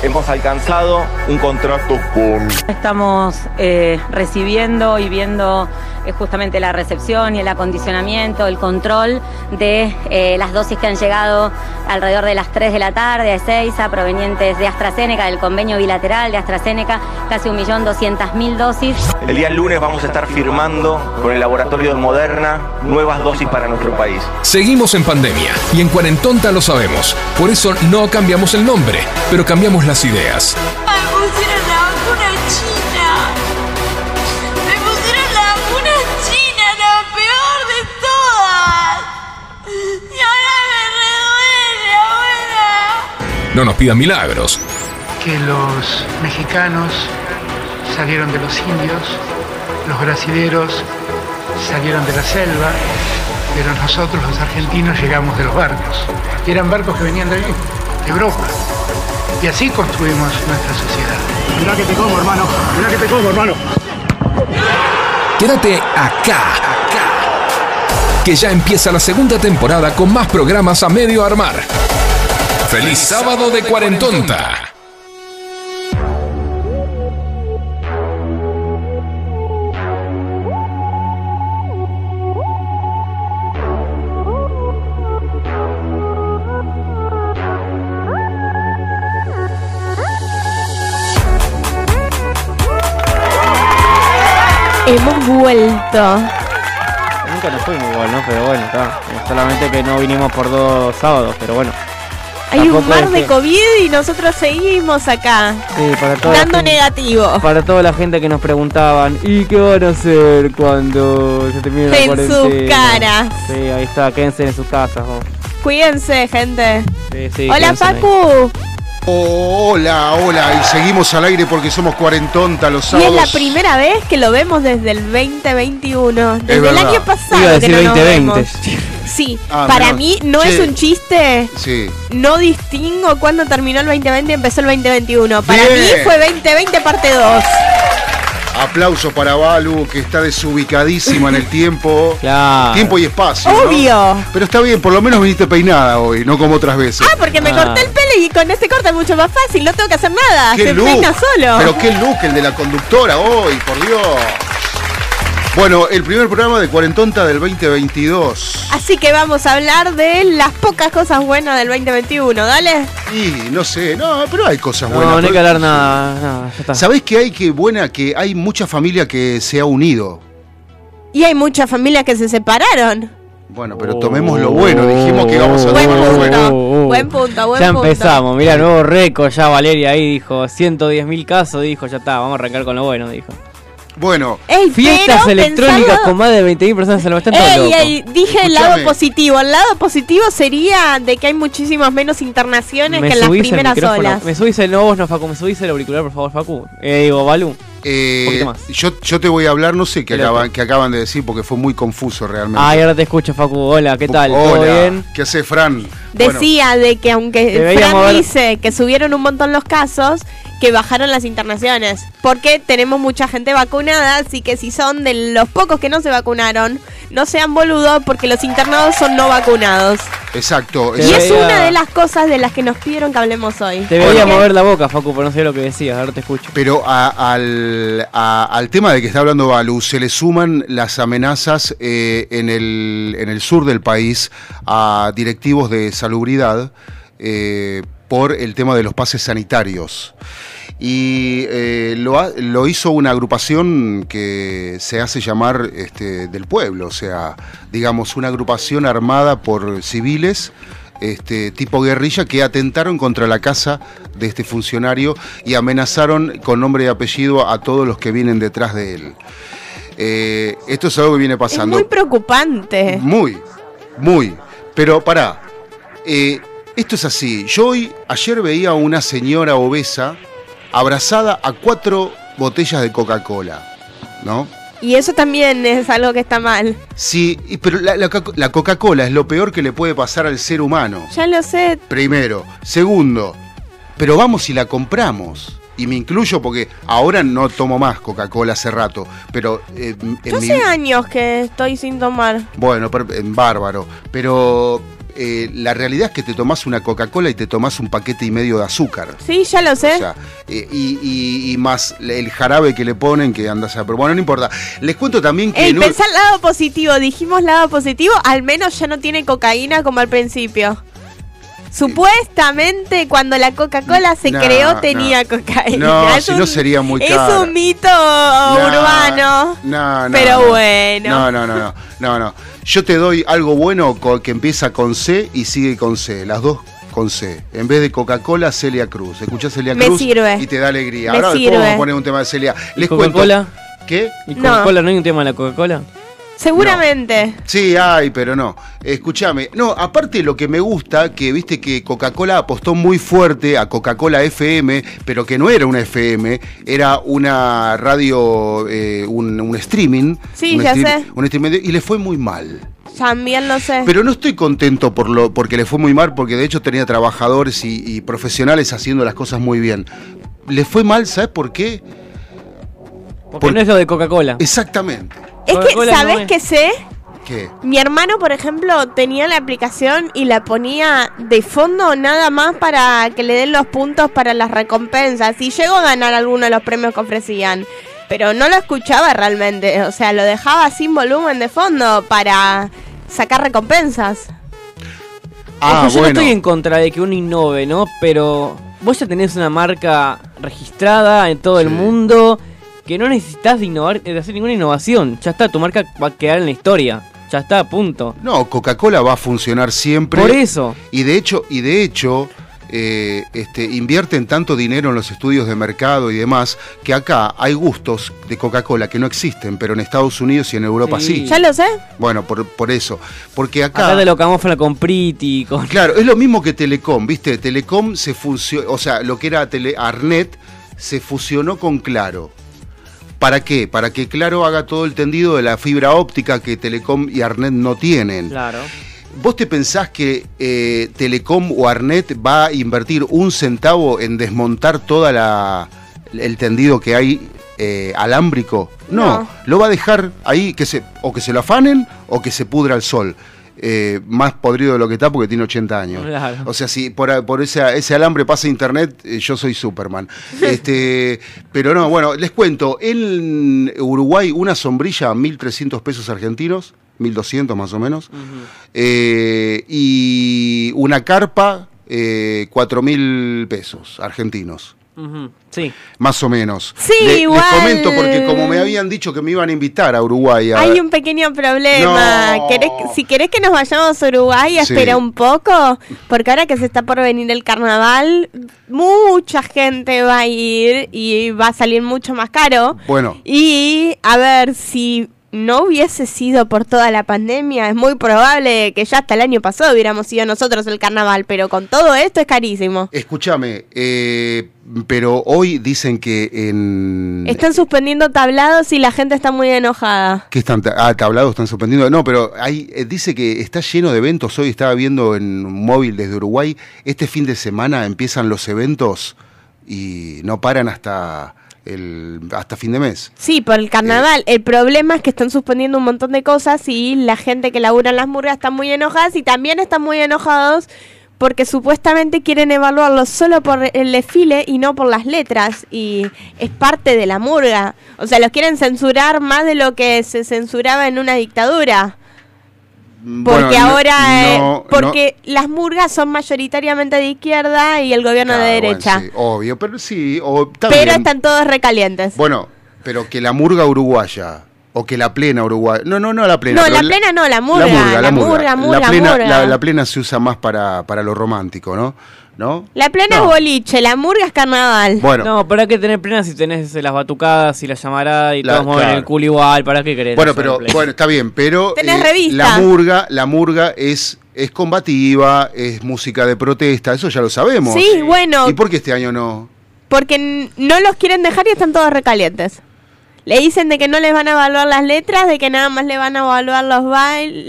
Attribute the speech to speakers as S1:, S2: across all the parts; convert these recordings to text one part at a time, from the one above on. S1: hemos alcanzado un contrato con
S2: Estamos eh, recibiendo y viendo eh, justamente la recepción y el acondicionamiento, el control de eh, las dosis que han llegado alrededor de las 3 de la tarde a Ezeiza, provenientes de AstraZeneca, del convenio bilateral de AstraZeneca, casi 1.200.000 dosis.
S1: El día lunes vamos a estar firmando con el laboratorio de Moderna nuevas dosis para nuestro país.
S3: Seguimos en pandemia y en Cuarentonta lo sabemos. Por eso no cambiamos el nombre, pero cambiamos las ideas.
S4: Me pusieron la vacuna china. Me pusieron la vacuna china, la peor de todas. Y ahora me reduele, abuela.
S3: No nos pidan milagros.
S5: Que los mexicanos salieron de los indios, los brasileros salieron de la selva, pero nosotros los argentinos llegamos de los barcos. Y eran barcos que venían de, ahí, de Europa. Y así construimos nuestra sociedad. Mirá que te como, hermano. Mirá que te como, hermano.
S3: Quédate acá, acá. Que ya empieza la segunda temporada con más programas a medio armar. ¡Feliz sábado de Cuarentonta!
S6: Hemos vuelto.
S7: Nunca nos fuimos igual, ¿no? Pero bueno, está. Solamente que no vinimos por dos sábados, pero bueno.
S6: Hay un
S7: Tampoco
S6: mar
S7: es
S6: de
S7: que-
S6: COVID y nosotros seguimos acá,
S7: Sí, para toda la
S6: dando
S7: gente-
S6: negativo.
S7: Para toda la gente que nos preguntaban, ¿y qué van a hacer cuando se termine la
S6: En sus
S7: cuarentena?
S6: caras.
S7: Sí, ahí está, quédense en sus casas. vos.
S6: Cuídense, gente.
S7: Sí, sí,
S6: Hola,
S7: quédense ahí.
S6: Facu.
S8: Hola, hola, y seguimos al aire porque somos cuarentonta los
S6: Y es
S8: sábados.
S6: la primera vez que lo vemos desde el 2021. Desde el
S8: verdad.
S6: año pasado
S7: Iba a
S6: que
S7: decir
S6: no nos
S7: 2020.
S6: vemos. Sí,
S8: Ah,
S6: para
S8: mirá.
S6: mí no
S8: Che.
S6: es un chiste.
S8: Sí.
S6: No distingo cuándo terminó el 2020 y empezó el 2021. Para
S8: Bien.
S6: mí fue 2020 parte 2.
S8: Aplauso para Balu, que está desubicadísima en el tiempo.
S7: Claro.
S8: Tiempo y espacio. ¿no?
S6: Obvio.
S8: Pero está bien, por lo menos viniste peinada hoy, no como otras veces.
S6: Ah, porque me
S7: Ah.
S6: corté el pelo y con este corte es mucho más fácil. No tengo que hacer nada.
S8: ¡Qué
S6: Se
S8: look!
S6: peina solo.
S8: Pero qué look el de la conductora hoy, por Dios. Bueno, el primer programa de Cuarentonta del 2022.
S6: Así que vamos a hablar de las pocas cosas buenas del 2021. Dale.
S8: Y no sé, no, pero hay cosas buenas.
S7: No, no hay que
S8: Pero-
S7: hablar nada. nada, ya está.
S8: ¿Sabés qué hay que buena? Que hay mucha familia que se ha unido.
S6: Y hay muchas familias que se separaron.
S8: Bueno, pero tomemos
S7: Uh,
S8: lo bueno. Dijimos que íbamos a
S6: Buen
S8: tomar lo bueno.
S6: punto, buen punto, buen
S7: Oh, ya
S6: punto.
S7: empezamos, mira, nuevo récord ya Valeria ahí dijo, 110.000 casos, dijo, ya está, vamos a arrancar con lo bueno, dijo.
S8: Bueno,
S6: Ey,
S7: Fiestas
S6: pero
S7: electrónicas
S6: pensalo-
S7: con más de 20.000 personas en la bastante
S6: Ey,
S7: loco.
S6: ey, dije el lado
S8: Escuchame.
S6: positivo. El lado positivo sería de que hay muchísimas menos internaciones que en las
S7: subís el
S6: primeras
S7: micrófono,
S6: olas.
S7: Me subís el no vos, no Facu, me subís el auricular, por favor, Facu. Eh, digo, Balú.
S8: eh,
S7: poquito más.
S8: yo, yo te voy a hablar, no sé qué
S7: El
S8: acaban,
S7: otro.
S8: qué acaban de decir porque fue muy confuso realmente.
S7: Ay, ahora te escucho, Facu. Hola, ¿qué tal?
S8: Hola,
S7: ¿Todo bien?
S8: ¿Qué hace Fran? Bueno,
S6: Decía de que aunque
S7: Deberíamos
S6: Fran
S7: haber-
S6: dice que subieron un montón los casos, que bajaron las internaciones. Porque tenemos mucha gente vacunada, así que si son de los pocos que no se vacunaron, no sean boludos porque los internados son no vacunados.
S8: exacto. eh,
S7: Te
S6: y
S8: exacto.
S6: es
S7: veía-
S6: una de las cosas de las que nos pidieron que hablemos hoy.
S7: Te veía
S6: Porque-
S7: mover la boca, Facu, pero no sé lo que decías, ahora te escucho.
S8: Pero a- al, a- al tema de que está hablando Balu, se le suman las amenazas eh, en, el, en el sur del país a directivos de salubridad eh, por el tema de los pases sanitarios. Y eh, lo, ha- lo hizo una agrupación que se hace llamar este, del pueblo, o sea, digamos, una agrupación armada por civiles este, tipo guerrilla que atentaron contra la casa de este funcionario y amenazaron con nombre y apellido a todos los que vienen detrás de él. Eh, esto es algo que viene
S6: Es
S8: pasando.
S6: muy preocupante.
S8: Muy, muy. Pero pará, eh, esto es así. Yo hoy, ayer veía a una señora obesa abrazada a cuatro botellas de Coca-Cola, ¿no?
S6: Y eso también es algo que está mal.
S8: Sí, y- pero la, la Coca- la Coca-Cola es lo peor que le puede pasar al ser humano.
S6: Ya lo sé.
S8: Primero. Segundo, pero vamos y la compramos. Y me incluyo porque ahora no tomo más Coca-Cola hace rato, pero eh, en
S6: Yo
S8: mi-
S6: hace años que estoy sin tomar.
S8: bueno, per- en bárbaro. Pero eh, la realidad es que te tomás una Coca-Cola y te tomás un paquete y medio de azúcar.
S6: Sí, ya lo sé.
S8: O sea, eh, y, y- y más el jarabe que le ponen que andas a... Pero bueno, no importa. Les cuento también que...
S6: Ey,
S8: en un-
S6: pensá el lado positivo. Dijimos lado positivo, al menos ya no tiene cocaína como al principio. Supuestamente cuando la Coca-Cola se
S8: No,
S6: creó
S8: no.
S6: tenía cocaína.
S8: No,
S6: Es
S8: si no
S6: un-
S8: sería muy
S6: Es
S8: cara.
S6: un mito
S8: No,
S6: urbano.
S8: No, no.
S6: Pero
S8: no.
S6: bueno.
S8: No, no, no, no, no, no. Yo te doy algo bueno co- que empieza con C y sigue con C. Las dos con C. En vez de Coca-Cola, Celia Cruz. Escuchás Celia
S6: Me
S8: Cruz
S6: sirve.
S8: y te da alegría.
S6: Me
S8: Ahora después
S6: sirve.
S8: vamos a poner un tema de Celia.
S7: ¿Y
S8: Les cuento.
S7: Coca-Cola?
S8: ¿Qué?
S7: ¿Y
S6: No.
S7: Coca-Cola? ¿No hay un tema de la Coca-Cola?
S6: Seguramente.
S8: Sí, hay, pero no. Escúchame. No, aparte lo que me gusta, que viste que Coca-Cola apostó muy fuerte a Coca-Cola FM, pero que no era una FM, era una radio, eh, un, un streaming.
S6: Sí,
S8: un
S6: ya
S8: stream-
S6: sé.
S8: un streaming de- y le fue muy mal.
S6: También lo sé.
S8: Pero no estoy contento por lo, porque le fue muy mal, porque de hecho tenía trabajadores y, y profesionales haciendo las cosas muy bien. Le fue mal, ¿sabes por qué?
S7: Porque
S8: Por-
S7: no es lo de Coca-Cola.
S8: Exactamente.
S6: es que,
S7: Coca-Cola no
S6: ¿sabés
S7: es.
S6: qué sé?
S8: ¿Qué?
S6: Mi hermano, por ejemplo, tenía la aplicación y la ponía de fondo nada más para que le den los puntos para las recompensas. Y llegó a ganar alguno de los premios que ofrecían. Pero no lo escuchaba realmente. O sea, lo dejaba sin volumen de fondo para sacar recompensas.
S8: Ah,
S7: Ojo, yo
S8: bueno.
S7: no estoy en contra de que uno innove, ¿no? Pero vos ya tenés una marca registrada en todo el
S8: Sí.
S7: mundo que no necesitas de, innovar, de hacer ninguna innovación. Ya está, tu marca va a quedar en la historia. Ya está, punto.
S8: No, Coca-Cola va a funcionar siempre.
S7: Por eso.
S8: Y de hecho, y de hecho eh, este, invierten tanto dinero en los estudios de mercado y demás, que acá hay gustos de Coca-Cola que no existen, pero en Estados Unidos y en Europa sí.
S7: Sí.
S6: Ya lo sé.
S8: Bueno, por, por eso. Porque acá...
S7: Acá te lo camufla con Pretty, con...
S8: Claro, es lo mismo que Telecom, ¿viste? Telecom se fusionó, o sea, lo que era tele Arnet se fusionó con Claro. ¿Para qué? Para que Claro haga todo el tendido de la fibra óptica que Telecom y Arnet no tienen.
S7: Claro.
S8: ¿Vos te pensás que eh, Telecom o Arnet va a invertir un centavo en desmontar toda la el tendido que hay eh, alámbrico? No,
S6: No.
S8: lo va a dejar ahí que se o que se lo afanen o que se pudra al sol. Eh, más podrido de lo que está porque tiene 80 años.
S7: Claro.
S8: O sea, si por, a- por ese, ese alambre pasa internet, eh, yo soy Superman. Este, pero no, bueno, les cuento. En Uruguay, una sombrilla a 1.300 pesos argentinos, 1.200 más o menos. Eh, y una carpa, eh, 4.000 pesos argentinos.
S7: Ujú, Sí.
S8: Más o menos.
S6: Sí,
S8: Le-
S6: igual.
S8: Les comento porque como me habían dicho que me iban a invitar a Uruguay a-
S6: Hay un pequeño problema.
S8: No.
S6: ¿Querés- si querés que nos vayamos a Uruguay,
S8: Sí.
S6: espera un poco, porque ahora que se está por venir el carnaval, mucha gente va a ir y va a salir mucho más caro.
S8: Bueno,
S6: Y a ver, si no hubiese sido por toda la pandemia, es muy probable que ya hasta el año pasado hubiéramos ido nosotros el carnaval, pero con todo esto es carísimo.
S8: escúchame, eh, pero hoy dicen que en...
S6: Están suspendiendo tablados y la gente está muy enojada.
S8: ¿Qué están? ta- Ah, tablados están suspendiendo. No, pero ahí eh, dice que está lleno de eventos. Hoy estaba viendo en un móvil desde Uruguay. Este fin de semana empiezan los eventos y no paran hasta el hasta fin de mes.
S6: Sí, por el carnaval. El problema es que están suspendiendo un montón de cosas y la gente que labura en las murgas está muy enojadas y también están muy enojados porque supuestamente quieren evaluarlo solo por el desfile y no por las letras y es parte de la murga. O sea, los quieren censurar más de lo que se censuraba en una dictadura. Porque
S8: Bueno, no-
S6: ahora, eh,
S8: no-
S6: porque las murgas son mayoritariamente de izquierda y el
S8: no-
S6: gobierno
S8: Ah,
S6: de
S8: bueno,
S6: derecha.
S8: sí, obvio, pero sí, o, está
S6: Pero
S8: bien.
S6: están todos recalientes.
S8: Bueno, pero que la murga uruguaya o que la plena Uruguay. No, no, no la plena.
S6: No,
S8: pero
S6: la plena no, la murga, la murga, murga,
S8: la, plena,
S6: murga.
S8: La, la plena se usa más para, para lo romántico, ¿no? ¿No?
S6: La plena
S8: No.
S6: es boliche, la murga es carnaval.
S8: Bueno.
S7: No, ¿para qué tener plena si tenés eh, las batucadas y la llamarada y
S8: La-
S7: todos mueven
S8: claro.
S7: el culo igual? ¿Para qué querés?
S8: Bueno,
S7: hacer
S8: pero
S7: plena?
S8: bueno, está bien, pero eh,
S6: Tenés revista.
S8: la murga, la murga es es combativa, es música de protesta, eso ya lo sabemos.
S6: Sí, bueno.
S8: ¿Y por qué este año no?
S6: Porque n- no los quieren dejar y están todos recalientes. Le dicen de que no les van a evaluar las letras, de que nada más le van a evaluar los bailes,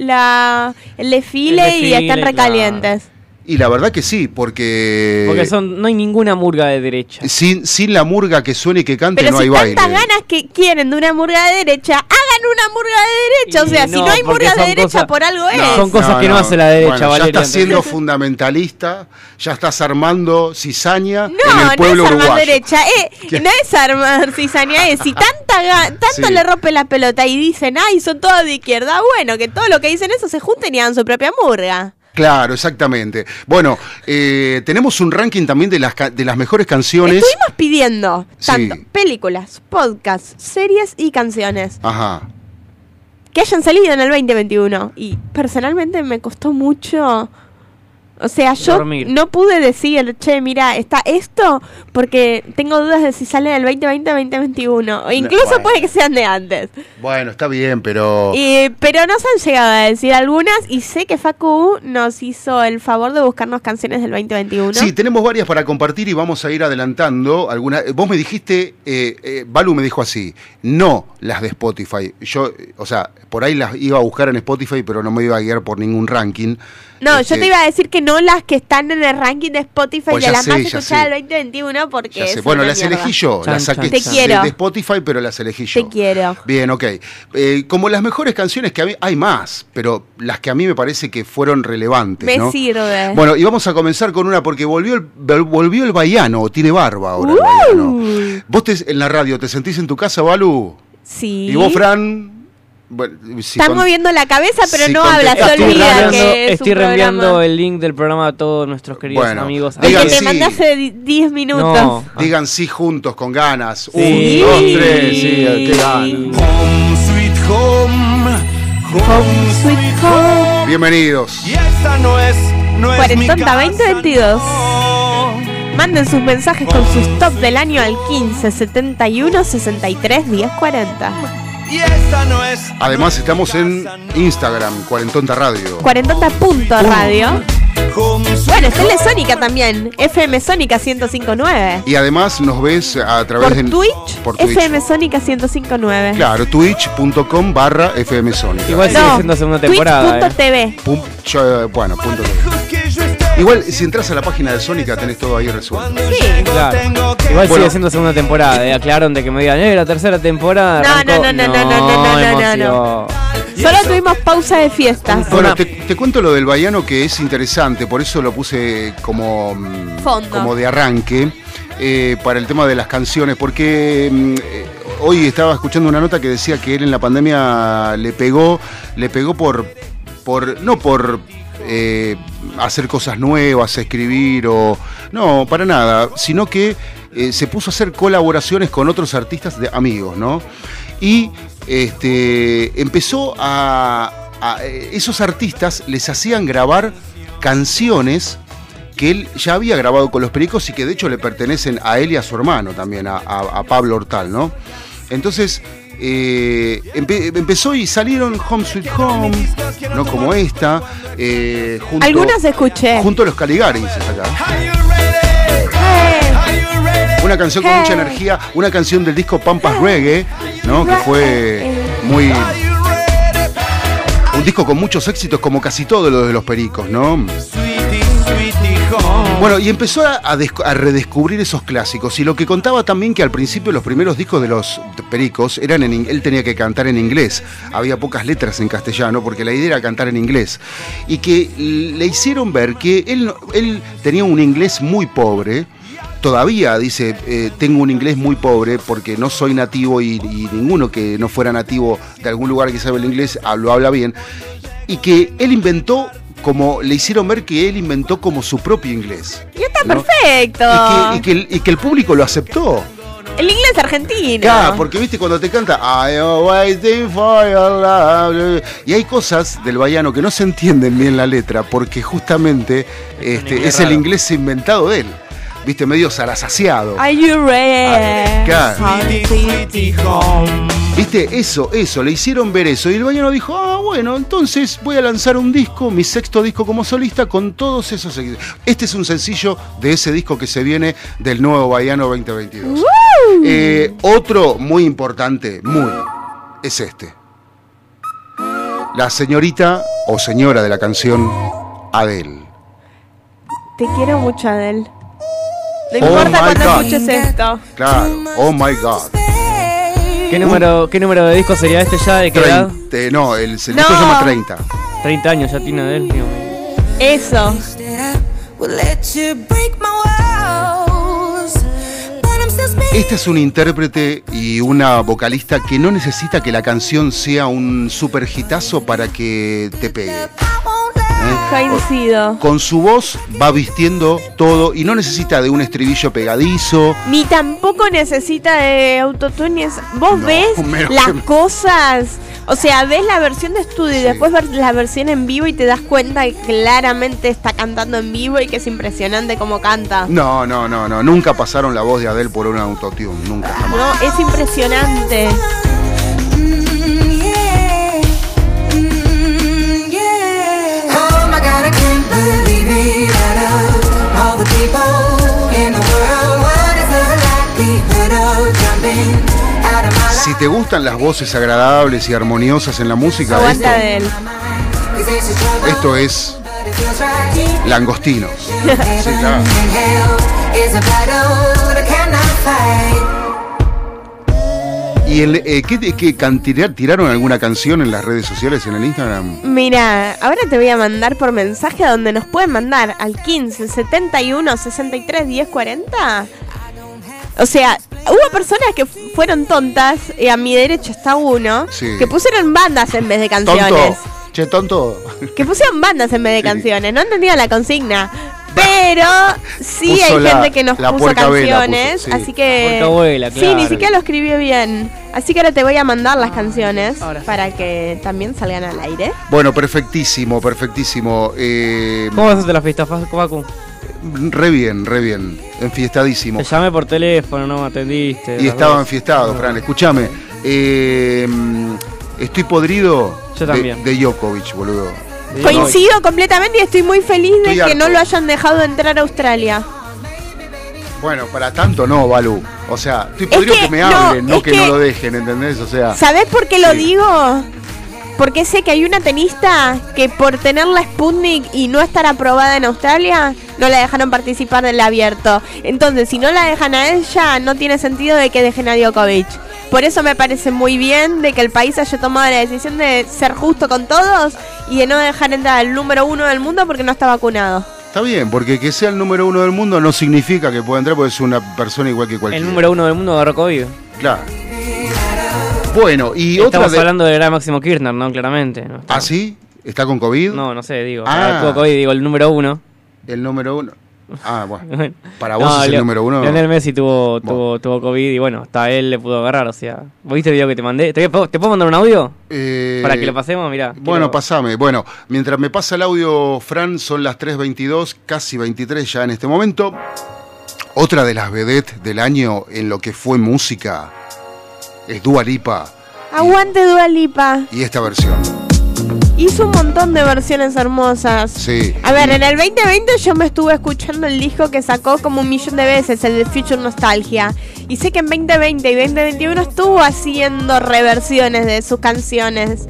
S6: el, desfile
S7: El
S6: y están
S7: desfile,
S6: recalientes.
S8: Y la verdad que sí, porque,
S7: Porque son, no hay ninguna murga de derecha.
S8: sin sin la murga que suene y que cante
S6: Pero
S8: no
S6: si
S8: hay baile.
S6: tantas ganas que quieren de una murga de derecha, hagan una murga de derecha. O
S7: Y
S6: sea, si
S7: no,
S6: no hay
S7: porque
S6: murga de
S7: son
S6: derecha,
S7: cosas-
S6: por algo es.
S7: Son cosas que no hace la derecha,
S8: bueno, Ya
S7: Valeria,
S8: estás siendo
S7: entonces.
S8: fundamentalista, ya estás armando
S6: No,
S8: cizaña en
S6: no
S8: el
S6: es
S8: pueblo
S6: armar
S8: uruguayo.
S6: derecha, eh,
S8: ¿Qué?
S6: no es armar cizaña, es si tanta ga- tanto
S8: Sí.
S6: le rompe la pelota y dicen, ay, son todos de izquierda, bueno, que todo lo que dicen eso se junten y hagan su propia murga.
S8: Claro, exactamente. Bueno, eh, tenemos un ranking también de las, ca- de las mejores canciones.
S6: Estuvimos pidiendo tanto
S8: Sí.
S6: películas, podcasts, series y canciones
S8: Ajá.
S6: que hayan salido en el 2021 y personalmente me costó mucho... O sea, yo
S7: Dormir.
S6: no pude decir, che, mira, está esto, porque tengo dudas de si salen en el 2020 2021. O incluso
S8: bueno.
S6: puede que sean de antes.
S8: Bueno, está bien, pero.
S6: Eh, pero nos han llegado a decir algunas y sé que Facu nos hizo el favor de buscarnos canciones del 2021.
S8: Sí, tenemos varias para compartir y vamos a ir adelantando. Alguna, vos me dijiste, eh, eh, Balu me dijo así, no las de Spotify. Yo, eh, o sea, por ahí las iba a buscar en Spotify, pero no me iba a guiar por ningún ranking.
S6: no,
S8: Este,
S6: yo te iba a decir que no las que están en el ranking de Spotify
S8: Pues
S6: de
S8: ya
S6: las
S8: sé,
S6: más
S8: ya
S6: escuchadas
S8: sé.
S6: del 2021 porque...
S8: ya sé.
S6: es
S8: Bueno,
S6: una
S8: las
S6: mierda.
S8: elegí yo,
S7: Chan,
S8: las
S7: chan,
S8: saqué
S6: Te
S8: de-
S6: quiero.
S8: de, Spotify, pero las elegí yo.
S6: Te quiero.
S8: Bien, ok. Eh, como las mejores canciones que a mí, hay más, pero las que a mí me parece que fueron relevantes.
S6: Me
S8: ¿no?
S6: sirve.
S8: Bueno, y vamos a comenzar con una porque volvió el, vol- volvió el baiano, o tiene barba ahora el
S6: Uh.
S8: baiano. Vos te- en la radio, ¿te sentís en tu casa, Balu?
S6: sí.
S8: ¿Y vos, Fran? Bueno, si
S6: Está
S8: con-
S6: moviendo la cabeza, pero
S8: si
S6: no habla, se
S8: contestaste-
S7: Estoy
S6: olvida
S7: reenviando,
S6: que es
S7: estoy
S6: un programa.
S7: reenviando el link del programa a todos nuestros queridos
S8: Bueno,
S7: amigos.
S6: El
S8: Digan
S6: que te
S8: sí. Ah.
S6: mandé hace di- 10 minutos.
S7: No.
S8: Digan sí juntos, con ganas.
S7: Sí.
S8: Un, dos, tres, sí, qué ganas.
S9: Home Sweet Home. Home Sweet Home.
S8: Bienvenidos.
S9: Y esta no es, no es mi
S6: Cuarentonta
S9: casa,
S6: 2022.
S9: no.
S6: Manden sus mensajes con sus top del año al 15 71 63 10 40.
S9: Y esta no es.
S8: Además, estamos en Instagram, Cuarentonta Radio.
S6: Cuarentonta.radio.
S9: Home Sweet
S6: Bueno, es Telesónica también. FM Sónica 1059.
S8: Y además nos ves a través
S6: Por
S8: de.
S6: Twitch,
S8: Por Twitch.
S6: FM Sónica 1059.
S8: Claro, twitch.com barra FM Sónica.
S7: Igual sigue siendo segunda temporada. eh.
S6: Twitch.tv.
S8: Pum- yo- bueno, punto.
S9: Lejos que yo esté.
S8: Igual, si entras a la página de Sónica, tenés todo ahí resuelto.
S9: Cuando llego,
S7: Claro.
S9: tengo que.
S7: Igual
S8: Bueno.
S7: sigue siendo segunda temporada. eh. Aclararon de que me digan, eh, la tercera temporada.
S6: No, no,
S7: arrancó.
S6: no, no, no, no, no, no, no, no.
S7: hemos ido-
S6: Solo tuvimos pausa de fiestas.
S8: Bueno, te, te cuento lo del Baiano que es interesante, por eso lo puse como, mm,
S6: Fondo.
S8: como de arranque eh, para el tema de las canciones, porque mm, eh, hoy estaba escuchando una nota que decía que él en la pandemia le pegó, le pegó por, por no por eh, hacer cosas nuevas, escribir o no, para nada, sino que eh, se puso a hacer colaboraciones con otros artistas de amigos, ¿no? y este, empezó a, a- eh, Esos artistas les hacían grabar canciones que él ya había grabado con los pericos y que de hecho le pertenecen a él y a su hermano también, a, a- a Pablo Hortal, ¿no? Entonces. eh, empe- empezó y salieron Home Sweet Home, no como esta, eh, junto,
S6: Algunas escuché.
S8: junto a los Caligaris es acá.
S9: Are you ready?
S6: Eh,
S9: Are you ready?
S8: Una canción con
S6: Hey.
S8: mucha energía, una canción del disco Pampas Reggae, ¿no? Que fue muy,
S9: Are you ready?
S8: Un disco con muchos éxitos, como casi todo lo de los pericos, ¿no?
S9: Sweetie, sweetie home.
S8: Bueno, y empezó a, a descu- a redescubrir esos clásicos. Y lo que contaba también que al principio los primeros discos de los pericos eran en in- él tenía que cantar en inglés. Había pocas letras en castellano porque la idea era cantar en inglés. Y que le hicieron ver que él, no- él tenía un inglés muy pobre. Todavía dice, eh, tengo un inglés muy pobre porque no soy nativo y, y ninguno que no fuera nativo de algún lugar que sabe el inglés ah, lo habla bien y que él inventó como le hicieron ver que él inventó como su propio inglés.
S6: y está
S8: ¿no?
S6: perfecto.
S8: Y que, y que el, y que el público lo aceptó.
S6: El inglés argentino.
S8: Claro, porque viste cuando te canta I am waiting for your love. Y hay cosas del baiano que no se entienden bien la letra, porque justamente este,
S10: inglés
S8: es el
S10: raro.
S8: inglés inventado de él. Viste, medio salasaciado.
S6: Are you ready?
S8: Ah, eh, Claro.
S6: Something
S8: Viste, eso, eso, le hicieron ver eso. Y el baiano dijo, ah, bueno, entonces voy a lanzar un disco, mi sexto disco como solista, con todos esos seguidores. Este es un sencillo de ese disco que se viene del nuevo baiano 2022. Eh, otro muy importante, muy, es este. La señorita o señora de la canción, Adele.
S6: Te quiero mucho, Adel. No
S8: Oh
S6: importa
S8: my
S6: cuando
S8: God.
S6: escuches esto.
S8: Claro, oh my god.
S7: ¿Qué número, ¿Qué número de disco sería este ya? ¿De qué edad?
S8: Te- no, el, el disco se
S6: No.
S8: llama 30.
S7: 30 años ya tiene él, digo.
S6: Eso.
S8: Esta Este es una intérprete y una vocalista que no necesita que la canción sea un super hitazo para que te pegue. ¿eh?
S6: Coincido.
S8: Con su voz va vistiendo todo y no necesita de un estribillo pegadizo.
S6: Ni tampoco necesita de autotunes. Vos
S8: No,
S6: ves
S8: menos
S6: las
S8: que me-
S6: cosas. O sea, ves la versión de estudio y después ves la versión en vivo y te das cuenta que claramente está cantando en vivo y que es impresionante cómo canta.
S8: No, no, no, no. Nunca pasaron la voz de Adele por un autotune. Nunca. jamás.
S6: No, es impresionante.
S4: Mm, Oh
S8: Si te gustan las voces agradables y armoniosas en la música,
S6: Aguanta
S8: esto,
S6: de él.
S8: esto es Langostinos. Sí, claro. ¿Y el, eh, qué, qué cantidad- tiraron alguna canción en las redes sociales, en el Instagram?
S6: Mira, ahora te voy a mandar por mensaje a donde nos pueden mandar al 15 71 63 10 40. O sea, hubo personas que f- fueron tontas, y a mi derecha está uno,
S8: Sí.
S6: que pusieron bandas en vez de
S8: Tonto.
S6: canciones.
S8: Che, tonto.
S6: Que pusieron bandas en vez de
S8: Sí.
S6: canciones, no entendía la consigna. Pero sí
S8: Puso
S6: hay
S8: la-
S6: gente que nos
S8: la
S6: puso
S8: puerca vela
S6: canciones,
S8: puso, sí.
S6: así que...
S7: La puerca abuela,
S6: Sí, ni
S7: claro.
S6: siquiera lo escribió bien. Así que ahora te voy a mandar las canciones para que también salgan al aire.
S8: Bueno, perfectísimo, perfectísimo. Eh,
S7: ¿Cómo vas a hacer la fiesta, Fa- Facu?
S8: re bien, re bien. Enfiestadísimo.
S7: Te llamé por teléfono, no me atendiste.
S8: Y
S7: las
S8: estaba
S7: dos.
S8: enfiestado, Fran. Escúchame. eh, estoy podrido
S7: Yo
S8: de,
S7: también.
S8: de Djokovic, boludo.
S6: Coincido completamente y estoy muy feliz de
S8: Estoy
S6: que
S8: harto.
S6: no lo hayan dejado entrar a Australia.
S8: Bueno, para tanto no, Balú. O sea, estoy
S6: Es
S8: podrido
S6: que
S8: que, me
S6: no,
S8: hablen, no,
S6: es
S8: que,
S6: que-
S8: no lo dejen, ¿entendés? O sea,
S6: ¿Sabés por qué lo digo? Porque sé que hay una tenista que por tener la Sputnik y no estar aprobada en Australia, no la dejaron participar del abierto. Entonces, si no la dejan a ella, no tiene sentido de que dejen a Djokovic. Por eso me parece muy bien de que el país haya tomado la decisión de ser justo con todos y de no dejar entrar al número uno del mundo porque no está vacunado.
S8: está bien, porque que sea el número uno del mundo no significa que pueda entrar porque es una persona igual que
S7: El
S8: cualquiera.
S7: número uno del mundo agarró COVID.
S8: Claro. Bueno, y otra
S7: Estamos
S8: de-
S7: hablando de gran Máximo Kirchner, ¿no? Claramente. ¿no?
S8: ¿Ah, sí? ¿Está con COVID?
S7: No, no sé, digo.
S8: Ah.
S7: Ah. Tuvo COVID, digo, el número uno.
S8: El número uno. Ah, bueno.
S7: Bueno.
S8: Para vos
S7: No,
S8: es el
S7: Leo-
S8: número uno.
S7: Lionel Messi tuvo, tuvo, tuvo COVID y bueno, hasta él le pudo agarrar, o sea. ¿Vos viste el video que te mandé? ¿Te, puedo- te puedo mandar un audio?
S8: Eh,
S7: Para que lo pasemos, mirá.
S8: Bueno, pasame. Bueno, mientras me pasa el audio, Fran, son las 3.22, casi 23 ya en este momento. Otra de las vedettes del año en lo que fue música es Dua Lipa
S6: Aguante Dualipa.
S8: y esta versión.
S6: Hizo un montón de versiones hermosas.
S8: Sí.
S6: A ver, en el 2020 yo me estuve escuchando el disco que sacó como un millón de veces, el de Future Nostalgia. Y sé que en 2020 y 2021 estuvo haciendo reversiones de sus canciones.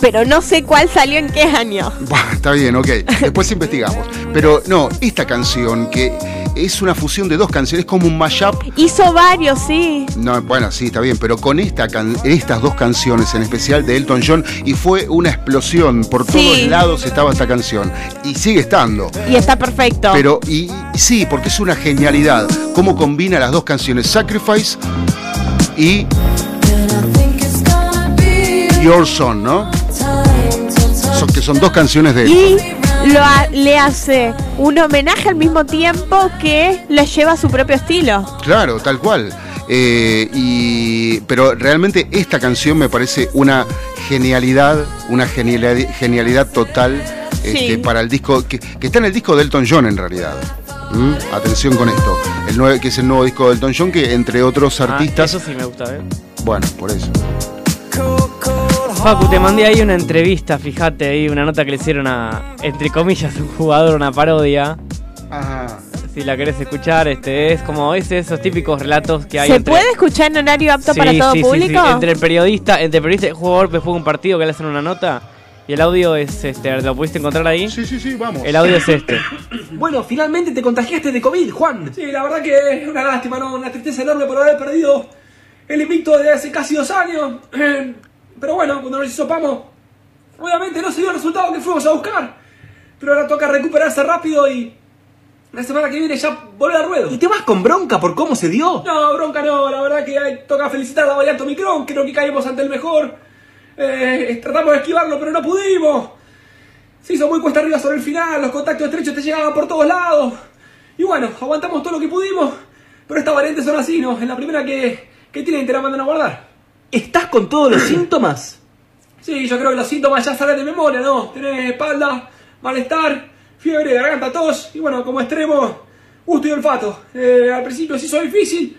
S6: Pero no sé cuál salió en qué año.
S8: Bah, está bien, ok. Después investigamos. Pero no, esta canción que es una fusión de dos canciones, es como un mashup
S6: Hizo varios, sí.
S8: No, bueno, sí, está bien, pero con esta can- estas dos canciones en especial de Elton John y fue una explosión, por todos lados estaba esta canción y sigue estando.
S6: Y está perfecto.
S8: Pero y, y sí, porque es una genialidad cómo combina las dos canciones Sacrifice y Your Song, ¿no? Son- que son dos canciones de
S6: Y lo ha- le hace un homenaje al mismo tiempo que le lleva a su propio estilo.
S8: Claro, tal cual. Eh, y, pero realmente esta canción me parece una genialidad, una geniali- genialidad total este,
S6: Sí.
S8: para el disco, que, que está en el disco de Elton John en realidad. ¿Mm? Atención con esto, el nueve- que es el nuevo disco de Elton John, que entre otros
S6: Ah,
S8: artistas...
S7: Eso sí me gusta, ¿eh?
S8: Bueno, por eso.
S7: Facu, te mandé ahí una entrevista, fíjate ahí, una nota que le hicieron a, entre comillas, un jugador, una parodia. Si la querés escuchar, este es como es esos típicos relatos que hay.
S6: ¿Se
S7: entre-
S6: puede escuchar en horario apto
S7: Sí,
S6: para todo
S7: sí, sí,
S6: público?
S7: sí, Entre el periodista, entre el periodista y el jugador después de un partido que le hacen una nota. Y el audio es este, ¿lo pudiste encontrar ahí? Sí,
S8: sí, sí, vamos.
S7: El audio es este.
S11: Bueno, finalmente te contagiaste de COVID, Juan. Sí, la verdad que es una lástima, ¿no? Una tristeza enorme por haber perdido el invicto de hace casi dos años. Eh, Pero bueno, cuando nos hisopamos, obviamente no se dio el resultado que fuimos a buscar. Pero ahora toca recuperarse rápido y la semana que viene ya volver al ruedo. ¿Y te vas con bronca por cómo se dio? No, bronca no. La verdad que hay- toca felicitar a la variante Omicron. Creo que caímos ante el mejor. Eh, tratamos de esquivarlo, pero no pudimos. Se hizo muy cuesta arriba sobre el final, los contactos estrechos te llegaban por todos lados. Y bueno, aguantamos todo lo que pudimos, pero estas variantes son así, ¿no? En la primera que, que tienen te la mandan a guardar. ¿Estás con todos los síntomas? Sí, yo creo que los síntomas ya salen de memoria, ¿no? Tenés espalda, malestar, fiebre, garganta, tos, y bueno, como extremo, gusto y olfato. Eh, al principio se hizo difícil,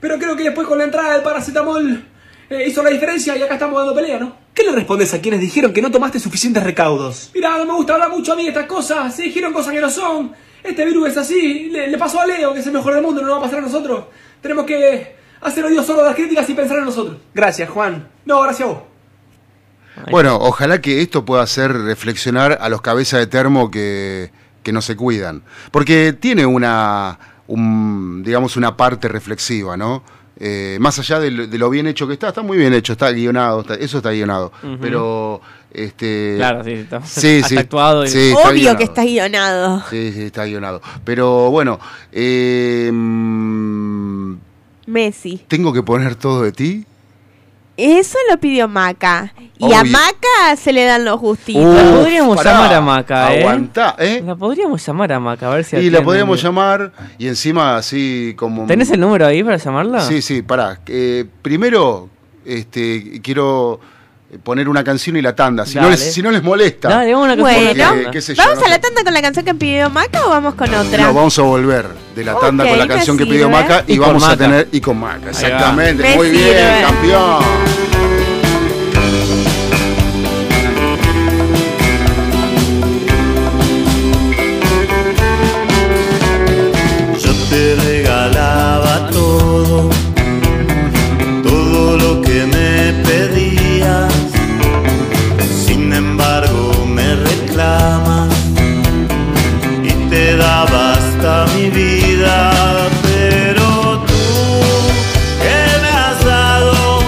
S11: pero creo que después con la entrada del paracetamol eh, hizo la diferencia y acá estamos dando pelea, ¿no?
S12: ¿Qué le respondes a quienes dijeron que no tomaste suficientes recaudos?
S11: Mirá, no me gusta hablar mucho a mí de estas cosas. Se dijeron cosas que no son. Este virus es así. Le, le pasó a Leo, que es el mejor del mundo, no nos va a pasar a nosotros. Tenemos que hacer oídos sordos a las críticas y pensar en nosotros. Gracias, Juan. No, gracias a vos.
S8: Bueno, ojalá que esto pueda hacer reflexionar a los cabezas de termo que, que no se cuidan. Porque tiene una, un- digamos, una parte reflexiva, ¿no? Eh, más allá de lo, de lo bien hecho que está, está muy bien hecho, está guionado, está- eso está guionado.
S7: Ujú.
S8: Pero, este...
S7: Claro, sí, está-
S8: sí,
S7: hasta
S8: sí,
S7: actuado y-
S8: sí, está
S6: Obvio
S8: guionado.
S6: que está guionado.
S8: Sí, sí, está guionado. Pero bueno, eh, mm,
S6: Messi.
S8: ¿tengo que poner todo de ti?
S6: Eso lo pidió Maca. Y a
S8: Obvio. Uh,
S6: Maca se le dan los gustitos.
S8: Uf,
S7: podríamos
S8: pará,
S7: llamar a Maca, ¿eh?
S8: aguantá,
S7: La podríamos llamar a Maca, a ver si
S8: Y la
S7: atiende.
S8: podríamos llamar y encima así como...
S7: ¿Tenés el número ahí para llamarla?
S8: Sí, sí, pará. Eh, primero, este, quiero poner una canción y la tanda, si, no
S7: Dale.
S8: les, si no les molesta.
S7: Dale, vamos a una
S6: Bueno,
S8: Porque, qué sé yo,
S6: ¿vamos
S8: no
S6: a la
S8: sé.
S6: tanda con la canción que pidió Maca o vamos con otra?
S8: No, vamos a volver de la tanda
S6: Ok,
S8: con la
S6: me
S8: canción que
S6: sirve.
S8: pidió Maca y,
S7: Y con
S8: vamos a
S7: Maca.
S8: tener... Y con Maca, exactamente.
S6: Me
S8: Muy bien,
S6: sirve.
S8: campeón.
S9: Yo te regalaba todo, todo lo que me pedías. Sin embargo, me reclamas y te daba hasta mi vida. Pero tú, que me has dado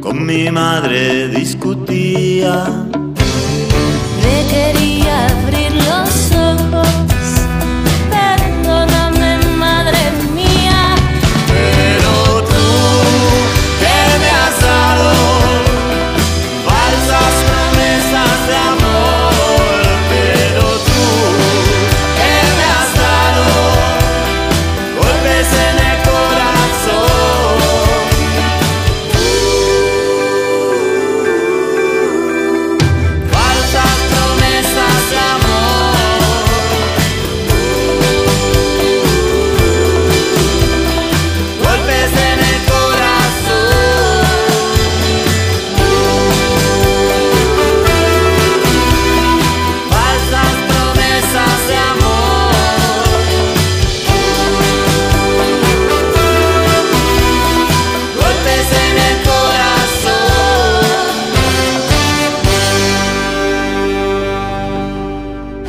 S9: Con mi madre discutía.
S4: Me quería abrir los ojos. Perdóname, madre mía.
S9: Pero tú,
S4: que me has
S9: dado falsas promesas de amor. Pero tú, que me has dado golpes en el corazón. Falsas promesas de amor. Golpes en el corazón. Falsas promesas de amor. Golpes en el corazón.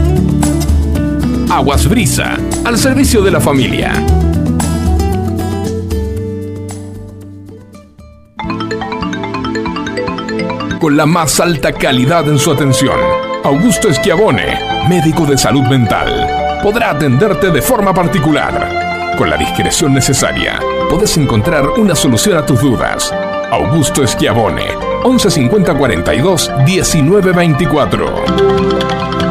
S3: Aguas Brisa, al servicio de la familia. con la más alta calidad en su atención. Augusto Schiavone, médico de salud mental, podrá atenderte de forma particular. Con la discreción necesaria, podés encontrar una solución a tus dudas. Augusto Schiavone, 1150 42 1924.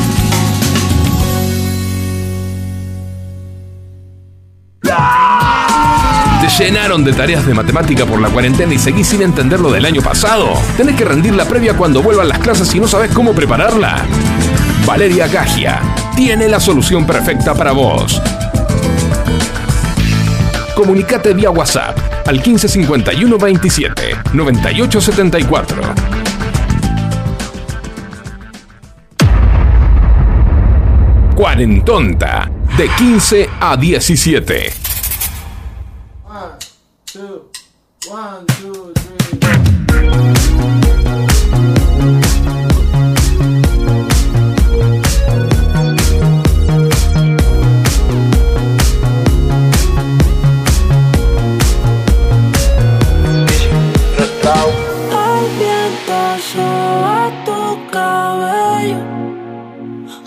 S3: ¿Te llenaron de tareas de matemática por la cuarentena y seguís sin entender lo del año pasado? ¿Tenés que rendir la previa cuando vuelvan las clases y no sabes cómo prepararla? Valeria Gagia tiene la solución perfecta para vos. Comunicate vía WhatsApp al 1551 27 98 74. Cuarentonta de 15 a 17.
S4: El viento a tu cabello.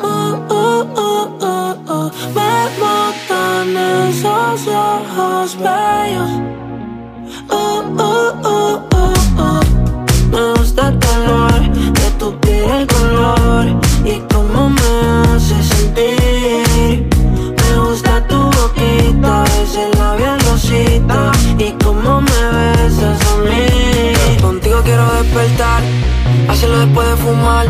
S4: Oh, oh, oh, oh, oh. Me matan esos ojos bellos. Oh, oh, oh, oh, oh. Me gusta el calor de tu piel, el color y cómo me hace sentir. Me gusta tu boquita, ese labial rosita y cómo me besas a mí. Contigo quiero despertar, hacerlo después de fumar.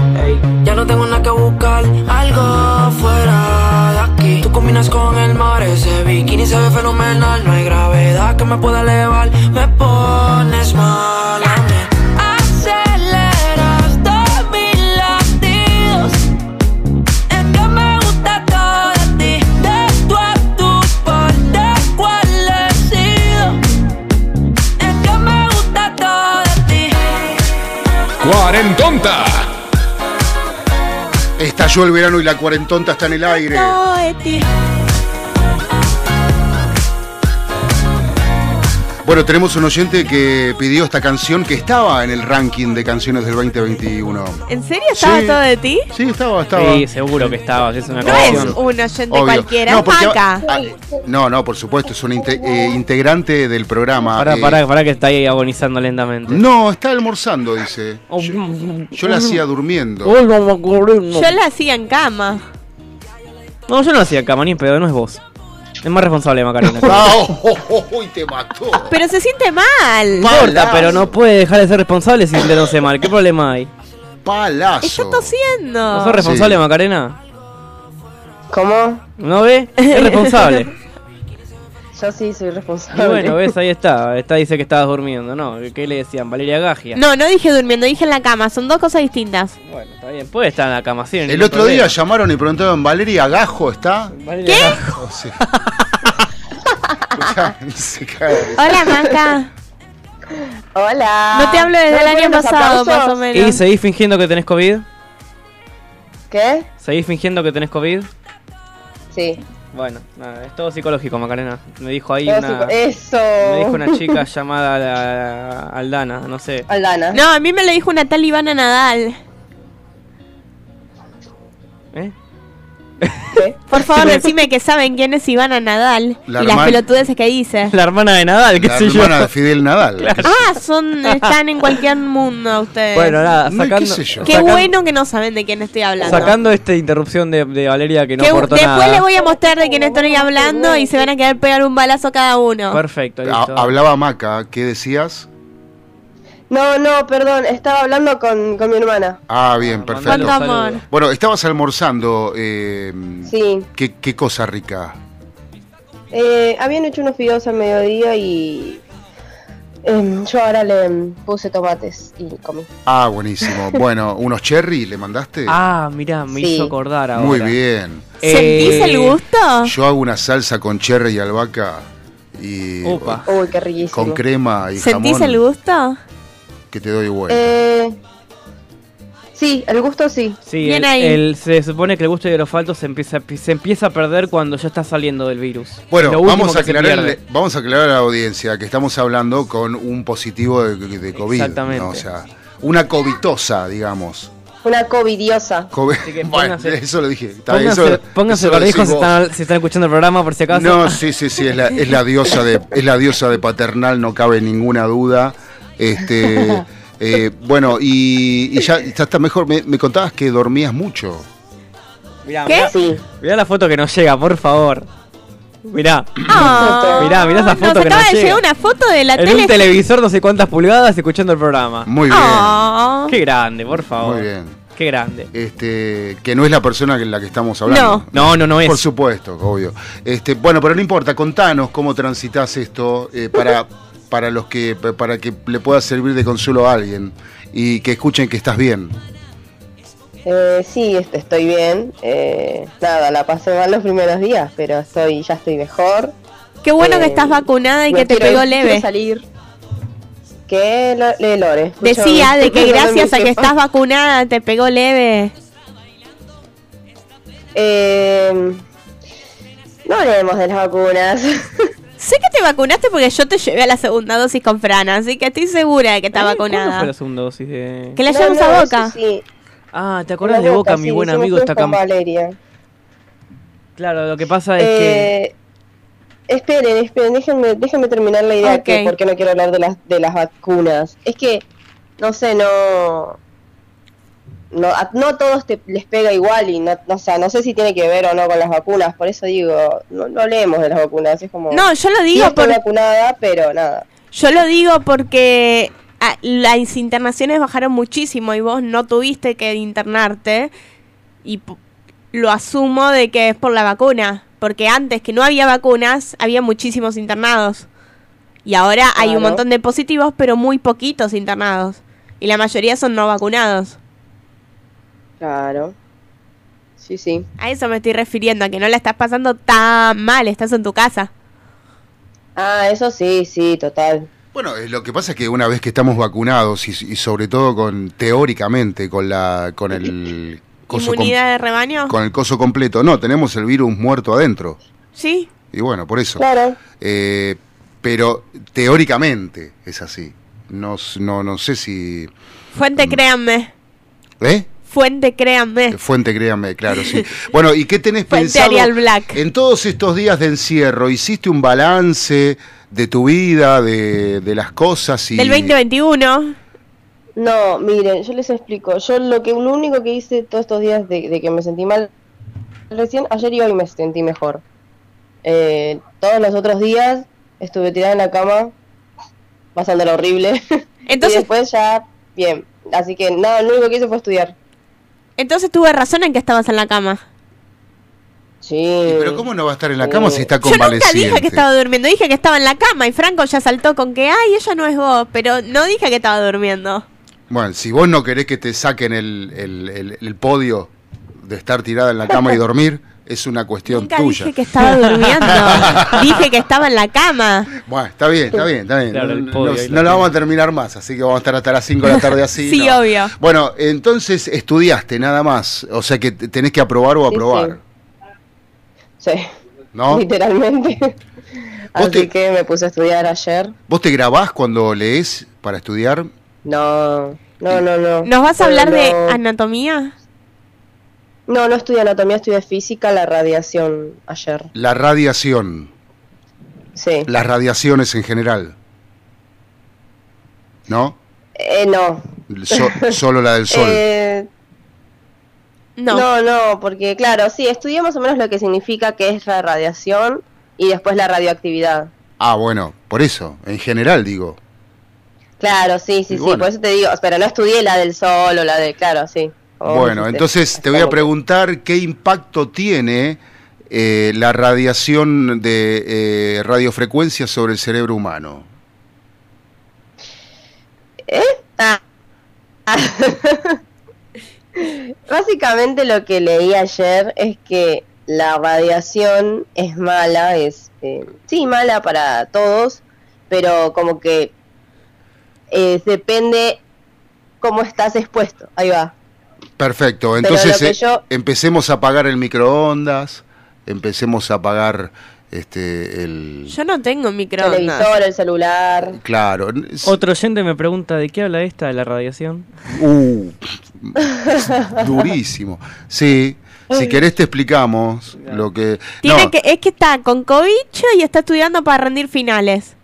S4: Ya no tengo nada que buscar, algo fuera de aquí. Tú combinas con el mar, ese bikini se ve fenomenal. No hay gravedad que me pueda elevar, me pones mal a mí. Aceleras todos mis latidos. Es que me gusta todo de ti, de tu a tu parte, cuál he sido. Es que me gusta todo de ti.
S3: ¡Cuarentonta!
S8: Estalló el verano y la cuarentonta está en el aire.
S4: Todo de ti.
S8: Bueno, tenemos un oyente que pidió esta canción que estaba en el ranking de canciones del 2021.
S6: ¿En serio estaba
S8: Sí.
S6: todo de ti?
S8: Sí, estaba, estaba.
S7: Sí, seguro que estaba, que es una
S6: No es
S8: Obvio.
S6: un oyente
S8: Obvio.
S6: cualquiera,
S8: No,
S6: es
S8: porque-
S6: Maca.
S8: No, no, por supuesto, es un inte- eh, integrante del programa.
S7: Pará,
S8: eh,
S7: pará, pará que está ahí agonizando lentamente.
S8: No, está almorzando, dice. Yo, yo la hacía durmiendo.
S6: Yo la hacía en cama.
S7: No, yo no hacía cama ni pedo, no es vos. Es más responsable, Macarena.
S8: No, uy, oh, te mató.
S6: Pero se siente mal.
S7: No importa, pero no puede dejar de ser responsable si te no se mal. ¿Qué problema hay?
S8: Palazo.
S6: tosiendo.
S7: ¿No sos responsable, Macarena?
S13: Ah. ¿Cómo?
S7: ¿No ve? Es responsable.
S13: Yo sí soy
S7: Y
S13: responsable.
S7: bueno, ves, ahí está. Está dice que estabas durmiendo, ¿no? ¿Qué le decían? Valeria Gagia.
S6: No, no dije durmiendo, dije en la cama. Son dos cosas distintas.
S7: Bueno, está bien. Puede estar en la cama, sí. no hay
S8: El
S7: ningún
S8: otro día
S7: problema.
S8: llamaron y preguntaron, ¿Valeria Gajo está?
S7: ¿Valeria
S8: Gajo, sí. Escuchá, se cae.
S6: Hola, Maca.
S13: Hola.
S6: No te hablo desde el
S13: Ah, ¿No
S6: año
S13: fueron los
S6: pasado,
S13: aplausos?
S6: más o menos.
S7: ¿Y seguís fingiendo que tenés COVID?
S13: ¿Qué?
S7: ¿Seguís fingiendo que tenés COVID?
S13: Sí.
S7: Bueno, nada, es todo psicológico, Macarena. Me dijo ahí
S13: Todo
S7: una.
S13: psico- Eso.
S7: Me dijo una chica llamada la- Aldana, no sé.
S13: Aldana.
S6: No, a mí me lo dijo una tal Ivana Nadal.
S7: ¿Eh?
S6: Por favor, decime que saben quién es Ivana Nadal
S8: La
S6: y las
S8: hermana-
S6: pelotudeces que dice.
S7: La hermana de Nadal, qué
S8: La
S7: sé yo.
S8: hermana de Fidel Nadal.
S6: Ah, son están en cualquier mundo ustedes.
S7: Bueno, nada,
S8: No, ¿y Mm, qué
S7: sacando.
S8: sé yo?
S6: Eh, Qué
S7: sacan-
S6: bueno que no saben de quién estoy hablando.
S7: Sacando esta interrupción de, de Valeria que no
S6: Que u-
S7: aportó
S6: después
S7: nada.
S6: les voy a mostrar de quién estoy hablando y se van a quedar pegar un balazo cada uno.
S7: Perfecto,
S8: Ha- Hablaba Maca, ¿qué decías?
S13: No, no, perdón, estaba hablando con, con mi hermana.
S8: Ah, bien, perfecto.
S13: Cuánto amor.
S8: Bueno, estabas almorzando. eh,
S13: Sí.
S8: ¿qué, qué cosa rica.
S13: Eh, habían hecho unos fideos al mediodía y em, yo ahora le em, puse tomates y comí.
S8: Ah, buenísimo. Bueno, unos cherry le mandaste.
S7: Ah, mirá, me
S13: Sí.
S7: hizo acordar ahora.
S8: Muy bien. Eh,
S7: ¿Sentís el
S6: gusto?
S8: Yo hago una salsa con cherry y albahaca y
S7: Opa.
S13: Uy, qué riquísimo.
S8: con crema y
S6: ¿Sentís
S8: jamón
S6: el gusto?
S8: que te doy vuelta.
S13: Eh, sí, el gusto sí.
S7: Sí, el- el- se supone que el gusto de los faltos se empieza, se empieza a perder cuando ya está saliendo del virus. Lo
S8: Bueno,
S7: último
S8: vamos a,
S7: que se
S8: aclararle-
S7: pierde.
S8: vamos a aclarar a la audiencia que estamos hablando con un positivo de, de COVID.
S7: Exactamente.
S8: ¿no? O sea, una covitosa, digamos.
S13: Una covidiosa.
S8: Covid- bueno,
S7: póngase-
S8: eso lo dije. Está bien,
S7: Pónganse,
S8: eso-
S7: pónganse
S8: eso lo
S7: barbijos
S8: decís
S7: si
S8: vos.
S7: están, si están escuchando el programa, por si acaso.
S8: No, sí, sí, sí, es la, es la diosa de, es la diosa de paternal, no cabe ninguna duda. Este, eh, bueno, y, y ya, ya está mejor. Me, me contabas que dormías mucho.
S7: Mirá,
S6: ¿Qué?
S7: Mirá, mirá la foto que nos llega, por favor. Mirá.
S6: Ah,
S7: mirá, mirá esa foto
S6: nos
S7: que
S6: acaba
S7: nos
S6: de
S7: llega.
S6: llegar una foto de la
S7: en
S6: tele.
S7: un televisor no sé cuántas pulgadas escuchando el programa.
S8: Muy bien.
S6: Ah.
S7: Qué grande, por favor.
S8: Muy bien.
S7: Qué grande.
S8: Este, que no es la persona en la que estamos hablando.
S7: No, no, no es.
S8: Por supuesto, obvio. Este, bueno, pero no importa, contanos cómo transitas esto eh, para, para los que para que le pueda servir de consuelo a alguien y que escuchen que estás bien.
S13: Eh, sí, este, estoy bien. Eh, nada, la pasé mal los primeros días, pero estoy, ya estoy mejor.
S6: Qué bueno que
S13: Eh,
S6: estás vacunada y
S13: me
S6: que te
S13: quiero
S6: pegó
S13: ir,
S6: leve.
S13: quiero salir. ¿Qué, Lo- le- Lore? Escucho-
S6: Decía de que
S13: escucho
S6: gracias a
S13: mi
S6: que
S13: jefa.
S6: estás vacunada te pegó leve.
S13: Eh, no hablemos de las vacunas.
S6: Sé que te vacunaste porque yo te llevé a la segunda dosis con Fran, así que estoy segura de que estás
S7: ¿Cuándo fue la
S6: vacunada.
S7: segunda dosis de.?
S6: Que la
S13: No,
S6: llevamos
S13: no,
S6: a
S13: eso
S6: boca.
S13: Sí.
S7: Ah, ¿te acordás de Boca, mi buen amigo? Está
S13: con
S7: cam-
S13: Valeria.
S7: Claro, lo que pasa es que.
S13: Eh, Esperen, esperen, déjenme, déjenme terminar la idea que
S6: Ok.
S13: porque no quiero hablar de las de las vacunas. Es que no sé, no no a no a todos te- les pega igual y no, no- o sea, no sé si tiene que ver o no con las vacunas, por eso digo, no, no hablemos de las vacunas, es como
S6: No, yo lo
S13: sí
S6: digo
S13: estoy
S6: por-
S13: vacunada, pero nada.
S6: Yo lo digo porque ah, las internaciones bajaron muchísimo y vos no tuviste que internarte. Y p- lo asumo de que es por la vacuna. Porque antes que no había vacunas, había muchísimos internados. Y ahora hay un
S13: Claro.
S6: montón de positivos, pero muy poquitos internados. Y la mayoría son no vacunados.
S13: Claro. Sí, sí.
S6: A eso me estoy refiriendo, a que no la estás pasando tan mal, estás en tu casa.
S13: Ah, eso sí, sí, total.
S8: Bueno, eh, lo que pasa es que una vez que estamos vacunados y, y sobre todo con teóricamente con la con el coso com-
S6: ¿Inmunidad de rebaño?
S8: con el coso completo, no, tenemos el virus muerto adentro.
S6: Sí.
S8: Y bueno, por eso.
S13: Claro.
S8: Eh, pero teóricamente es así. No, s- no, no sé si...
S6: Fuente, créanme.
S8: ¿Eh?
S6: Fuente, créanme.
S8: Fuente, créanme, claro, sí. Bueno, ¿y qué tenés
S6: Fuente
S8: pensado?
S6: Arial Black.
S8: En todos estos días de encierro, ¿hiciste un balance de tu vida, de, de las cosas? Y...
S6: Del 2021.
S13: No, miren, yo les explico. Yo lo que lo único que hice todos estos días de, de que me sentí mal recién, ayer y hoy me sentí mejor. Eh, todos los otros días estuve tirada en la cama, pasando lo horrible. Entonces, y después ya, bien. Así que nada, lo único que hice fue estudiar.
S6: Entonces tuve razón en que estabas en la cama.
S13: Sí.
S8: Pero ¿cómo no va a estar en la cama si está
S6: Yo nunca
S8: convaleciente?
S6: dije que estaba durmiendo, dije que estaba en la cama y Franco ya saltó con que, ay, ella no es vos, pero no dije que estaba durmiendo.
S8: Bueno, si vos no querés que te saquen el, el- el- el podio de estar tirada en la cama y dormir, es una cuestión
S6: Nunca
S8: tuya.
S6: dije que estaba durmiendo, dije que estaba en la cama.
S8: Bueno, está bien, está bien, está bien.
S7: Claro,
S8: no
S7: el
S8: no-
S7: podio
S8: no
S7: ahí
S8: lo vamos a terminar más, así que vamos a estar hasta las 5 de la tarde así.
S6: Sí,
S8: no.
S6: obvio.
S8: Bueno, entonces estudiaste nada más, o sea que te- tenés que aprobar o
S13: Sí,
S8: aprobar,
S13: Sí,
S8: ¿no?
S13: literalmente.
S8: ¿Vos
S13: Así que me puse a estudiar ayer.
S8: ¿Vos te grabás cuando lees para estudiar? Eh,
S13: No, no, no, no.
S6: ¿Nos vas a
S13: Pero
S6: hablar de
S13: no.
S6: anatomía?
S13: No, no estudié anatomía, estudié física, la radiación ayer.
S8: La radiación,
S13: Sí.
S8: las radiaciones en general, ¿no?
S13: Eh, no.
S8: So- solo la del Ah, sol.
S13: Eh,
S6: no.
S13: No, porque claro, sí, estudié más o menos lo que significa que es la radiación y después la radioactividad.
S8: Ah, bueno, por eso, en general digo.
S13: Claro, sí, sí, sí,
S8: Y bueno.
S13: por eso te digo, pero no estudié la del sol o la de, claro, sí. como vos
S8: Bueno,
S13: dijiste.
S8: entonces te voy a preguntar qué impacto tiene eh, la radiación de eh, radiofrecuencia sobre el cerebro humano.
S13: Ah. Básicamente lo que leí ayer es que la radiación es mala, es eh, sí mala para todos, pero como que eh, depende cómo estás expuesto. Ahí va.
S8: Perfecto,
S13: Pero
S8: entonces
S13: lo que
S8: eh,
S13: yo-
S8: empecemos a apagar el microondas, empecemos a apagar este el
S6: Yo no tengo
S13: televisor,
S6: microondas.
S13: el celular.
S8: claro,
S7: Otro oyente me pregunta, ¿de qué habla esta de la radiación?
S8: Uh, durísimo. Sí, si querés te explicamos lo que
S6: Tiene
S8: no,
S6: que, es que está con cobicho y está estudiando para rendir finales.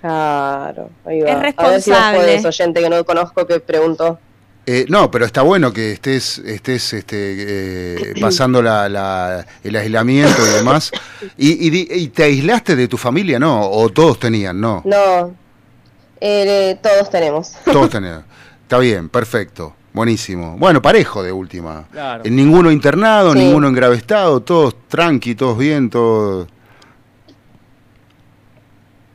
S13: Claro, Ah, ahí va.
S6: Es
S13: A ver si vos
S6: responsable.
S13: podés, oyente que no conozco que preguntó.
S8: Eh, no, pero está bueno que estés, estés este, eh, pasando la- la- el aislamiento y demás. Y, y di- y te aislaste de tu familia? No, o todos tenían, no.
S13: No, eh, todos tenemos.
S8: Todos tenían. Está bien, perfecto, buenísimo. Bueno, parejo de última.
S13: Claro.
S8: Eh, Ninguno internado,
S13: Sí.
S8: ninguno en grave estado, todos tranqui, todos bien, todos...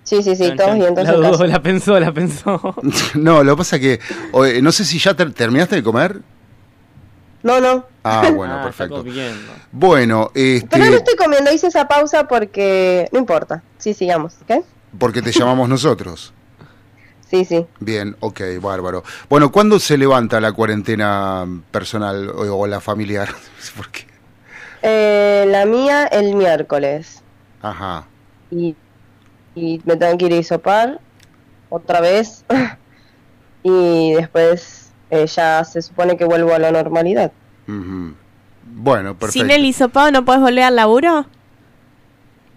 S13: Sí, sí, sí, todos bien, todos
S7: La
S13: en
S7: dudó,
S13: casa.
S7: la pensó, la pensó.
S8: No, lo que pasa que, o, eh, no sé si ya ter- terminaste de comer.
S13: No, no.
S8: Ah, bueno, perfecto. Bueno,
S13: Pero no
S8: este,
S13: estoy comiendo, hice esa pausa porque no importa. Sí, sigamos, ¿ok?
S8: porque te llamamos nosotros.
S13: Sí, sí.
S8: Bien, ok, bárbaro. Bueno, ¿cuándo se levanta la cuarentena personal o, o la familiar? Porque-
S13: Eh, la mía el miércoles.
S8: Ajá.
S13: Y, y me tengo que ir a isopar otra vez. y después eh, ya se supone que vuelvo a la normalidad.
S8: ujú. Bueno,
S6: Sin
S8: perfecto.
S6: el hisopado no puedes volver al laburo.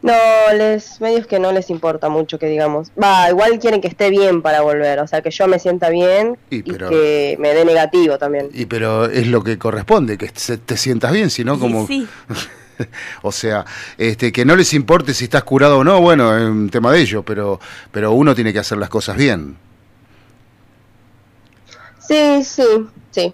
S13: No, les medios que no les importa mucho que digamos. Va, igual quieren que esté bien para volver, o sea, que yo me sienta bien
S8: Y, pero,
S13: que me dé negativo también.
S8: y pero es lo que corresponde, que se- te sientas bien, si no como...
S13: sí.
S8: O sea, este, que no les importe si estás curado o no, bueno, es un tema de ellos, pero, pero uno tiene que hacer las cosas bien.
S13: Sí, sí, sí.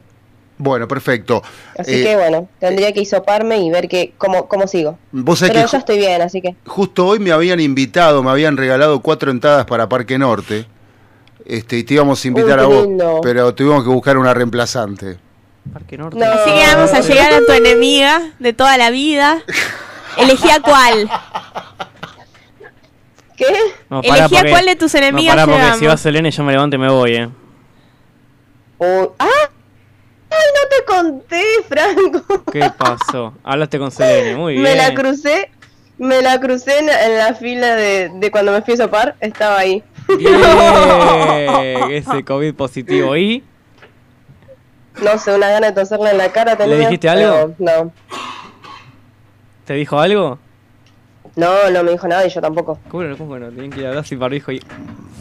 S8: Bueno, perfecto.
S13: Así
S8: Eh,
S13: que bueno, tendría que hisoparme y ver que, cómo, cómo sigo.
S8: Vos sabés
S13: Pero
S8: que
S13: yo estoy bien, así que.
S8: Justo hoy me habían invitado, me habían regalado cuatro entradas para Parque Norte. Este, y te íbamos a invitar
S13: Uy,
S8: a
S13: qué
S8: vos,
S13: lindo.
S8: pero tuvimos que buscar una reemplazante.
S6: Así que vamos a llegar a tu enemiga de toda la vida. Elegí a cuál.
S13: ¿Qué?
S7: No, pará,
S6: Elegí a
S7: porque-
S6: cuál de tus
S7: No,
S6: enemigas
S7: pará, porque
S6: llevamos.
S7: si va Selene yo me levanto y me voy, eh.
S13: Oh, ¡Ah! ¡Ay, no te conté, Franco!
S7: ¿Qué pasó? Hablaste con Selene, muy bien.
S13: Me la crucé. Me la crucé en, en la fila de, de cuando me fui a sopar, estaba ahí.
S7: Bien, ese COVID positivo. ¿Y
S13: No sé, una gana de toserle en la cara tenía.
S7: le dijiste algo?
S13: pero No,
S7: ¿Te dijo algo?
S13: no, no me dijo nada y yo tampoco.
S7: ¿Cómo no? ¿Cómo no? Tienen que ir a hablar sin barbijo y...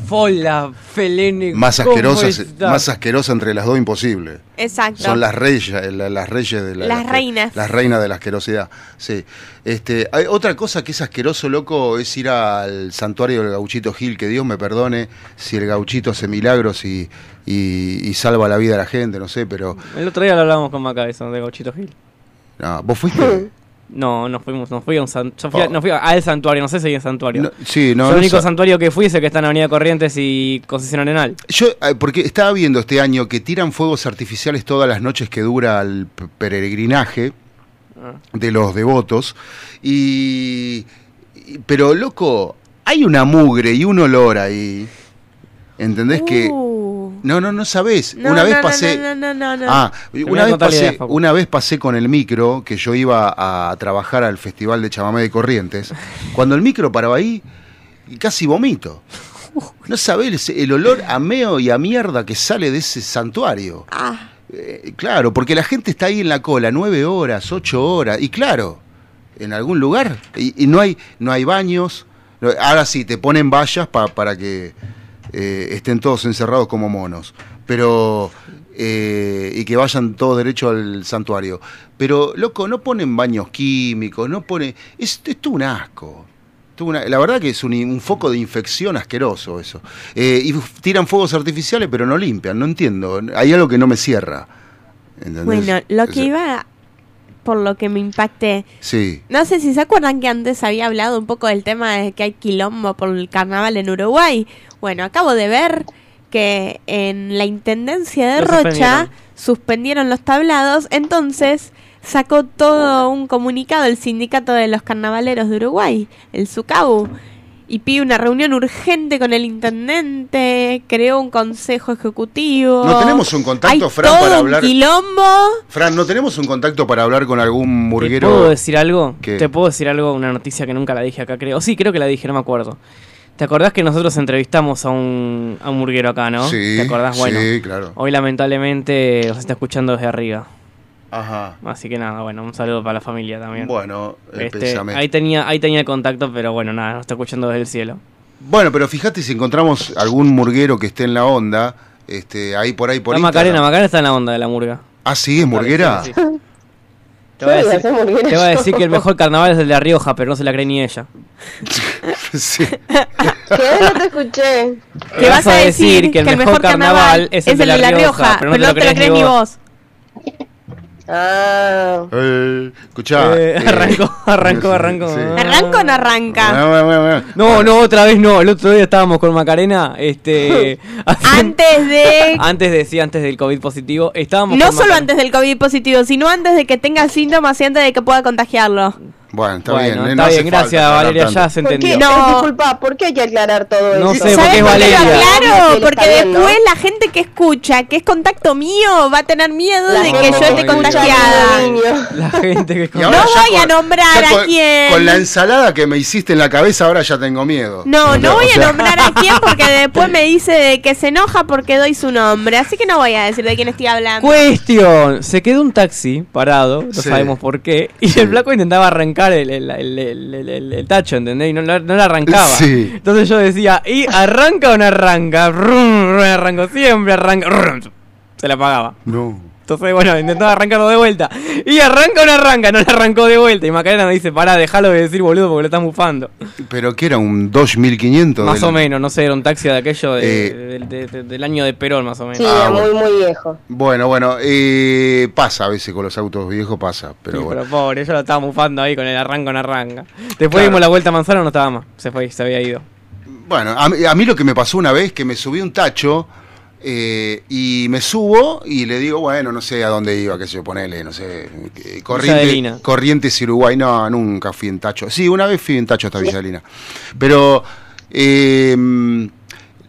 S7: ¡Fola, Felene!
S8: Más
S7: ¿cómo
S8: asquerosa, se-
S7: está?
S8: más asquerosa entre las dos imposible.
S6: Exacto.
S8: Son las reyes, eh, la- las reyes de la,
S6: Las reinas.
S8: Las reinas de la asquerosidad. Sí. Este, hay otra cosa que es asqueroso, loco, es ir al santuario del gauchito Gil, que Dios me perdone si el gauchito hace milagros y, y- y salva la vida a la gente, no sé, pero.
S7: El otro día lo hablábamos con Maca eso, de Gauchito Gil.
S8: no, ¿Vos fuiste?
S7: No, nos fuimos, nos fui a un san- yo fui a- no fui a- al santuario, no sé si hay un santuario.
S8: Oh. No, sí, no,
S7: Yo el
S8: no
S7: único
S8: sa-
S7: santuario que fui es el que está en la Avenida Corrientes y Concesión Arenal.
S8: Yo, eh, porque estaba viendo este año que tiran fuegos artificiales todas las noches que dura el p- peregrinaje
S7: Ah.
S8: de los devotos. Y, y- Pero, loco, hay una mugre y un olor ahí. ¿Entendés que.? No, no, no sabés.
S6: Uh. No,
S8: una vez
S6: no, no,
S8: pasé.
S6: No, no, no, no.
S8: Ah,
S7: voy a
S8: una vez,
S7: contar la idea,
S8: pasé,
S7: Facu.
S8: una vez pasé con el micro, que yo iba a trabajar al Festival de Chamamé de Corrientes, cuando el micro paraba ahí, casi vomito. No sabés el, el olor a meo y a mierda que sale de ese santuario.
S7: Ah.
S8: Eh, claro, porque la gente está ahí en la cola, nueve horas, ocho horas, y claro, en algún lugar, y, y no, hay, no hay baños. No- Ahora sí, te ponen vallas pa- para que eh, estén todos encerrados como monos, pero eh, y que vayan todos derecho al santuario. Pero, loco, no ponen baños químicos, no ponen... Es, es todo un asco. Tuvo una- la verdad que es un, un foco de infección asqueroso eso. Eh, y f- tiran fuegos artificiales pero no limpian, no entiendo. Hay algo que no me cierra. ¿entendés?
S6: Bueno, lo que
S8: Es-
S6: iba, por lo que me impacté,
S8: Sí.
S6: no sé si se acuerdan que antes había hablado un poco del tema de que hay quilombo por el carnaval en Uruguay. Bueno, acabo de ver que en la Intendencia de
S14: Lo
S6: Rocha
S14: suspendieron.
S6: suspendieron los tablados, entonces sacó todo un comunicado el Sindicato de los Carnavaleros de Uruguay, el SUCAU, y pide una reunión urgente con el intendente, creó un consejo ejecutivo.
S8: No tenemos un contacto,
S6: Hay
S8: Fran,
S6: todo
S8: para
S6: un
S8: hablar.
S6: quilombo.
S8: Fran, ¿no tenemos un contacto para hablar con algún
S7: ¿Te
S8: murguero?
S7: puedo decir algo?
S8: ¿Qué?
S7: ¿Te puedo decir algo? Una noticia que nunca la dije acá, creo. Sí, creo que la dije, no me acuerdo. ¿Te acordás que nosotros entrevistamos a un, a un murguero acá, no?
S8: Sí,
S7: ¿Te acordás? Bueno,
S8: sí, claro.
S7: hoy lamentablemente nos está escuchando desde arriba.
S8: Ajá.
S7: Así que nada, bueno, un saludo para la familia también.
S8: Bueno, eh,
S7: Este,
S8: pésame.
S7: ahí tenía ahí tenía el contacto, pero bueno, nada, nos está escuchando desde el cielo.
S8: Bueno, pero fíjate si encontramos algún murguero que esté en la onda, este, ahí por ahí por
S7: Está
S8: ahí.
S7: Macarena, Macarena está en la onda de la murga.
S8: Ah, sí, es murguera.
S7: Sí, sí. Te va a
S8: Yo iba a
S7: decir,
S8: ser murguera
S7: te va a decir
S8: yo.
S7: que el mejor carnaval es el de La Rioja, pero no se la cree ni ella.
S8: sí.
S13: ¿Qué? No te escuché.
S7: Te vas a decir que el mejor carnaval es el de La Rioja, pero no te lo crees ni vos.
S13: Ah.
S8: Eh, escuchá.
S7: Eh, arrancó, arrancó, arrancó. Ah.
S6: ¿Arranca o no
S8: Ah.
S6: arranca?
S7: No, no, otra vez no. El otro día estábamos con Macarena, este,
S6: Antes de...
S7: antes de sí, antes del COVID positivo, estábamos
S6: No
S7: con
S6: solo
S7: Macarena.
S6: antes del COVID positivo, sino antes de que tenga síntomas y antes de que pueda contagiarlo.
S8: Bueno, está
S7: Bueno,
S8: bien. eh,
S7: está
S8: no hace
S7: bien, gracias,
S8: falta aclarar
S7: Valeria,
S8: tanto.
S7: ya se
S13: ¿Por qué?
S6: No.
S13: Disculpa, ¿por qué hay que aclarar todo
S7: No
S13: eso?
S7: sé, porque es Valeria.
S6: Claro,
S13: Él
S6: porque
S13: está bien, ¿no?
S6: después la gente que escucha, que es contacto mío, va a tener miedo
S13: La
S6: de
S13: gente
S6: que
S13: que
S6: yo esté
S7: escucha
S6: contagiada.
S7: La gente que
S8: Y
S6: No
S8: ahora ya
S6: voy a
S8: con-
S6: nombrar
S8: ya
S6: a
S8: con-
S6: quién.
S8: Con la ensalada que me hiciste en la cabeza ahora ya tengo miedo.
S6: No, no
S8: O
S6: voy a
S8: sea,
S6: nombrar a quién porque después me dice de que se enoja porque doy su nombre. Así que no voy a decir de quién estoy hablando.
S7: Cuestión, se quedó un taxi parado, no
S8: Sí.
S7: sabemos por qué, y el flaco intentaba arrancar el, el- el- el- el- el- el tacho, ¿entendés? Y no, lo- no lo arrancaba.
S8: Sí.
S7: Entonces yo decía, ¿y arranca o no arranca? Rum, rum, arranco siempre, arranca. rum. se la pagaba.
S8: No.
S7: Entonces, bueno, intentaba arrancarlo de vuelta. Y arranca o no arranca, no la arrancó de vuelta. Y Macarena me dice, pará, déjalo de decir boludo porque lo están bufando.
S8: Pero que era un 2500.
S7: Más
S8: del-
S7: o menos, no sé, era un taxi de aquello de-
S8: Eh.
S7: del- de- de- del año de Perón, más o menos.
S13: Sí,
S8: Ah,
S13: muy,
S8: bueno.
S13: muy viejo.
S8: Bueno, bueno, eh, pasa a veces con los autos viejos, pasa. Pero
S7: Sí,
S8: bueno.
S7: Pero pobre, yo lo estaba mufando ahí con el arranco en arranca. Después
S8: Claro.
S7: dimos la vuelta a Manzano, no estaba más. Se fue, se había ido.
S8: Bueno, a, mí- a mí lo que me pasó una vez que me subí un tacho eh, y me subo y le digo, bueno, no sé a dónde iba, qué sé yo, ponele, no sé. eh,
S7: Visadelina.
S8: Corriente, Corrientes Uruguay, no, nunca fui en tacho. Sí, una vez fui en tacho hasta Visalina. Pero, eh,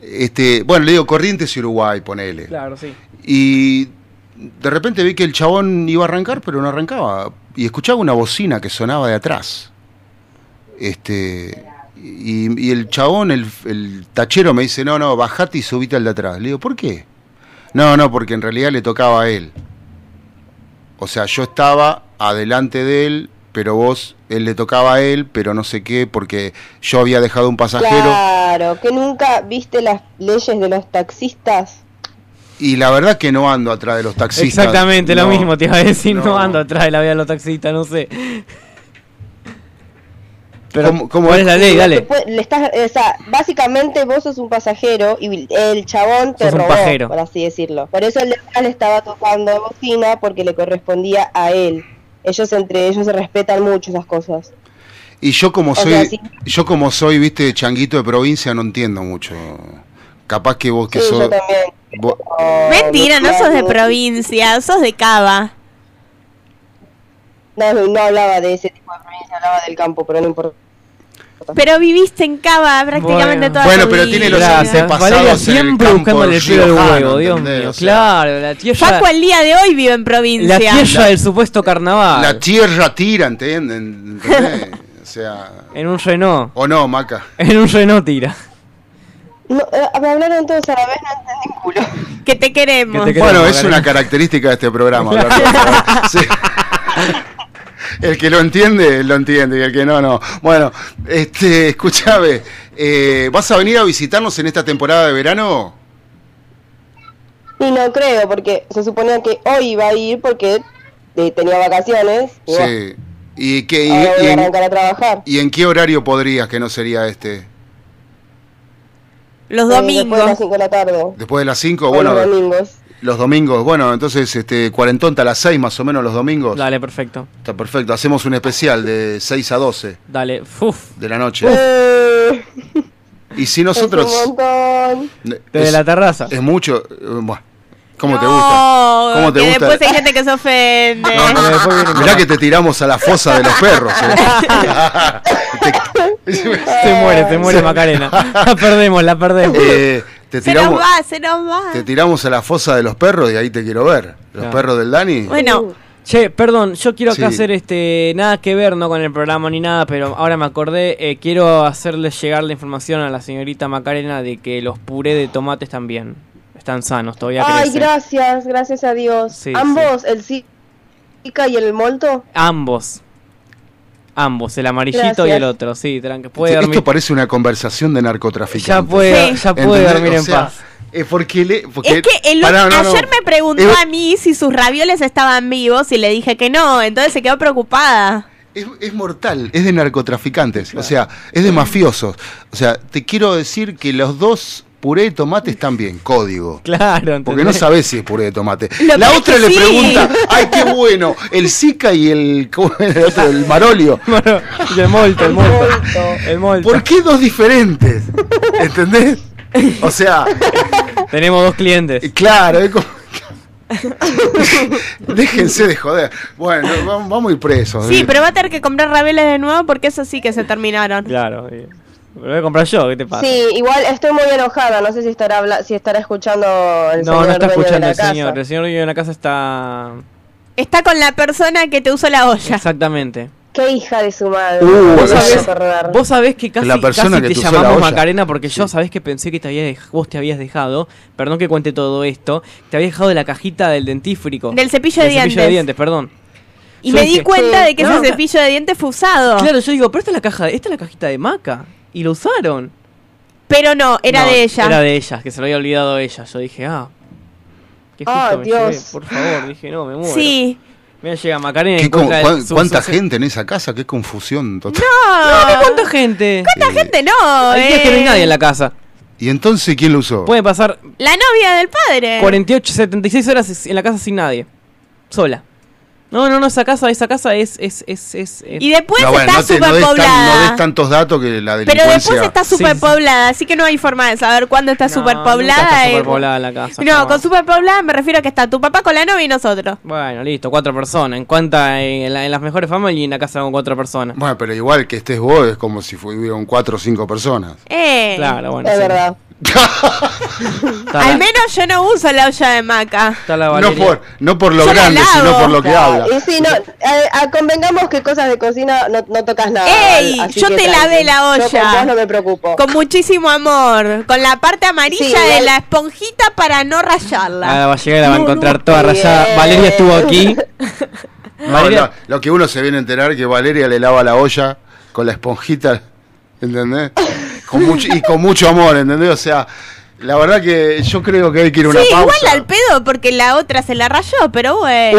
S8: este, bueno, le digo Corrientes Uruguay, ponele.
S7: Claro, sí.
S8: Y de repente vi que el chabón iba a arrancar, pero no arrancaba. Y escuchaba una bocina que sonaba de atrás. Este, y, y el chabón, el, el tachero me dice, no, no, bajate y subite al de atrás. Le digo, ¿por qué? No, no, porque en realidad le tocaba a él. O sea, yo estaba adelante de él, pero vos, él le tocaba a él, pero no sé qué, porque yo había dejado un pasajero.
S13: Claro, que nunca viste las leyes de los taxistas.
S8: Y la verdad que no ando atrás de los taxistas.
S7: Exactamente lo
S8: No,
S7: mismo, te iba a decir, no,
S8: no.
S7: ando atrás de la vida de los taxistas, no sé. Pero,
S8: ¿Cómo- cómo
S7: ¿cuál
S8: es?
S7: es la ley?
S13: Te
S7: Dale.
S13: pu- le estás, o sea, básicamente vos sos un pasajero y el chabón te
S7: Sos un
S13: robó,
S7: pajero.
S13: por así decirlo. Por eso el de atrás le estaba tocando bocina porque le correspondía a él. Ellos entre ellos se respetan mucho esas cosas.
S8: Y yo como
S13: O
S8: soy,
S13: sea, sí.
S8: yo como soy, viste, changuito de provincia, no entiendo mucho. Capaz que vos que
S13: Sí,
S8: sos.
S13: yo también.
S8: vos-
S6: Mentira, no sos de provincia, sos de Cava.
S13: No, no, no hablaba de ese tipo de provincia, hablaba del campo, pero no importa.
S6: Pero viviste en Cava prácticamente toda tu vida.
S7: Gracias. Valeria siempre buscándole el pelo del huevo, Dios mío. Claro, la tierra,
S6: Facu al día de hoy vive en
S7: la
S6: provincia.
S7: tierra del supuesto carnaval.
S8: La tierra tira, ¿entienden? ¿Entendés? o sea.
S7: En un Renault.
S8: O no, Maca.
S7: En un Renault tira.
S13: No, eh, me hablaron todos a la vez, no entendí un culo.
S6: Que te queremos.
S8: Bueno, es una característica de este programa. hablar con Facu. Sí. El que lo entiende, lo entiende, y el que no, no. Bueno, este, escúchame, eh, ¿vas a venir a visitarnos en esta temporada de verano?
S13: Y no creo, porque se suponía que hoy iba a ir porque eh, tenía vacaciones. Y bueno,
S8: Sí. ¿Y, qué, y-
S13: ahora voy
S8: y
S13: a
S8: en,
S13: arrancar a trabajar.
S8: y en qué horario podrías que no sería este?
S6: Los
S13: domingos. Eh, Después de las 5 de la tarde.
S8: Después de las 5,
S13: O
S8: bueno,
S13: los domingos.
S8: los domingos, bueno, entonces este cuarentonta a las 6 más o menos los domingos.
S7: Dale, perfecto.
S8: Está perfecto, hacemos un especial de 6 a 12
S7: Dale, uf.
S8: de la noche.
S13: Eh,
S8: Y si
S13: es
S8: nosotros
S13: un montón.
S7: Desde la terraza.
S8: Es mucho, eh, bueno, ¿cómo te
S6: No,
S8: gusta? ¿Cómo te
S6: Oh, que
S8: gusta?
S6: después hay gente que se ofende.
S8: Mirá que te tiramos a la fosa de los perros. eh.
S7: Se muere, se muere Macarena. La perdemos, la perdemos.
S8: Eh, te
S6: se nos
S8: tiramos
S6: va, se nos va.
S8: te tiramos a la fosa de los perros y ahí te quiero ver. Los
S7: Claro.
S8: perros del Dani.
S6: Bueno,
S7: Che, perdón, yo quiero acá
S8: Sí.
S7: hacer este nada que ver no con el programa ni nada, pero ahora me acordé, eh, quiero hacerles llegar la información a la señorita Macarena de que los puré de tomates también están sanos, todavía
S13: Ay,
S7: crecen.
S13: gracias, gracias a Dios.
S7: Sí,
S13: Ambos, el Zika y el Molto.
S7: Ambos. Ambos, el amarillito y
S13: Gracias.
S7: el otro, sí, tranqui.
S8: Sí,
S7: Puede dormir.
S8: Esto parece una conversación de narcotraficantes.
S7: Ya puede- Sí. ya puede
S8: ¿Entendés?
S7: dormir en paz.
S8: eh, porque le- porque-
S6: es que el,
S8: Pará, no, no.
S6: ayer me preguntó
S8: Es-
S6: a mí si sus ravioles estaban vivos y le dije que no, entonces se quedó preocupada.
S8: Es, es mortal, es de narcotraficantes, o sea, es de mafiosos. O sea, te quiero decir que los dos puré de tomate están bien, código.
S7: Claro,
S8: Porque no
S7: ¿entendés?
S8: sabés si es puré de tomate.
S6: Lo
S8: La
S6: que
S8: otra
S6: es
S8: le
S6: que sí.
S8: pregunta, ay, qué bueno, el Zika y el, ¿cómo era el otro? El Marolio.
S7: Bueno, y el molto, el molto. El molto.
S8: ¿Por qué dos diferentes? ¿Entendés? O sea,
S7: Tenemos dos clientes.
S8: claro, es como... Déjense de joder. Bueno, vamos, vamos a ir presos. eh.
S6: Sí, pero va a tener que comprar ravioles de nuevo porque eso sí que se terminaron.
S7: Claro. eh, Lo voy a comprar yo, ¿qué te pasa?
S13: Sí, igual estoy muy enojada. No sé si estará habla- si estará escuchando el
S7: no,
S13: señor
S7: no
S13: dueño
S7: está
S13: de
S7: escuchando
S13: la
S7: el
S13: casa.
S7: señor. El señor vive en la casa está...
S6: Está con la persona que te usó la olla.
S7: Exactamente.
S13: Qué hija de su madre.
S8: Uh,
S13: no
S8: vos
S13: la voy a
S8: sabés-
S13: perdonar.
S7: Vos sabés que casi,
S8: La persona
S7: casi
S8: que
S7: te
S8: te usó
S7: llamamos
S8: la olla.
S7: Macarena porque yo sabés que pensé que te había dej- vos te habías dejado, perdón que cuente todo esto, te había dejado de la cajita del dentífrico.
S6: Del cepillo de
S7: de
S6: dientes.
S7: dientes, perdón.
S6: Y
S7: Yo
S6: me
S7: dije,
S6: di cuenta de que
S7: no,
S6: ese cepillo de dientes fue usado.
S7: Claro, yo digo, pero esta es la caja, esta es la cajita de Maca y lo usaron.
S6: Pero no, era
S7: No,
S6: de ella.
S7: Era de ella, que se lo había olvidado ella. Yo dije, ah, qué justo
S13: Ah,
S7: me
S13: Dios.
S7: llevé, por favor, dije, no, me muero.
S6: Sí.
S7: Mira, llega Macarena y
S8: ¿Qué con-
S7: encuentra
S8: cuán-
S7: su-
S8: ¿Cuánta
S7: su-
S8: gente en esa casa? Qué confusión total. Eh,
S6: No,
S7: ¿Pero ¿Cuánta gente?
S6: esta gente no.
S7: Hay días que no hay
S6: eh.
S7: nadie en la casa.
S8: ¿Y entonces quién lo usó?
S7: Puede pasar
S6: La novia del padre.
S7: 48, 76 horas en la casa sin nadie. Sola. No, no, no, esa casa, esa casa es, es, es, es, es-
S6: Y después
S8: No, bueno,
S6: Pues está
S8: no, te- no des tan- no
S6: superpoblada.
S8: des tantos datos que la
S6: pero
S8: delincuencia...
S6: después está
S7: Sí, sí, sí.
S6: superpoblada, así que no hay forma de saber cuándo está
S7: No, nunca
S6: superpoblada.
S7: está
S6: eh.
S7: superpoblada la casa.
S6: No, con superpoblada me refiero a que está tu papá con la novia y nosotros.
S7: Bueno, listo, cuatro personas. En cuánta, en, la- en las mejores familias y en la casa con cuatro personas.
S8: Bueno, pero igual que estés vos es como si fueran cuatro o cinco personas.
S6: Eh.
S7: Claro, bueno.
S13: es
S7: sí.
S13: verdad.
S6: Al menos yo no uso la olla de maca.
S8: no, por, no por lo
S6: Yo la
S8: grande,
S6: lavo.
S8: sino por lo que
S6: Claro,
S8: habla.
S13: Y si no, a- a- convengamos que cosas de cocina no, no tocas nada.
S6: ¡Ey!
S13: así
S6: yo
S13: que
S6: te
S13: tranqui.
S6: lavé la
S13: Yo con
S6: olla.
S13: vos no me preocupo.
S6: Con muchísimo amor. Con la parte amarilla
S13: Sí,
S6: de
S13: igual-
S6: la esponjita para no rayarla.
S7: Ah, va a llegar y la va a
S6: No,
S7: encontrar
S6: no,
S7: toda
S6: bien.
S7: rayada. Valeria estuvo aquí.
S8: No,
S7: Valeria-
S8: no, lo que uno se viene a enterar es que Valeria le lava la olla con la esponjita, ¿entendés? Con mucho, y con mucho amor, ¿entendés? O sea, la verdad que yo creo que hay que ir a una
S6: sí,
S8: pausa.
S6: igual al pedo porque la otra se la rayó, pero bueno.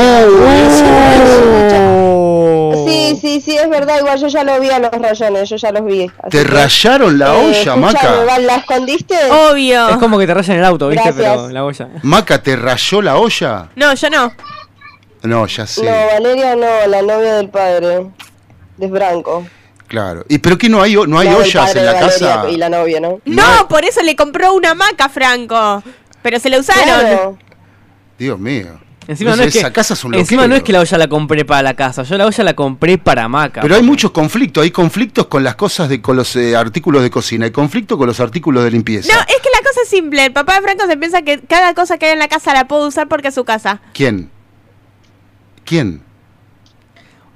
S8: Oh.
S13: Sí, sí, sí, es verdad. Igual yo ya lo vi a los rayones, yo ya los vi. así
S8: Te
S13: que-
S8: rayaron la
S13: Eh,
S8: olla,
S13: escúchame,
S8: Maca.
S13: Val, ¿La escondiste?
S6: Obvio.
S7: Es como que te rayan el auto, ¿viste?
S13: Gracias.
S7: Pero la olla.
S8: Maca, ¿te rayó la olla?
S6: No, yo no.
S8: No, ya sé,
S13: No, Valeria no, la novia del padre. De Branco.
S8: claro. ¿Y pero que no hay, o- no hay
S13: La del
S8: ollas
S13: padre
S8: en la
S13: de Valeria
S8: casa?
S13: Y la novia, ¿no?
S6: No, por eso le compró una maca, Franco. Pero se la usaron.
S13: Claro.
S8: Dios mío.
S7: Encima,
S8: No
S7: no,
S8: sé,
S7: es que,
S8: esa casa es un
S7: encima
S8: loquero.
S7: no es que la olla la compré para la casa, yo la olla la compré para Maca.
S8: Pero hay muchos conflictos, hay conflictos con las cosas de con los eh, artículos de cocina, hay conflicto con los artículos de limpieza.
S6: No, es que la cosa es simple. El papá de Franco se piensa que cada cosa que hay en la casa la puedo usar porque es su casa.
S8: ¿Quién? ¿Quién?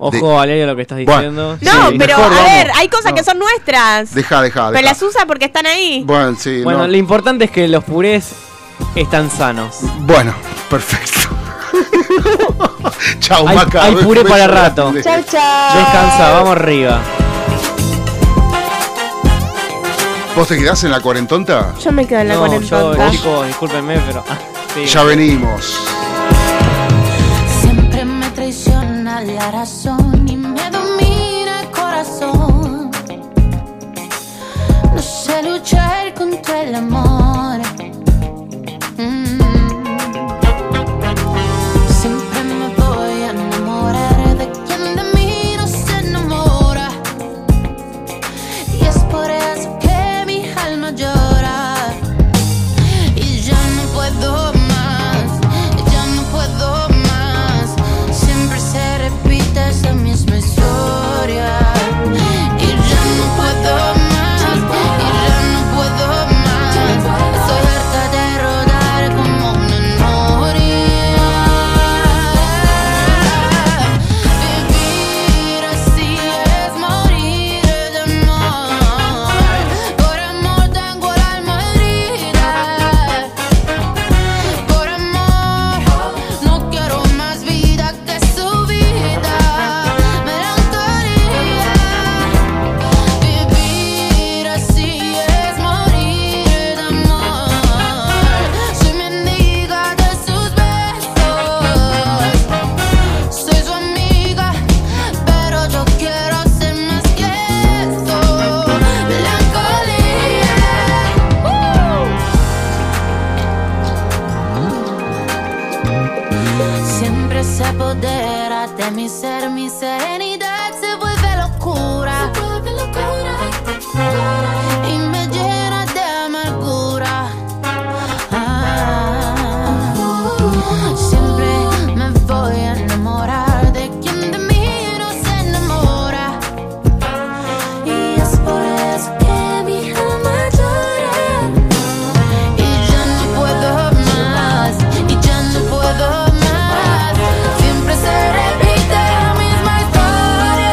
S7: Ojo, Valeria, lo que estás
S8: Bueno,
S7: diciendo.
S6: No,
S8: Sí,
S6: pero
S8: mejor
S6: a
S8: vamos.
S6: ver, hay cosas que son nuestras.
S8: Deja, deja,
S6: Pero
S8: deja.
S6: las usa porque están ahí.
S8: Bueno, sí,
S7: Bueno,
S8: no.
S7: lo importante es que los purés están sanos.
S8: Bueno, perfecto. Chau,
S7: Hay-
S8: Maca.
S7: hay puré para
S8: Beso
S7: rato.
S8: grande.
S13: Chao, chao.
S7: Descansa, vamos arriba.
S8: ¿Vos te quedás en la cuarentonta?
S6: Yo me quedo en la
S7: no, yo, eh,
S6: cuarentonta.
S7: chicos, discúlpenme, pero. ah, sí.
S8: Ya venimos.
S9: Siempre me traiciona la razón y me domina el corazón. No sé luchar contra el amor. Mm. Siempre me voy a enamorar de quien de mí no se enamora. Y es por eso que mi alma llora. Y ya no puedo más, ya no puedo más. Siempre se repite esa misma historia. Y ya no puedo más, y ya no puedo más. Estoy harta de rodar como una noria. Vivir así es morir de amor. Por amor tengo el alma herida. Por amor no quiero más vida que su vida. Melancolía. Vivir así es morir de amor. Soy mendiga de sus besos. Soy su amiga. Pero yo quiero ser más que esto Melancolía Siempre se apodera de mi ser Mi serenidad se vuelve locura Y me llena de amargura Ah, Siempre me voy a enamorar de quien de mí no se enamora. Y es por eso que mi alma llora. Y ya no puedo más, y ya no puedo más. Siempre se repite la misma historia.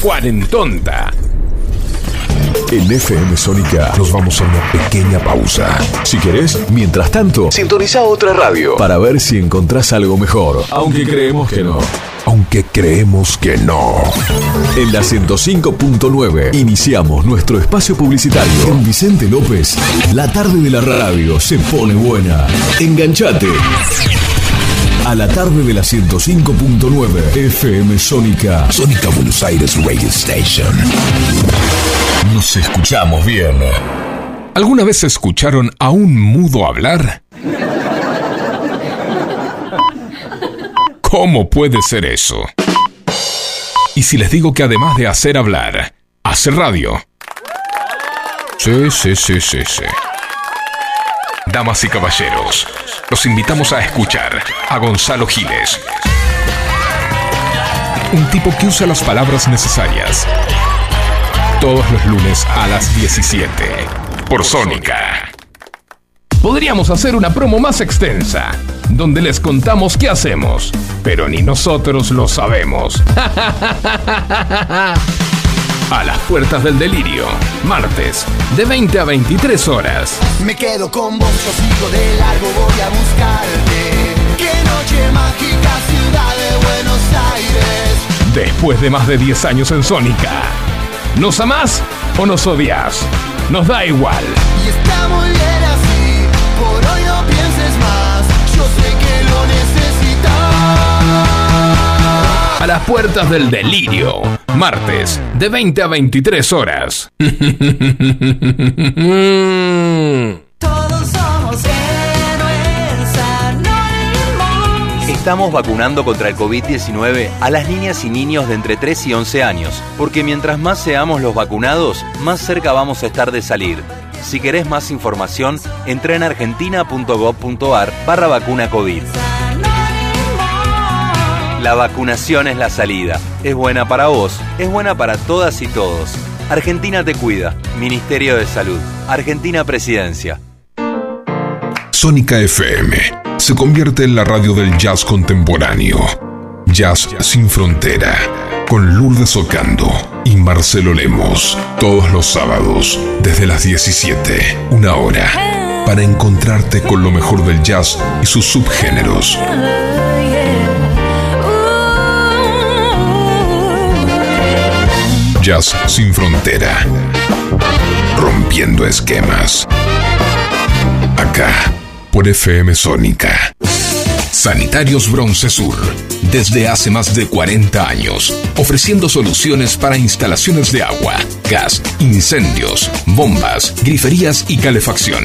S3: Cuarentonta.
S14: En FM Sónica nos vamos a una pequeña pausa. Si querés, mientras tanto, sintoniza otra radio para ver si encontrás algo mejor. Aunque creemos que no. Aunque creemos que no. En la 105.9 iniciamos nuestro espacio publicitario. Con Vicente López, la tarde de la radio se pone buena. Enganchate. A la tarde de la 105.9 FM Sónica. Sónica Buenos Aires Radio Station. Nos escuchamos bien.
S3: ¿Alguna vez escucharon a un mudo hablar? ¿Cómo puede ser eso? Y si les digo que además de hacer hablar, hace radio. Sí, sí, sí, sí, sí. Damas y caballeros, los invitamos a escuchar a Gonzalo Giles. Un tipo que usa las palabras necesarias. Todos los lunes a las 17. Por Sónica. Podríamos hacer una promo más extensa, donde les contamos qué hacemos, pero ni nosotros lo sabemos. A las puertas del delirio, martes, de 20 a 23 horas.
S15: Me quedo con vos, yo sigo de largo, voy a buscarte. Qué noche mágica, ciudad de Buenos Aires.
S3: Después de más de 10 años en Sónica. ¿Nos amás o nos odias? Nos da igual.
S15: Y está muy bien así, por hoy no pienses más. Yo sé que lo necesitas.
S3: A las puertas del delirio, martes, de 20 a 23 horas.
S4: Todos somos héroes, anónimos.
S16: Estamos vacunando contra el COVID-19 a las niñas y niños de entre 3 y 11 años, porque mientras más seamos los vacunados, más cerca vamos a estar de salir. Si querés más información, entra en argentina.gov.ar barra vacuna COVID. La vacunación es la salida. Es buena para vos, es buena para todas y todos. Argentina te cuida. Ministerio de Salud. Argentina Presidencia.
S14: Sónica FM se convierte en la radio del jazz contemporáneo. Jazz sin frontera. Con Lourdes Ocando y Marcelo Lemos. Todos los sábados, desde las 17, una hora. Para encontrarte con lo mejor del jazz y sus subgéneros. Jazz sin frontera. Rompiendo esquemas. Acá, por FM Sónica.
S3: Sanitarios Bronce Sur, desde hace más de 40 años, ofreciendo soluciones para instalaciones de agua, gas, incendios, bombas, griferías y calefacción.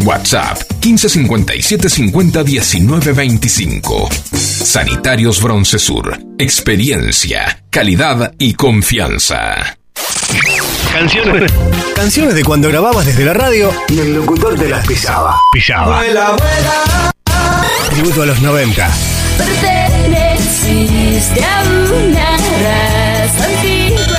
S3: WhatsApp 1557 50 19 25. Sanitarios Broncesur. Experiencia, calidad y confianza.
S1: Canciones. Canciones de cuando grababas desde la radio y el locutor te las pisaba. Pisaba. Tributo a los 90.
S4: Perteneciste a una raza antigua.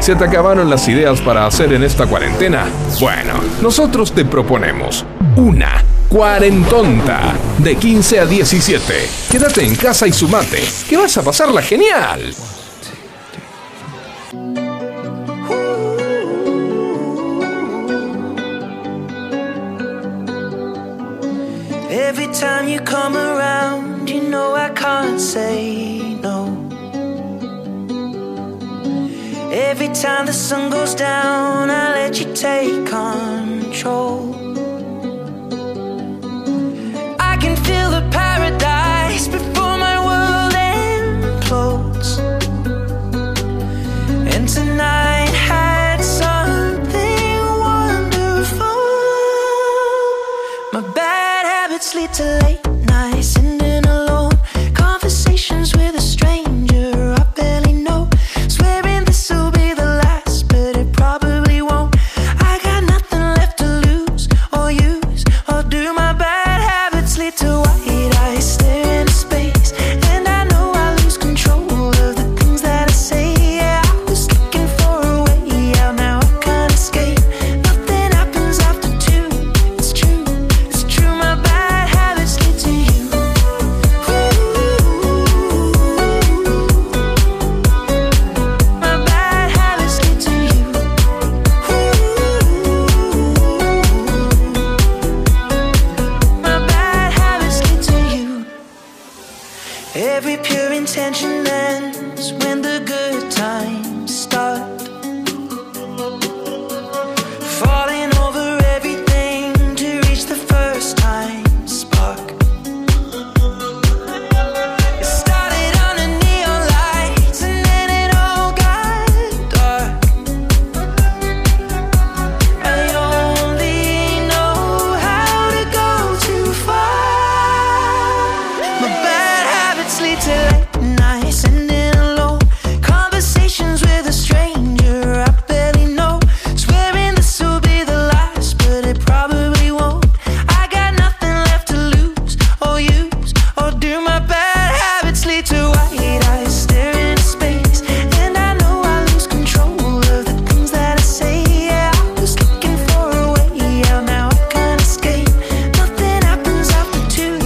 S3: ¿Se te acabaron las ideas para hacer en esta cuarentena? Bueno, nosotros te proponemos una cuarentonta de 15 a 17. Quédate en casa y sumate, que vas a pasarla genial.
S17: Every time you come around, you know I can't say no. Every time the sun goes down, I let you take control. I can feel the paradise before my world implodes. And tonight had something wonderful. My bad habits lead to late nights, ending alone. Conversations with a stranger I barely know. Swearing this will be the last, but it probably won't. I got nothing left to lose or use, or do my bad habits lead to white eyes staring into space? And I know I lose control of the things that I say. Yeah, I was looking for a way out, now I can't escape. Nothing happens after two. It's true. It's true, my bad habits lead to you. My bad habits lead to you. My bad habits lead to you. Every pure intention ends when the good times start. Falling over everything to reach the first time spark. It started on a neon lights and then it all got dark. I only know how to go too far. My bad habits lead to late nights ending alone. Conversations with a stranger I barely know. Swearing this will be the last, but it probably won't. I got nothing left to lose or use, or do my bad habits lead to white eyes staring into space? And I know I lose control of the things that I say. Yeah, I was looking for a way out, now I can't escape. Nothing happens after two.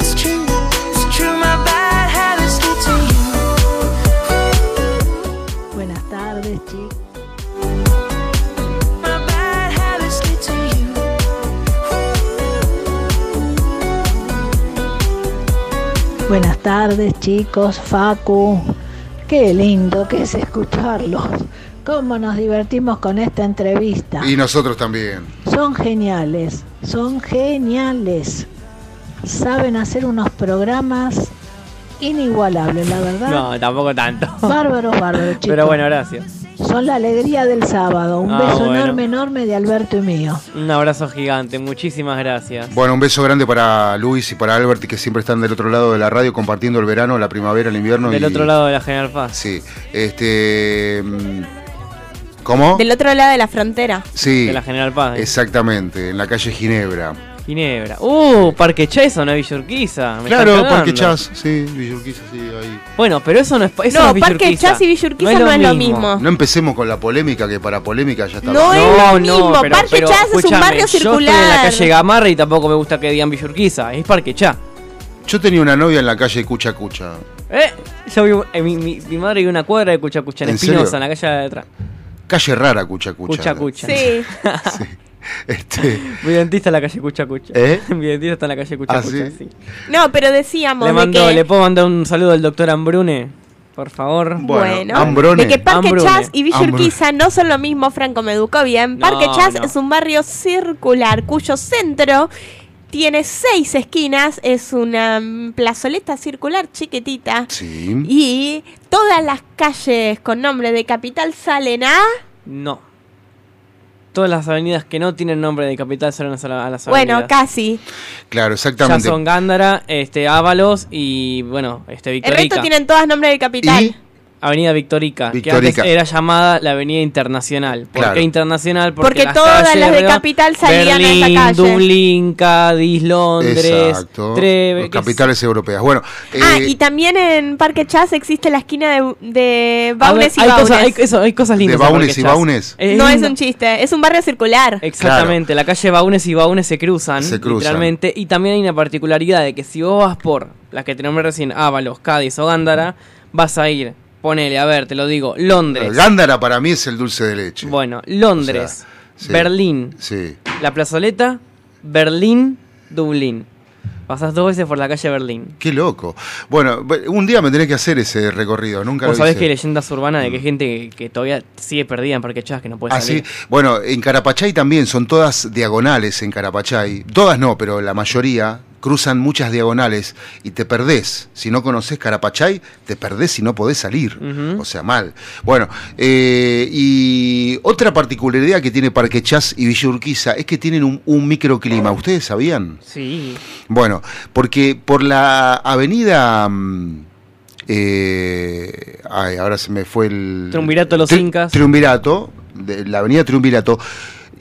S17: It's true, it's true. My bad habits lead to you.
S18: Buenas tardes, chicos.
S17: My bad habits lead to you.
S18: Buenas tardes, chicos. Facu. Qué lindo que es escucharlos. Cómo nos divertimos con esta entrevista.
S8: Y nosotros también.
S18: Son geniales, son geniales. Saben hacer unos programas inigualables, la verdad.
S7: No, tampoco tanto.
S18: Bárbaros, bárbaros, chicos.
S7: Pero bueno, gracias.
S18: Son la alegría del sábado. Un
S7: Ah,
S18: beso
S7: bueno.
S18: enorme, enorme de Alberto y mío.
S7: Un abrazo gigante, muchísimas gracias.
S8: Bueno, un beso grande para Luis y para Albert que siempre están del otro lado de la radio compartiendo el verano, la primavera, el invierno.
S7: Del
S8: y-
S7: otro lado de la General Paz.
S8: Sí. Este. mm, ¿Cómo?
S6: Del otro lado de la frontera.
S8: Sí.
S7: de la General Paz, eh.
S8: Exactamente, en la calle Ginebra.
S7: Ginebra. Uh, Parque Chas o una Villurquiza. me
S8: Claro,
S7: están cagando.
S8: Parque Chas, sí, Villurquiza, sí, ahí.
S7: Bueno, pero eso no es. Eso
S6: No,
S7: no es
S6: Parque
S7: Villurquiza.
S6: Chas y Villurquiza no es lo mismo.
S8: No empecemos con la polémica, que para polémica ya está.
S6: No es lo mismo, Parque Chas es un
S7: escúchame,
S6: barrio
S7: Yo estoy en la
S6: circular.
S7: calle Gamarra y tampoco me gusta que digan Villurquiza. Es Parque Chas.
S8: Yo tenía una novia en la calle Cucha Cucha.
S7: Eh, yo vivo- eh, mi, mi- mi madre vive en una cuadra de Cuchacucha en
S8: ¿En
S7: Espinosa,
S8: serio?
S7: en la calle de atrás.
S8: Calle rara Cucha Cucha.
S7: Cuchacucha.
S6: Sí.
S8: Este,
S7: Mi dentista en la calle Cuchacucha.
S8: ¿Eh?
S7: Mi dentista está en la calle Cuchacucha.
S8: ¿Ah, sí?
S7: sí.
S6: No, pero decíamos
S7: Le,
S6: de
S7: mando,
S6: que.
S7: le puedo mandar un saludo al doctor Ambrune, por favor.
S6: Bueno, de que Parque Chas y Villa Urquiza no son lo mismo, Franco me educó bien.
S7: No,
S6: Parque Chas
S7: no.
S6: es un barrio circular cuyo centro tiene seis esquinas, es una mm, plazoleta circular chiquitita
S8: Sí.
S6: y todas las calles con nombre de capital salen a
S7: No. todas las avenidas que no tienen nombre de capital son a la- a las avenidas.
S6: Bueno, casi.
S8: Claro,
S7: Ya
S8: exactamente.
S7: son Gándara, este, Ábalos y, bueno, este,
S6: El
S7: Victorica.
S6: resto tienen todas nombre de capital.
S7: Avenida Victorica, que
S8: Victorica.
S7: antes era llamada la Avenida Internacional. ¿Por
S8: Claro.
S7: qué Internacional?
S6: Porque todas las de capital salían a esa
S7: Berlín,
S6: calle.
S7: Dublín, Cádiz, Londres,
S8: Exacto.
S7: Treve-
S8: Los capitales europeas. Bueno,
S6: Ah,
S8: eh,
S6: y también en Parque Chas existe la esquina de, de
S7: A ver,
S6: Baunes y
S7: hay
S6: Baunes.
S7: cosas, hay, eso, hay cosas lindas.
S8: De
S7: en
S8: Baunes y
S7: Parque Chas.
S8: Baunes.
S7: Eh,
S6: no es un chiste, es un barrio circular.
S7: Exactamente, la calle Baunes y Baunes se cruzan,
S8: Se cruzan.
S7: literalmente. Y también hay una particularidad de que si vos vas por las que te nombré recién, Ábalos, Cádiz o Gándara, vas a ir, ponele, a ver, te lo digo, Londres.
S8: Gándara para mí es el dulce de leche.
S7: Bueno, Londres,
S8: sí.
S7: Berlín,
S8: Sí.
S7: La plazoleta, Berlín, Dublín. Pasás dos veces por la calle Berlín.
S8: Qué loco. Bueno, be- un día me tenés que hacer ese recorrido. Nunca
S7: Vos
S8: lo
S7: sabés
S8: hice. Mm.
S7: que hay leyendas urbanas de que hay gente que, que todavía sigue perdida en Parque Chas, que no puede
S8: Ah,
S7: salir.
S8: sí. Bueno, en Carapachay también son todas diagonales en Carapachay. Todas no, pero la mayoría cruzan muchas diagonales y te perdés. Si no conoces Carapachay, te perdés y no podés salir. O sea, mal. Bueno, eh, y otra particularidad que tiene Parque Chas y Villa Urquiza es que tienen un, un microclima. ¿Ustedes sabían?
S7: Sí.
S8: Bueno, porque por la avenida... mm, eh, ay, ahora se me fue el...
S7: Triunvirato de los
S8: Tri-
S7: Incas.
S8: Triunvirato, de la avenida Triunvirato,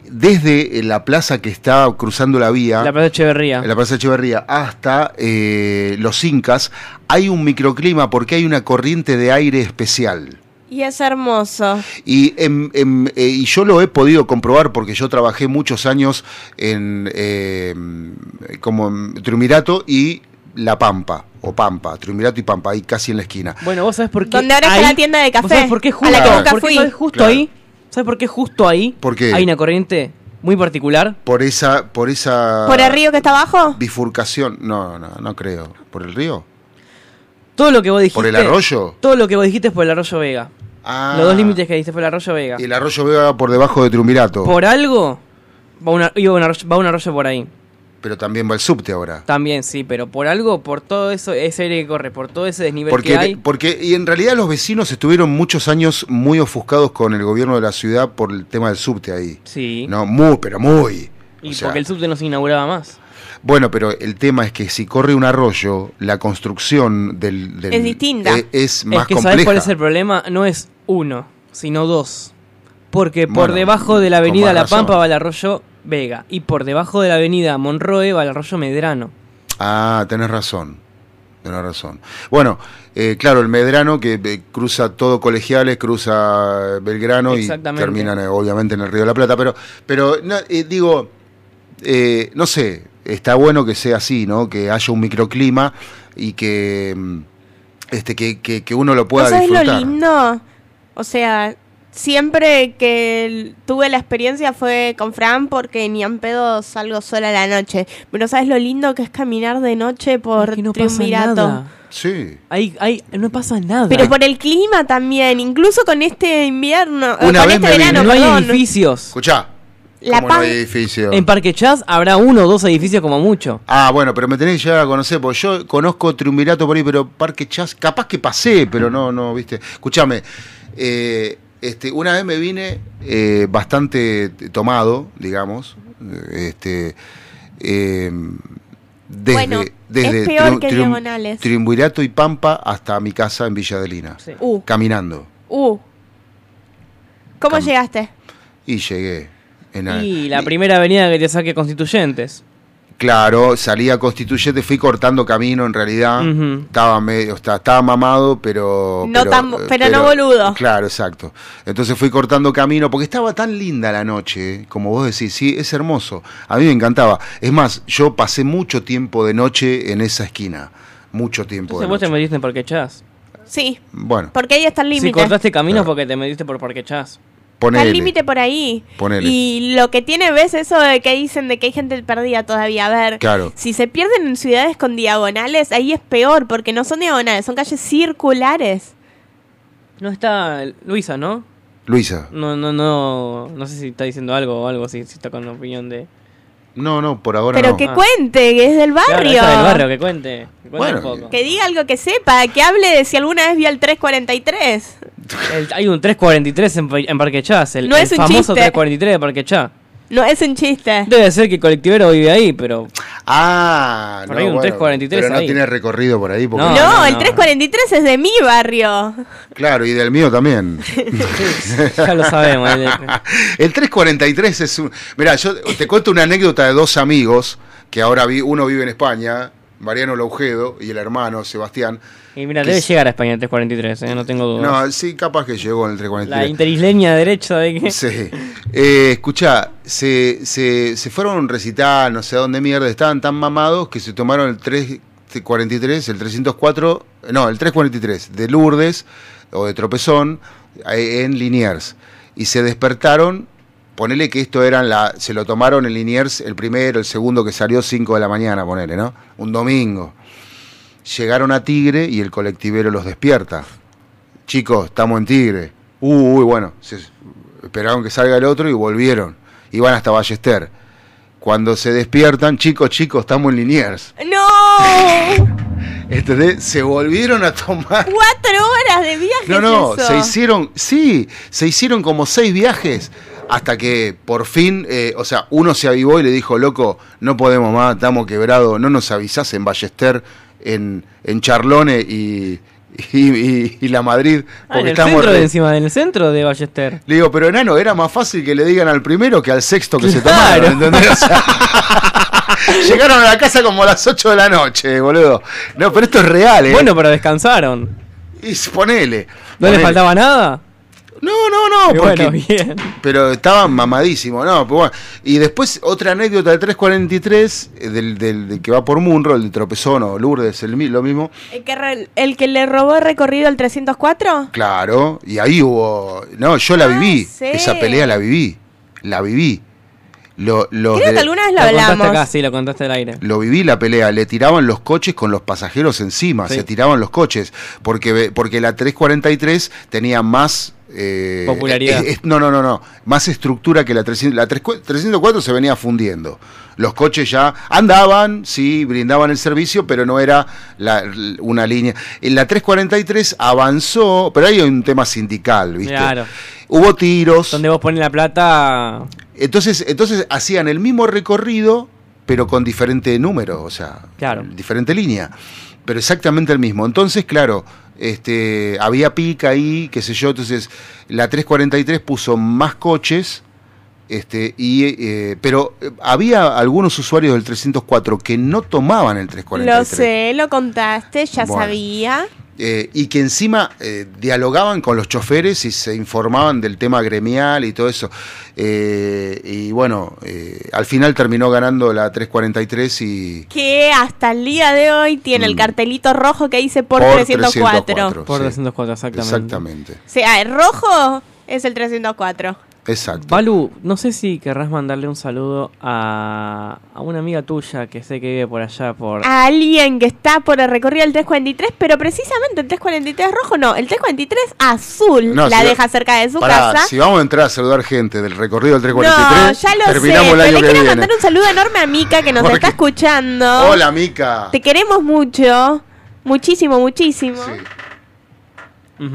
S8: desde eh, la plaza que está cruzando la vía...
S7: La Plaza Echeverría.
S8: En la Plaza Echeverría hasta eh, los Incas, hay un microclima porque hay una corriente de aire especial.
S6: Y es hermoso.
S8: Y, em, em, eh, y yo lo he podido comprobar porque yo trabajé muchos años en eh, como en Triunvirato y La Pampa, o Pampa, Triunvirato y Pampa, ahí casi en la esquina.
S7: Bueno, vos sabés por qué.
S6: Donde ahora está
S7: ahí-
S6: la tienda de
S7: ¿Vos
S6: café.
S7: sabés por qué justo,
S6: a la que
S8: Claro.
S6: nunca
S7: por qué
S6: fui.
S7: sabés justo
S8: Claro.
S7: ahí? ¿Sabés por qué justo ahí?
S8: ¿Por qué?
S7: Hay una corriente muy particular.
S8: Por esa, por esa
S6: ¿Por el río que está abajo?
S8: bifurcación, no, no, no creo. ¿Por el río?
S7: Todo lo que vos dijiste.
S8: ¿Por el arroyo?
S7: Todo lo que vos dijiste es por el arroyo Vega.
S8: Ah,
S7: Los dos límites que dijiste por el arroyo Vega.
S8: El arroyo Vega por debajo de Triunvirato,
S7: Por algo va, una- iba un arroyo- va un arroyo por ahí.
S8: pero también va el subte ahora.
S7: También, sí, pero por algo, por todo eso, ese aire que corre, por todo ese desnivel que
S8: Porque,
S7: hay.
S8: porque y en realidad los vecinos estuvieron muchos años muy ofuscados con el gobierno de la ciudad por el tema del subte ahí.
S7: Sí.
S8: No, muy, pero muy.
S7: y
S8: o sea-
S7: porque el subte no se inauguraba más.
S8: Bueno, pero el tema es que si corre un arroyo, la construcción del... del-
S7: Es distinta.
S8: e- Es, más
S7: es que
S8: compleja.
S7: ¿sabés cuál es el problema? No es uno, sino dos. Porque por
S8: Bueno,
S7: debajo de la
S8: con
S7: avenida
S8: más
S7: La
S8: razón.
S7: Pampa va el arroyo Vega. Y por debajo de la avenida Monroe va el arroyo Medrano.
S8: Ah, tenés razón. Tenés razón. Bueno, eh, claro, el Medrano que eh, cruza todo Colegiales, cruza eh, Belgrano y
S7: Exactamente.
S8: terminan eh, obviamente en el Río de la Plata. Pero, pero no, eh, digo, eh, no sé, está bueno que sea así, ¿no? Que haya un microclima y que, mm, este, que, que- que uno lo
S6: ¿No
S8: pueda
S6: sabes lo
S8: disfrutar.
S6: lindo? O sea, siempre que l- tuve la experiencia fue con Fran porque ni en pedo salgo sola a la noche. Pero ¿sabes lo lindo que es caminar de noche por
S7: Que no pasa
S6: Triunvirato?
S7: nada.
S8: Sí.
S7: Ahí, ahí no pasa nada.
S6: Pero por el clima también, incluso con este invierno, eh, con este
S8: me vine-
S6: verano,
S7: no hay
S6: perdón.
S7: edificios.
S8: Escuchá,
S6: La
S8: ¿cómo no hay
S6: Pam-
S8: edificio?
S7: En Parque Chas habrá uno o dos edificios como mucho.
S8: Ah, bueno, pero me tenés que llegar a conocer, porque yo conozco Triunvirato por ahí, pero Parque Chas, capaz que pasé, pero no, no, viste. Escuchame, eh, este, una vez me vine eh, bastante t- tomado, digamos, eh, este, eh, desde,
S6: Bueno,
S8: desde
S6: es peor
S8: Triun-
S6: que
S8: Triun-
S6: diagonales.
S8: Triunvirato y Pampa hasta mi casa en Villa Adelina,
S6: Uh,
S8: caminando,
S6: uh. ¿Cómo llegaste?
S8: y llegué. En a-
S7: Y la primera avenida que te saque Constituyentes.
S8: Claro, salía constituyente, fui cortando camino en realidad.
S7: Ujú.
S8: Estaba medio, está- estaba mamado, pero.
S6: No tan- pero no boludo.
S8: Claro, exacto. Entonces fui cortando camino, porque estaba tan linda la noche, eh, como vos decís, sí, es hermoso. A mí me encantaba. Es más, yo pasé mucho tiempo de noche en esa esquina. Mucho tiempo de
S7: Entonces vos te
S8: noche.
S7: metiste en Parque Chas.
S6: Sí,
S8: Bueno,
S6: porque ahí está el
S7: Si
S6: límite.
S7: cortaste caminos porque te metiste por Parque Chas.
S6: Está
S8: ponele.
S6: el límite por ahí.
S8: Ponele.
S6: Y lo que tiene, ves eso de que dicen de que hay gente perdida todavía. A ver,
S8: Claro.
S6: si se pierden en ciudades con diagonales, ahí es peor, porque no son diagonales, son calles circulares.
S7: No está Luisa, ¿no?
S8: Luisa.
S7: No, no, no. No sé si está diciendo algo o algo, si, si está con opinión de. Ah.
S8: No, no, por ahora
S6: Pero
S8: no.
S6: que cuente, que es del
S7: Claro,
S6: barrio.
S7: esa del barrio, que cuente. Que cuente
S8: Bueno,
S7: un poco.
S6: Que diga algo que sepa, que hable de si alguna vez vio el 343.
S7: El- hay un 343 en, pa- en Parque Chá, es el,
S6: No
S7: el
S6: es un
S7: famoso
S6: chiste.
S7: 343 de Parque Chá.
S6: No, es un chiste.
S7: Debe ser que colectivero vive ahí, pero.
S8: Ah,
S7: Por ahí un 343
S8: Pero no
S7: ahí.
S8: tiene recorrido por ahí. Porque
S6: No, el 343 es de mi barrio.
S8: Claro, y del mío también.
S7: ya lo sabemos.
S8: El 343 es un... Mirá, yo te cuento una anécdota de dos amigos, que ahora vi, uno vive en España, Mariano Laujedo, y el hermano, Sebastián.
S7: Y mira,
S8: Que
S7: debe
S8: es-
S7: llegar a España el 343, eh, no tengo dudas.
S8: No, sí, capaz que llegó en el
S7: La
S8: 343.
S7: interesleña derecha de que.
S8: Sí. Eh, escuchá, se, se, se fueron a un recital, no sé a dónde mierda, estaban tan mamados que se tomaron el 343, el 304, no, el 343 de Lourdes o de Tropezón eh, en Liniers. Y se despertaron, ponele que esto eran la. Se lo tomaron en Liniers el primero, el segundo que salió 5 de la mañana, ponele, ¿no? Un domingo. Llegaron a Tigre y el colectivero los despierta. Chicos, estamos en Tigre. Uh, Uy, uy, bueno, se, esperaron que salga el otro y volvieron. Iban hasta Ballester. Cuando se despiertan, chicos, chicos, estamos en Liniers.
S6: ¡No!
S8: ¿Entendés? Se volvieron a tomar.
S6: ¡Cuatro horas de viaje!
S8: No, no,
S6: es eso.
S8: se hicieron, sí, se hicieron como seis viajes hasta que por fin, eh, o sea, uno se avivó y le dijo, loco, no podemos más, estamos quebrados, no nos avisás en Ballester, en, en Charlone y, y- y- y la Madrid,
S7: Ah, en
S8: porque
S7: el
S8: estamos...
S7: centro de
S8: re-".
S7: encima, en el centro de Ballester.
S8: Le digo, pero enano, era más fácil que le digan al primero que al sexto que se tomaron, ¿entendés? O sea, llegaron a la casa como a las 8 de la noche, boludo. No, pero esto es real, ¿eh?
S7: Bueno, pero descansaron.
S8: Y ponele.
S7: ¿No le
S8: ponele.
S7: faltaba nada?
S8: No, no, no,
S7: Y
S8: porque-
S7: bueno, bien.
S8: Pero estaban mamadísimos, no, pues bueno. Y después otra anécdota del 343, eh, del, del, del que va por Munro, el de Tropezón o Lourdes, el, mi- lo mismo.
S6: ¿El que, re- el que le robó recorrido al 304?
S8: Claro, y ahí hubo. No, yo la viví.
S6: Ah, sí.
S8: Esa pelea la viví. La viví. Lo, los
S6: Creo que
S8: de-
S6: alguna vez lo hablamos.
S7: Acá sí, lo contaste al aire.
S8: Lo viví la pelea, le tiraban los coches con los pasajeros encima,
S7: Sí.
S8: se tiraban los coches, porque, ve- porque la 343 tenía más... eh,
S7: Popularidad.
S8: eh, eh, no, no, no, no, más estructura que la 300. La 300 304 se venía fundiendo. Los coches ya andaban, sí, brindaban el servicio, pero no era la- una línea. En la 343 avanzó, pero ahí hay un tema sindical, ¿viste?
S7: Claro.
S8: Hubo tiros.
S7: Donde vos pones la plata.
S8: Entonces, entonces hacían el mismo recorrido, pero con diferente número, o sea, diferente línea, pero exactamente el mismo. Entonces, claro, este, había pica ahí, qué sé yo, entonces la 343 puso más coches, este, y, eh, pero eh, había algunos usuarios del 304 que no tomaban el 343.
S6: Lo sé, lo contaste, ya
S8: Bueno.
S6: sabía.
S8: Eh, y que encima eh, dialogaban con los choferes y se informaban del tema gremial y todo eso. Eh, y bueno, eh, al final terminó ganando la 343 y...
S6: Que hasta el día de hoy tiene
S8: Mm.
S6: el cartelito rojo que dice por, 304.
S7: Por
S8: sí.
S7: 304, exactamente.
S8: Exactamente,
S6: O sea, ah, el rojo es el 304.
S8: exacto.
S7: Balu, no sé si querrás mandarle un saludo a, a una amiga tuya que sé que vive por allá, por...
S6: A alguien que está por el recorrido del 343, pero precisamente el 343 rojo no, el 343 azul
S8: No,
S6: la
S8: si-
S6: deja cerca de su
S8: Pará,
S6: casa.
S8: si vamos a entrar a saludar gente del recorrido del
S6: no,
S8: 343,
S6: ya lo sé,
S8: terminamos el
S6: pero
S8: año
S6: le
S8: que
S6: quiero
S8: viene.
S6: mandar un saludo enorme a Mica que nos
S8: Porque-
S6: está escuchando.
S8: Hola, Mica.
S6: Te queremos mucho, muchísimo, muchísimo.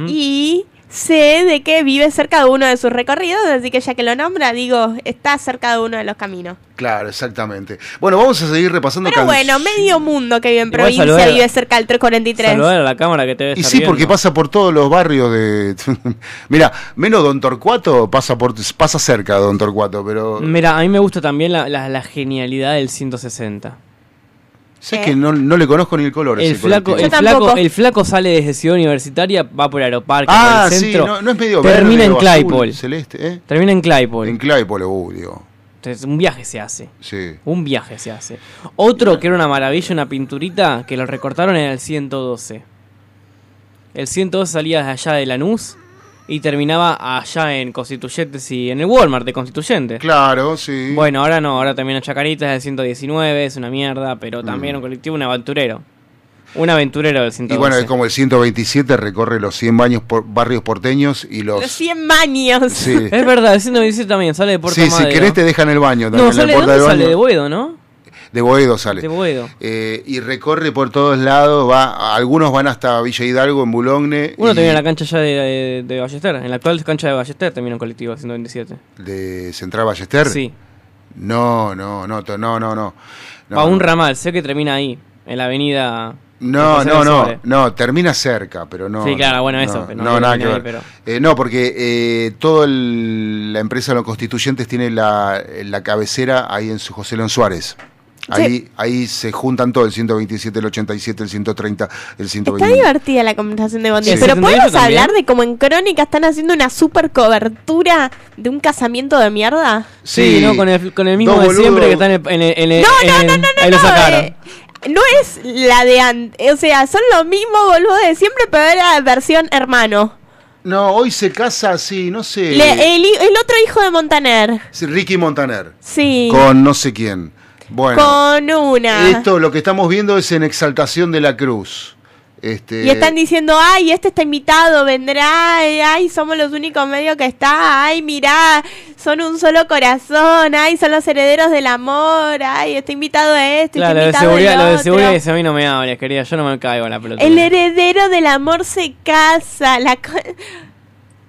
S6: Y sé de que vive cerca de uno de sus recorridos, así que ya que lo nombra, digo, está cerca de uno de los caminos.
S8: Claro, exactamente. Bueno, vamos a seguir repasando
S6: Pero
S8: can-
S6: bueno, medio mundo que vive en
S8: Igual
S6: provincia
S8: saludar-
S6: vive cerca del 343.
S7: Saludar a la cámara que te debe
S8: Y
S7: estar
S8: sí,
S7: viendo.
S8: porque pasa por todos los barrios de... Mira, menos Don Torcuato pasa, por, pasa cerca de Don Torcuato, pero...
S7: Mira, a mí me gusta también la, la- la genialidad del 160.
S8: Sé que no, no le conozco ni el color. a
S7: El
S8: ese
S7: flaco, el,
S8: colectivo.
S7: flaco, el flaco sale desde Ciudad Universitaria, va por Aeroparque,
S8: Ah,
S7: por el
S8: sí,
S7: centro,
S8: no, no es medio verde,
S7: termina en
S8: medio azul,
S7: Claypole.
S8: celeste, ¿eh?
S7: Termina en Claypole.
S8: En Claypole, uh, digo.
S7: Entonces, un viaje se hace.
S8: Sí.
S7: Un viaje se hace. Otro que era una maravilla, una pinturita, que lo recortaron en el 112. El 112 salía de allá de Lanús y terminaba allá en Constituyentes y en el Walmart de Constituyentes.
S8: Claro, sí.
S7: Bueno, ahora no, ahora también en Chacarita es el 119, es una mierda, pero también
S8: Mm.
S7: un colectivo, un aventurero. Un aventurero del 112.
S8: Y bueno, es como el 127 recorre los 100 baños por, barrios porteños y los...
S6: Los 100 baños.
S8: Sí.
S7: Es verdad, el 117 también sale de Puerto
S8: Sí, si
S7: Madero.
S8: querés te dejan el baño.
S7: No,
S8: también, la
S7: sale, ¿dónde
S8: puerta del
S7: sale?
S8: baño.
S7: De Boedo, ¿no?
S8: de Boedo sale.
S7: De Boedo.
S8: Eh, y recorre por todos lados, va, algunos van hasta Villa Hidalgo, en Bulogne.
S7: Uno
S8: y-
S7: termina en la cancha ya de, de, de Ballester. En la actual cancha de Ballester termina un colectivo, 127.
S8: ¿De Central Ballester?
S7: Sí.
S8: No, no, no, to- no, no, no. No,
S7: Va a
S8: no.
S7: un ramal, sé que termina ahí, en la avenida.
S8: No,
S7: José
S8: no,
S7: Alcibre.
S8: no, no, termina cerca, pero no.
S7: Sí, claro, bueno,
S8: no,
S7: eso, pero
S8: No,
S7: no
S8: nada que
S7: termina
S8: ver.
S7: ahí,
S8: Eh, no, porque eh, toda la empresa de los constituyentes tiene la, la cabecera ahí en su José León Suárez. Ahí, ahí se juntan todo, el 127, el 87, el 130, el
S6: Está
S8: 121.
S6: divertida la conversación de Bondi.
S8: Sí.
S6: Pero
S8: 78
S6: podemos
S8: también.
S6: hablar de cómo en Crónica están haciendo una super cobertura de un casamiento de mierda.
S7: Sí, ¿no? Con el, con el mismo
S6: Dos
S7: de siempre
S6: boludos.
S7: que está en el. En el- en el-
S6: No, no,
S7: en-
S6: no, no, no,
S7: Ahí lo
S6: no,
S7: sacaron.
S6: eh, No es la de antes. O sea, son los mismos boludos de siempre, pero era la versión hermano.
S8: No, hoy se casa así, no sé.
S6: Le- el, hi- el otro hijo de Montaner.
S8: Sí, Ricky Montaner.
S6: Sí.
S8: Con no sé quién. Bueno.
S6: Con una.
S8: Esto lo que estamos viendo es en Exaltación de la Cruz. Este,
S6: Y están diciendo, ay, este está invitado, vendrá, ay, ay, somos los únicos medios que está, ay, mirá, son un solo corazón, ay, son los herederos del amor, ay, está invitado este,
S7: Claro,
S6: está
S7: lo
S6: invitado
S7: de seguridad,
S6: el
S7: lo de
S6: otro".
S7: seguridad dice a mí no me hables, querida, yo no me caigo en la pelota.
S6: El heredero del amor se casa, la co-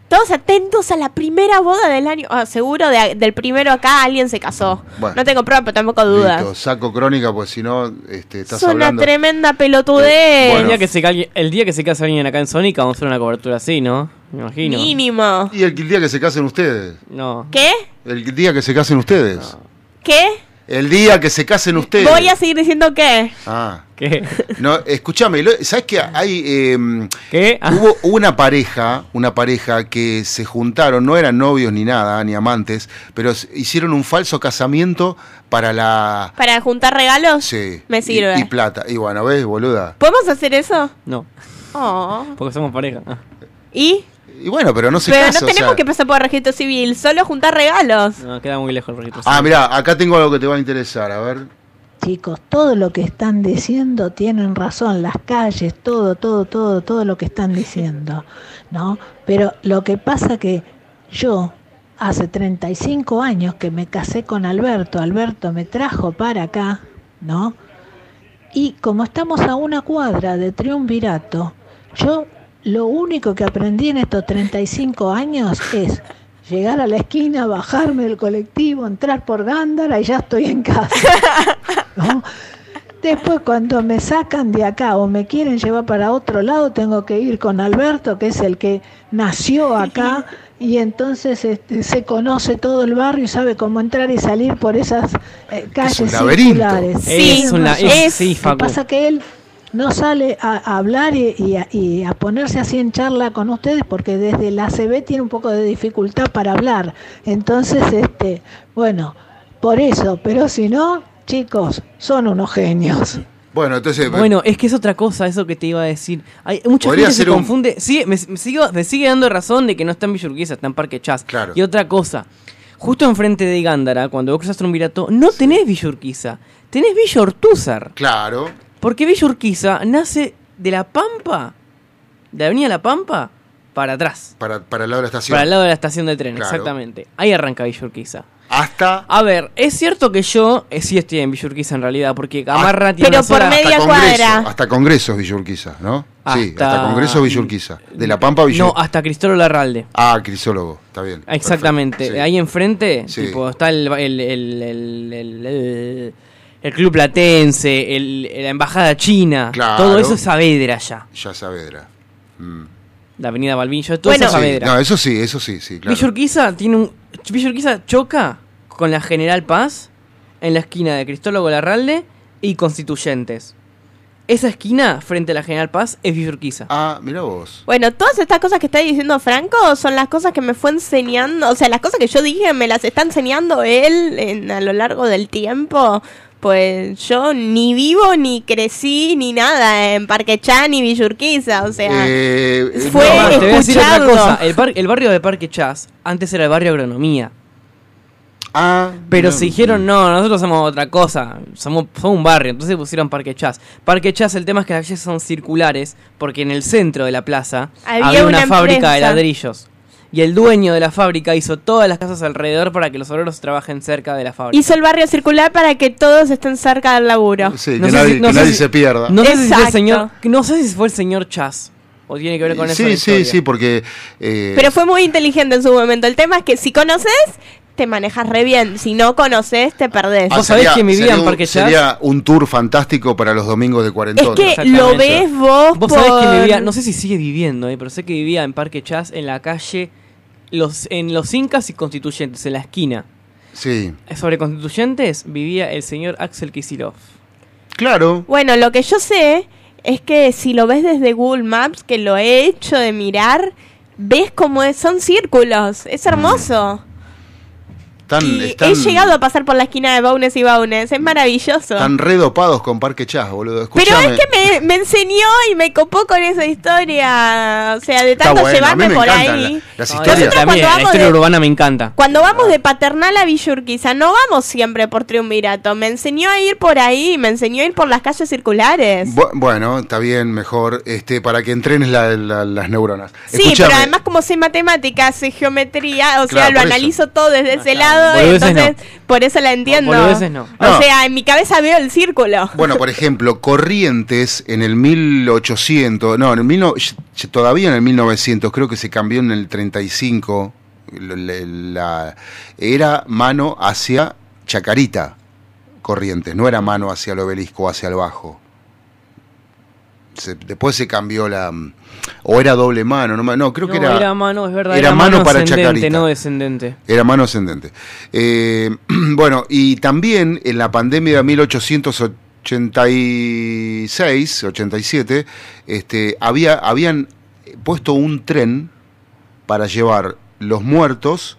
S6: todos atentos a la primera boda del año, Ah, seguro de- del primero acá alguien se casó,
S8: Bueno.
S6: no tengo prueba, pero tampoco dudas.
S8: Listo, saco crónica, pues si no, este, estás
S6: Es una
S8: hablando. Eh,
S6: tremenda pelotudez.
S7: el, día que se, ca- el día que se casa alguien acá en Sónica vamos a hacer una cobertura así, ¿no? Me imagino.
S6: Mínimo.
S8: Y el día que se casen ustedes.
S7: No.
S6: ¿Qué?
S8: El día que se casen ustedes.
S6: ¿Qué?
S8: El día que se casen ustedes.
S6: Voy a seguir diciendo qué.
S8: Ah.
S7: ¿Qué?
S8: No, escúchame, lo- ¿sabes qué? Hay, eh,
S7: ¿Qué?
S8: Hubo una pareja, una pareja que se juntaron, no eran novios ni nada, ni amantes, pero s- hicieron un falso casamiento para la...
S6: Para juntar regalos.
S8: Sí.
S6: Me
S8: Y-
S6: sirve.
S8: Y, plata. Y bueno, ¿ves, boluda?
S6: ¿Podemos hacer eso?
S7: No.
S6: Oh.
S7: Porque somos pareja. Ah.
S6: ¿Y?
S8: Y bueno, pero no se
S6: Pero
S8: casa,
S6: no
S8: o sea.
S6: tenemos que pasar por el registro civil, solo juntar regalos.
S7: No, queda muy lejos el registro.
S8: Ah, mirá, acá tengo algo que te va a interesar, a ver.
S18: Chicos, todo lo que están diciendo tienen razón, las calles, todo, todo, todo, todo lo que están diciendo, ¿no? Pero lo que pasa que yo hace 35 años que me casé con Alberto, Alberto me trajo para acá, ¿no? Y como estamos a una cuadra de Triunvirato, yo lo único que aprendí en estos 35 años es llegar a la esquina, bajarme del colectivo, entrar por Gándara y ya estoy en casa. ¿no? Después cuando me sacan de acá o me quieren llevar para otro lado, tengo que ir con Alberto, que es el que nació acá, y entonces este, se conoce todo el barrio y sabe cómo entrar y salir por esas eh, calles
S8: laberinto.
S18: circulares.
S7: Sí. Es un la- es-
S18: Tienes
S7: sí,
S18: razón.
S7: Facu.
S18: Lo que pasa que él no sale a, a hablar y, y a, y a ponerse así en charla con ustedes porque desde la CB tiene un poco de dificultad para hablar. Entonces, este, bueno, por eso, pero si no, chicos, son unos genios.
S8: Bueno, entonces... pues,
S7: Bueno, es que es otra cosa eso que te iba a decir. Hay, mucha
S8: Podría
S7: gente se
S8: ser un-
S7: confunde. Sí, me, me sigo- me sigue dando razón de que no está en Villurquiza, está en Parque Chas.
S8: Claro.
S7: Y otra cosa, justo enfrente de Gándara, cuando vos cruzas Trumbirato, no tenés Villurquiza, tenés Villa Ortúzar.
S8: Claro.
S7: Porque Villa Urquiza nace de La Pampa, de la Avenida La Pampa, para atrás.
S8: Para, para el lado de la estación.
S7: Para el lado de la estación de tren,
S8: Claro.
S7: exactamente. Ahí arranca Villurquiza.
S8: Hasta.
S7: A ver, es cierto que yo eh, sí estoy en Villurquiza en realidad, porque Gamarra tiene una sola-
S8: Ah, hasta Congreso, Hasta Congresos Villurquiza, ¿no? Sí, hasta
S7: Hasta-
S8: Congresos Villurquiza. De La Pampa a
S7: No,
S8: Villurquiza.
S7: hasta Cristóbal Larralde.
S8: ah, crisólogo, está bien.
S7: Exactamente.
S8: perfecto, sí.
S7: Ahí enfrente
S8: Sí.
S7: tipo, está el, el, el, el, el- el- el Club Platense, el- la Embajada China.
S8: Claro.
S7: Todo eso es Saavedra ya.
S8: Ya Saavedra. Mm.
S7: La Avenida Balvin, yo- todo eso es
S8: Sí,
S7: Saavedra.
S8: No, eso sí, eso sí, sí, claro.
S7: Villa Urquiza tiene un. Villa Urquiza choca con la General Paz en la esquina de Cristólogo Larralde y Constituyentes. Esa esquina frente a la General Paz es Villa Urquiza.
S8: Ah, mira vos.
S6: Bueno, todas estas cosas que está diciendo Franco son las cosas que me fue enseñando, o sea, las cosas que yo dije me las está enseñando él en- a lo largo del tiempo. Pues yo ni vivo, ni crecí, ni nada en Parque Chá, ni Villurquiza, o sea...
S8: Eh,
S6: Fue
S7: No, te voy a decir otra
S6: escucharlo.
S7: cosa. El, par- el barrio de Parque Chas antes era el barrio Agronomía.
S8: Ah,
S7: Pero
S8: no.
S7: se dijeron, no, nosotros somos otra cosa, somos, somos un barrio, entonces pusieron Parque Chas. Parque Chas, el tema es que las calles son circulares, porque en el centro de la plaza
S6: Había
S7: había una,
S6: una
S7: fábrica de
S6: empresa.
S7: ladrillos. Y el dueño de la fábrica hizo todas las casas alrededor para que los obreros trabajen cerca de la fábrica.
S6: Hizo el barrio circular para que todos estén cerca del laburo.
S8: Sí, eh.
S7: No
S8: que
S7: sé
S8: nadie,
S7: si- no
S8: que
S7: sé
S8: nadie
S7: si-
S8: se pierda.
S7: No sé, si fue el
S6: Exacto.
S7: señor, no sé si fue el señor Chas. O tiene que ver con eso. la
S8: sí, sí,
S7: historia.
S8: sí, porque... eh,
S6: Pero fue muy inteligente en su momento. El tema es que si conoces, te manejas re bien. Si no conoces, te perdés.
S8: ah, sería- sería un- Sería un tour fantástico para los domingos de
S6: Es
S8: cuarentón.
S6: que lo ves vos,
S7: Vos
S6: por...
S7: sabés que vivía, no sé si sigue viviendo, eh, pero sé que vivía en Parque Chas, en la calle, los, en los Incas y Constituyentes, en la esquina.
S8: Sí.
S7: Sobre Constituyentes vivía el señor Axel Kisilov.
S8: Claro.
S6: Bueno, lo que yo sé es que si lo ves desde Google Maps, que lo he hecho de mirar, ves cómo es- son círculos. Es hermoso.
S8: Tan,
S6: He
S8: Mm. están,
S6: llegado a pasar por la esquina de Baunes y Baunes. Es maravilloso.
S8: están redopados con Parque Chas, boludo.
S6: Pero
S8: Escuchame.
S6: es que me, me enseñó y me copó con esa historia. O sea, de
S8: Está
S6: tanto
S8: bueno,
S6: llevarme
S8: a mí me
S6: por
S8: encantan
S6: ahí.
S8: la- las Ah.
S7: No,
S8: historias.
S7: esa- a mí
S6: cuando
S7: la
S6: vamos
S7: historia
S6: de-
S7: urbana me encanta.
S6: Cuando vamos de Paternal a Villa Urquiza, no vamos siempre por Triunvirato. Me enseñó a ir por ahí, me enseñó a ir por las calles circulares.
S8: Bu- bueno, está bien, mejor, este, para que entrenes la- la- las neuronas.
S6: Sí, pero además como sé matemáticas, sé geometría, o sea,
S8: Claro,
S6: lo
S8: por eso.
S6: analizo todo
S7: Ah,
S6: desde ese lado, y
S8: Boludeces
S6: entonces por eso la entiendo.
S8: Boludeces no.
S6: O
S8: No.
S6: sea, en mi cabeza veo el círculo.
S8: Bueno, por ejemplo, Corrientes en el 1800, no, en el 19 sh- todavía en el 1900, creo que se cambió en el 35, lo- le- la- era mano hacia Chacarita, Corrientes, no era mano hacia el obelisco, hacia el bajo. Se- después se cambió la... O era doble mano, no, me- no, creo
S7: No,
S8: que era...
S7: mano, es verdad.
S8: era mano para
S7: ascendente,
S8: Chacarita.
S7: no descendente.
S8: Era mano ascendente. Eh, bueno, y también en la pandemia de 1886, 87, este, había, habían puesto un tren para llevar los muertos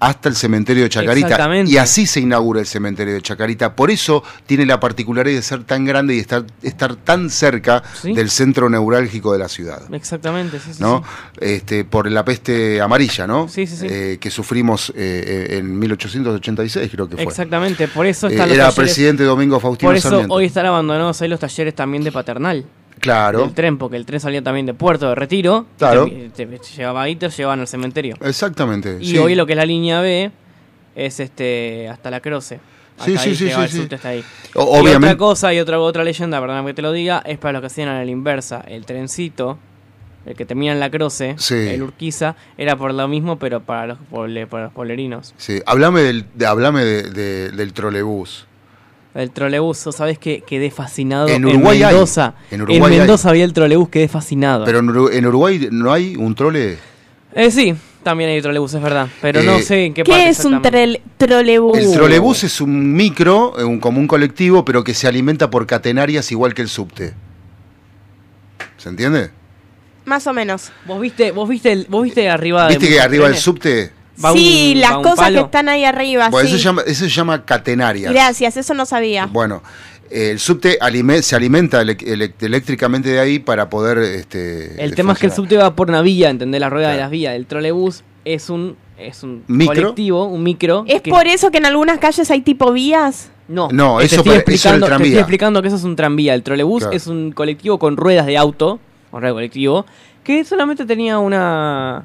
S8: hasta el cementerio de Chacarita.
S7: Exactamente.
S8: Y así se inaugura el cementerio de Chacarita. Por eso tiene la particularidad de ser tan grande y estar, estar tan cerca del centro neurálgico de la ciudad.
S7: Exactamente, sí, sí,
S8: ¿no?
S7: sí.
S8: Este, por la peste amarilla, ¿no?
S7: Sí, sí, sí.
S8: Eh, que sufrimos eh, eh, en 1886, creo que fue.
S7: Exactamente, por eso están
S8: Eh,
S7: los
S8: era
S7: talleres-
S8: presidente Domingo Faustino
S7: Por eso
S8: Sarmiento.
S7: hoy están abandonados ahí los talleres también de paternal.
S8: Claro.
S7: Del tren, porque el tren salía también de Puerto de Retiro. y
S8: Claro.
S7: Te, te- te llevaba ahí, te llevaban al cementerio.
S8: Exactamente.
S7: Y
S8: sí.
S7: hoy lo que es la línea B es este hasta la Croce. Hasta
S8: Sí, sí,
S7: ahí
S8: sí,
S7: llegaba
S8: sí,
S7: el
S8: sí.
S7: subte hasta ahí.
S8: O-
S7: Y otra
S8: obviamente-
S7: cosa y otra otra leyenda, perdóname que te lo diga, es para los que hacían a la inversa, el trencito, el que termina en la Croce,
S8: Sí.
S7: el Urquiza, era por lo mismo, pero para los poble- para los poblerinos.
S8: Sí, hablame del, de, hablame de- de- del trolebús.
S7: El trolebús, ¿sabes qué? Quedé fascinado.
S8: En Uruguay hay.
S7: Mendoza.
S8: En Uruguay hay.
S7: Mendoza había el trolebús, quedé fascinado.
S8: Pero en, Uru- en Uruguay no hay un trole.
S7: Eh, sí, también hay trolebús, es verdad. Pero no
S8: Eh,
S7: sé en qué, parte
S6: ¿Qué es un
S7: exactamente.
S6: trel- trolebús?
S7: Uh.
S8: El trolebús es un micro, eh, un, como un colectivo, pero que se alimenta por catenarias igual que el subte. ¿Se entiende?
S6: Más o menos.
S7: ¿Vos viste, vos viste, el- vos viste arriba Ah, de
S8: ¿Viste que
S7: muchos
S8: arriba del
S7: trenes?
S8: subte?
S6: sí, las cosas que están ahí arriba.
S8: Bueno, eso
S6: sí.
S8: se llama, eso se llama catenaria.
S6: Gracias, eso no sabía.
S8: Ah. Bueno, eh, el subte alime- se alimenta elec- elec- eléctricamente de ahí para poder... Este,
S7: El tema es que el
S8: funcionar.
S7: subte va por una vía, ¿entendés? La rueda de las vías. El trolebús es un, es un
S8: Micro.
S7: colectivo, un micro.
S6: ¿Es
S7: que-
S6: por eso que en algunas calles hay tipo vías?
S7: No,
S8: No,
S7: te estoy
S8: eso pare- eso era el
S7: explicando- Te
S8: tranvía.
S7: estoy explicando que eso es un tranvía. El trolebús
S8: Claro.
S7: es un colectivo con ruedas de auto, un rueda de colectivo, que solamente tenía una...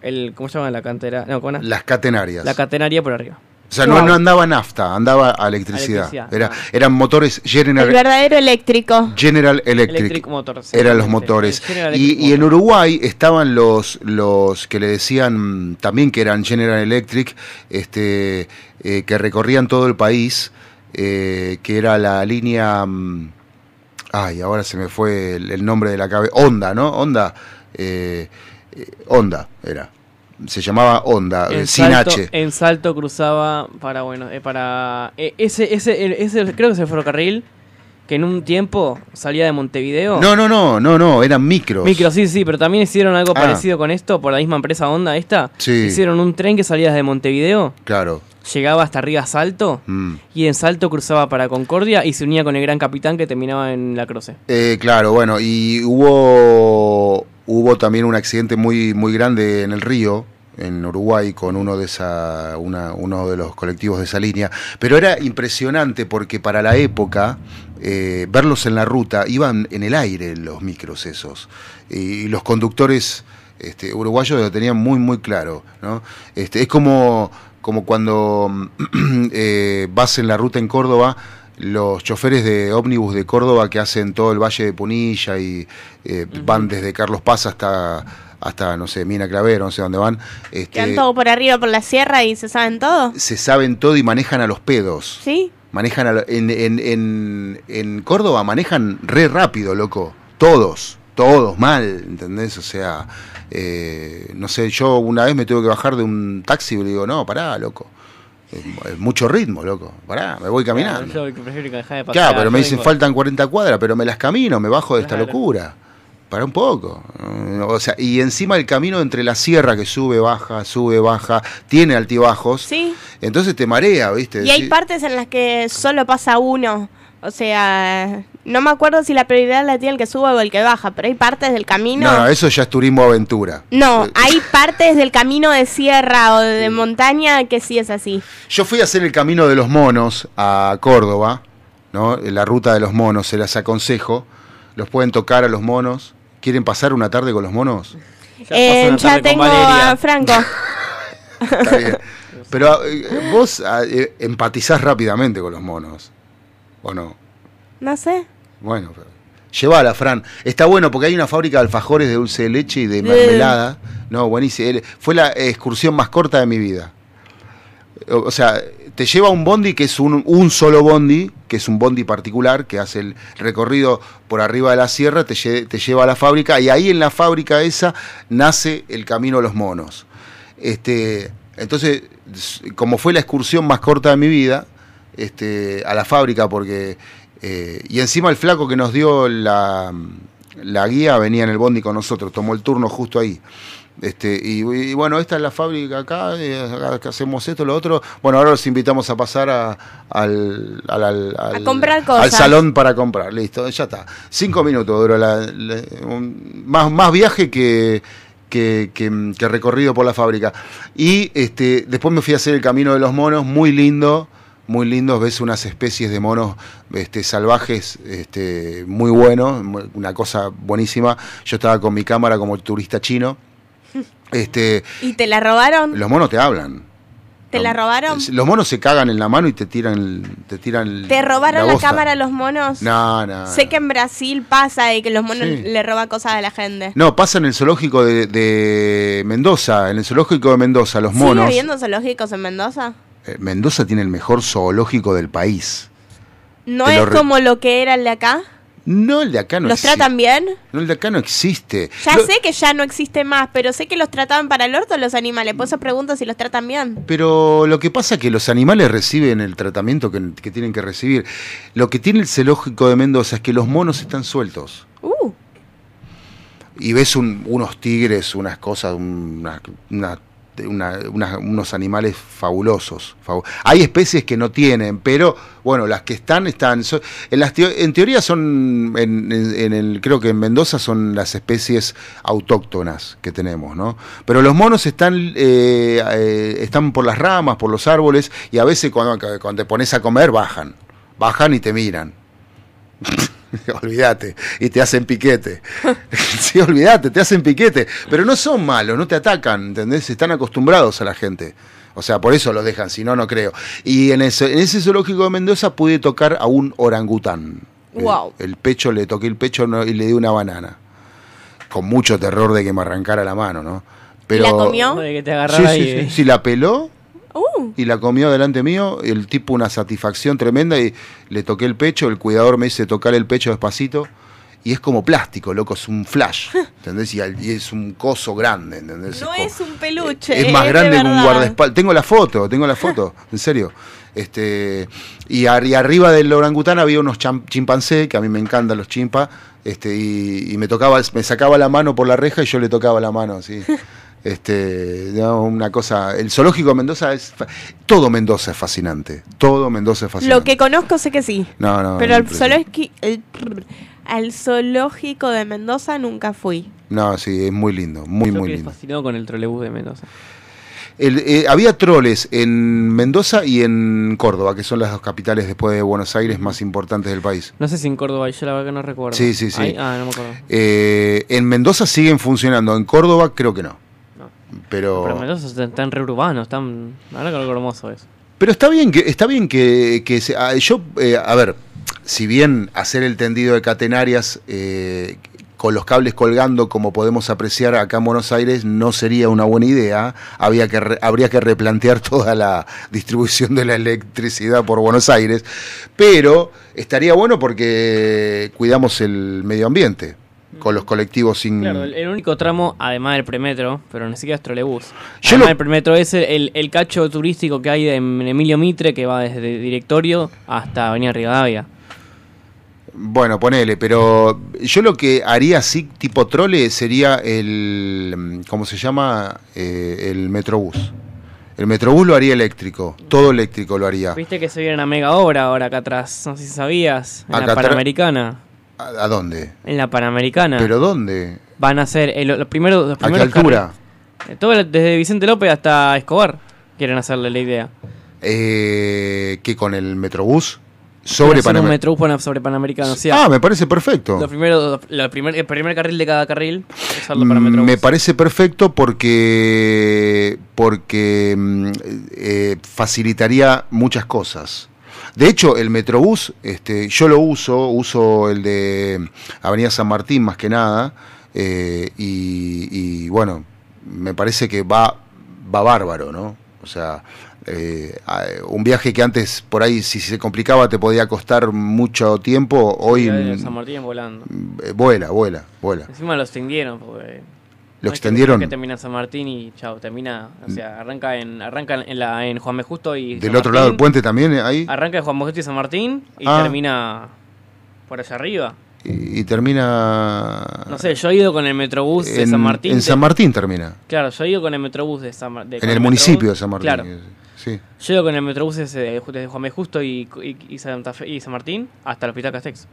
S7: El, ¿Cómo se llama la cantera? No, ¿cómo era?
S8: Las catenarias.
S7: La catenaria por arriba.
S8: o sea, no,
S7: Wow.
S8: no andaba nafta, andaba a electricidad.
S7: Electricidad, ah.
S8: Era, Eran motores
S6: El
S8: General,
S6: verdadero eléctrico.
S8: General Electric.
S7: Electric Motors,
S8: Eran los
S7: exactamente.
S8: motores.
S7: El General
S8: Y, y en Uruguay estaban los, los que le decían mm, también que eran General Electric, este, eh, que recorrían todo el país, eh, que era la línea... mm, Ay, ahora se me fue el, el nombre de la cabeza. Honda, ¿no? Honda. eh, eh, Honda era. Se llamaba Honda, eh,
S7: En
S8: sin
S7: salto,
S8: H.
S7: en salto cruzaba para bueno eh, para eh, ese ese el- ese creo que es el ferrocarril que en un tiempo salía de Montevideo.
S8: No, no, no, no, no, eran micros.
S7: Micro, sí, sí, pero también hicieron algo
S8: Ah.
S7: parecido con esto por la misma empresa Honda esta.
S8: Sí.
S7: Hicieron un tren que salía desde Montevideo,
S8: Claro.
S7: llegaba hasta arriba a Salto
S8: Mm.
S7: y en Salto cruzaba para Concordia y se unía con el Gran Capitán que terminaba en La Croce.
S8: Eh, claro, bueno, y hubo hubo también un accidente muy muy grande en el río en Uruguay con uno de esa una- uno de los colectivos de esa línea, pero era impresionante porque para la época eh, verlos en la ruta iban en el aire los micros esos y, los conductores este, uruguayos lo tenían muy, muy claro. ¿no? Este, es como, como cuando eh, vas en la ruta en Córdoba, los choferes de ómnibus de Córdoba que hacen todo el Valle de Punilla y eh, van desde Carlos Paz hasta, hasta no sé, Mina Clavero, no sé dónde van.
S6: Que van
S8: Este,
S6: todo por arriba, por la sierra y se saben todo.
S8: se saben todo y manejan a los pedos.
S6: ¿Sí?
S8: Manejan a lo- en, en, en, en Córdoba manejan re rápido, loco. Todos, todos mal, ¿entendés? O sea, eh, no sé, yo una vez me tuve que bajar de un taxi y le digo, no, pará, loco. Es- es mucho ritmo, loco. Pará, me voy caminando.
S7: Yo prefiero que dejar de pasear,
S8: Claro, pero
S7: yo
S8: me dicen
S7: vengo-
S8: faltan 40 cuadras, pero me las camino, me bajo de esta
S7: Claro.
S8: locura. Para un poco. Mm, O sea, y encima el camino entre la sierra que sube, baja, sube, baja, tiene altibajos.
S6: Sí.
S8: Entonces te marea, ¿viste?
S6: Y hay
S8: Decís-
S6: partes en las que solo pasa uno. O sea, no me acuerdo si la prioridad la tiene el que sube o el que baja, pero hay partes del camino.
S8: no, no, eso ya es turismo aventura.
S6: No, hay partes del camino de sierra o de montaña que sí es así.
S8: Yo fui a hacer el camino de los monos a Córdoba, ¿no? La ruta de los monos, se las aconsejo. Los pueden tocar a los monos. ¿Quieren pasar una tarde con los monos?
S6: Eh,
S8: una
S6: Ya,
S8: tarde con
S6: tengo
S8: Valeria.
S6: a Franco.
S8: Está bien. Pero eh, vos eh, empatizás rápidamente con los monos, ¿o no?
S6: No sé.
S8: Bueno, pero- llévala, Fran. Está bueno porque hay una fábrica de alfajores de dulce de leche y de mermelada. No, buenísimo. El- Fue la excursión más corta de mi vida. O o sea, te lleva un bondi que es un, un solo bondi, que es un bondi particular, que hace el recorrido por arriba de la sierra, te, lle- te lleva a la fábrica y ahí en la fábrica esa nace el Camino a los Monos. Este, entonces, s- como fue la excursión más corta de mi vida, este, a la fábrica, porque... eh, y encima el flaco que nos dio la, la guía venía en el bondi con nosotros, tomó el turno justo ahí. Este, y, y bueno, esta es la fábrica acá, eh, acá que hacemos esto, lo otro. Bueno, ahora los invitamos a pasar a, al, al- al- al-
S6: comprar
S8: al
S6: cosas.
S8: salón para comprar. Listo, ya está. Cinco minutos duró la- la- un- más, más viaje que, que, que- que recorrido por la fábrica. Y este, después me fui a hacer el camino de los monos, muy lindo. Muy lindos, ves unas especies de monos este, salvajes este, muy buenos, mu- una cosa buenísima. Yo estaba con mi cámara como turista chino. Este,
S6: ¿Y te la robaron?
S8: los monos te hablan.
S6: ¿Te la robaron?
S8: Los monos se cagan en la mano y te tiran, el- te tiran. el-
S6: ¿Te robaron la,
S8: bosta.
S6: cámara los monos?
S8: No, no.
S6: Sé que en Brasil pasa de que los monos
S8: Sí.
S6: le roban cosas a la gente.
S8: No, pasa en el zoológico de, de Mendoza, en el zoológico de Mendoza, los
S6: ¿Sigue
S8: monos.
S6: habiendo zoológicos en Mendoza?
S8: Eh, Mendoza tiene el mejor zoológico del país.
S6: ¿No
S8: Te
S6: es
S8: lo re-
S6: como lo que era el de acá?
S8: No, el de acá no
S6: ¿Los
S8: existe.
S6: tratan bien?
S8: No, el de acá no existe.
S6: Ya
S8: Lo-
S6: sé que ya no existe más, pero sé que los trataban para el orto los animales. Por eso pregunto si los tratan bien.
S8: Pero lo que pasa es que los animales reciben el tratamiento que, que tienen que recibir. Lo que tiene el zoológico de Mendoza es que los monos están sueltos.
S6: Uh.
S8: Y ves un- unos tigres, unas cosas, una- una- una- una- unos animales fabulosos. fabu- Hay especies que no tienen, pero bueno, las que están, están. So- en, las teo- en teoría son, en, en- en el, creo que en Mendoza son las especies autóctonas que tenemos, ¿no? Pero los monos están, eh, eh, están por las ramas, por los árboles, y a veces cuando, cuando te pones a comer bajan. Bajan y te miran. Olvídate, y te hacen piquete. sí, olvídate, te hacen piquete. Pero no son malos, no te atacan, ¿entendés? Están acostumbrados a la gente. O sea, por eso los dejan, si no, no creo. Y en, eso- en ese zoológico de Mendoza pude tocar a un orangután.
S6: Wow.
S8: El pecho, le toqué el pecho no- y le di una banana. Con mucho terror de que me arrancara la mano, ¿no? Pero,
S6: ¿La comió?
S7: De que te eh.
S8: Sí,
S7: agarrara
S8: sí,
S7: y-
S8: sí, Sí, la peló
S6: Uh.
S8: y la comió delante mío. El tipo una satisfacción tremenda y le toqué el pecho. El cuidador me dice tocar el pecho despacito. Y es como plástico, loco, es un flash, ¿entendés? Y, al- y es un coso grande, ¿entendés?
S6: No
S8: es, como-
S6: es un peluche.
S8: es más
S6: de
S8: grande que un
S6: verdad.
S8: guardaespaldas. Tengo la foto, tengo la foto, en serio. Este, y, ar- y arriba del orangután había unos cham- chimpancés, que a mí me encantan los chimpas, este, y, y me tocaba, me sacaba la mano por la reja y yo le tocaba la mano, así. Este, no, una cosa, el zoológico de Mendoza es fa- todo Mendoza es fascinante, todo Mendoza es fascinante.
S6: Lo que conozco sé que sí.
S8: No, no,
S6: pero al,
S8: Ah, impresionante.
S6: zoológico- el- al zoológico de Mendoza nunca fui.
S8: No, sí, es muy lindo, muy muy
S7: quedé
S8: lindo.
S7: fascinado con el trolebús de Mendoza.
S8: el- eh, había troles en Mendoza y en Córdoba, que son las dos capitales después de Buenos Aires más importantes del país.
S7: No sé si en Córdoba, yo la verdad que no recuerdo.
S8: Sí, sí, sí.
S7: Ahí- ah, no me acuerdo.
S8: Eh, en Mendoza siguen funcionando, en Córdoba creo que no.
S7: Pero
S8: Pero,
S7: Mendoza están, están reurbanos, están. La verdad que algo hermoso es.
S8: pero está bien que está bien que, que se- ah, yo eh, a ver, si bien hacer el tendido de catenarias eh, con los cables colgando como podemos apreciar acá en Buenos Aires no sería una buena idea, había que re- habría que replantear toda la distribución de la electricidad por Buenos Aires, pero estaría bueno porque cuidamos el medio ambiente con los colectivos sin
S7: Claro, el, el único tramo, además del premetro, pero ni siquiera es trolebús.
S8: Yo
S7: además
S8: lo-
S7: del premetro es el, el, el cacho turístico que hay en Emilio Mitre, que va desde Directorio hasta Avenida Rivadavia.
S8: Bueno, ponele, pero yo lo que haría así, tipo trole, sería el. mm, ¿Cómo se llama? Eh, el metrobús. El metrobús lo haría eléctrico, todo eléctrico lo haría.
S7: Viste que se viene una mega obra ahora acá atrás, no sé si sabías. En
S8: Acá
S7: la
S8: atrás-
S7: Panamericana.
S8: ¿A, a dónde?
S7: En la Panamericana.
S8: ¿Pero dónde?
S7: Van a ser el- los primeros. Los
S8: ¿A qué
S7: primeros
S8: altura?
S7: carri- eh, todo el- desde Vicente López hasta Escobar quieren hacerle la idea.
S8: Eh, ¿Qué con el metrobús?
S7: Hacer
S8: Sobre
S7: un
S8: Panamericana.
S7: metrobús pana- sobre Panamericana. O sea,
S8: Ah, me parece perfecto.
S7: Los primeros, los primer, el primer carril de cada carril, usarlo para Metrobús.
S8: Me parece perfecto porque, porque mm, eh, facilitaría muchas cosas. De hecho, el Metrobús, este, yo lo uso, uso el de Avenida San Martín más que nada, eh, y, y, bueno, me parece que va, va bárbaro, ¿no? O sea, eh, a- un viaje que antes por ahí, si se complicaba, te podía costar mucho tiempo, hoy
S7: Ya de
S8: mm,
S7: San Martín volando.
S8: eh, vuela, vuela, vuela.
S7: Encima lo extendieron. Porque
S8: ¿Lo
S7: no es que-
S8: extendieron?
S7: no es Que, termina San Martín y chao, termina. O sea, arranca en, arranca en, la, en Juan B. Justo y.
S8: Del
S7: San
S8: otro lado del
S7: Martín.
S8: puente también, eh, ahí.
S7: Arranca en Juan B. Justo y San Martín y
S8: Ah.
S7: termina por allá arriba.
S8: y y termina
S7: No sé, yo he ido con el Metrobús de
S8: Ah. en-
S7: San Martín.
S8: en
S7: de-
S8: San Martín termina.
S7: Claro, yo he ido con el Metrobús de San Martín.
S8: en el municipio de San Martín. eh,
S7: Claro.
S8: Sí.
S7: Yo he ido con el Metrobús ese de- desde Juan B. Justo y, y, y Santa Fe- y San Martín hasta el Hospital Castex.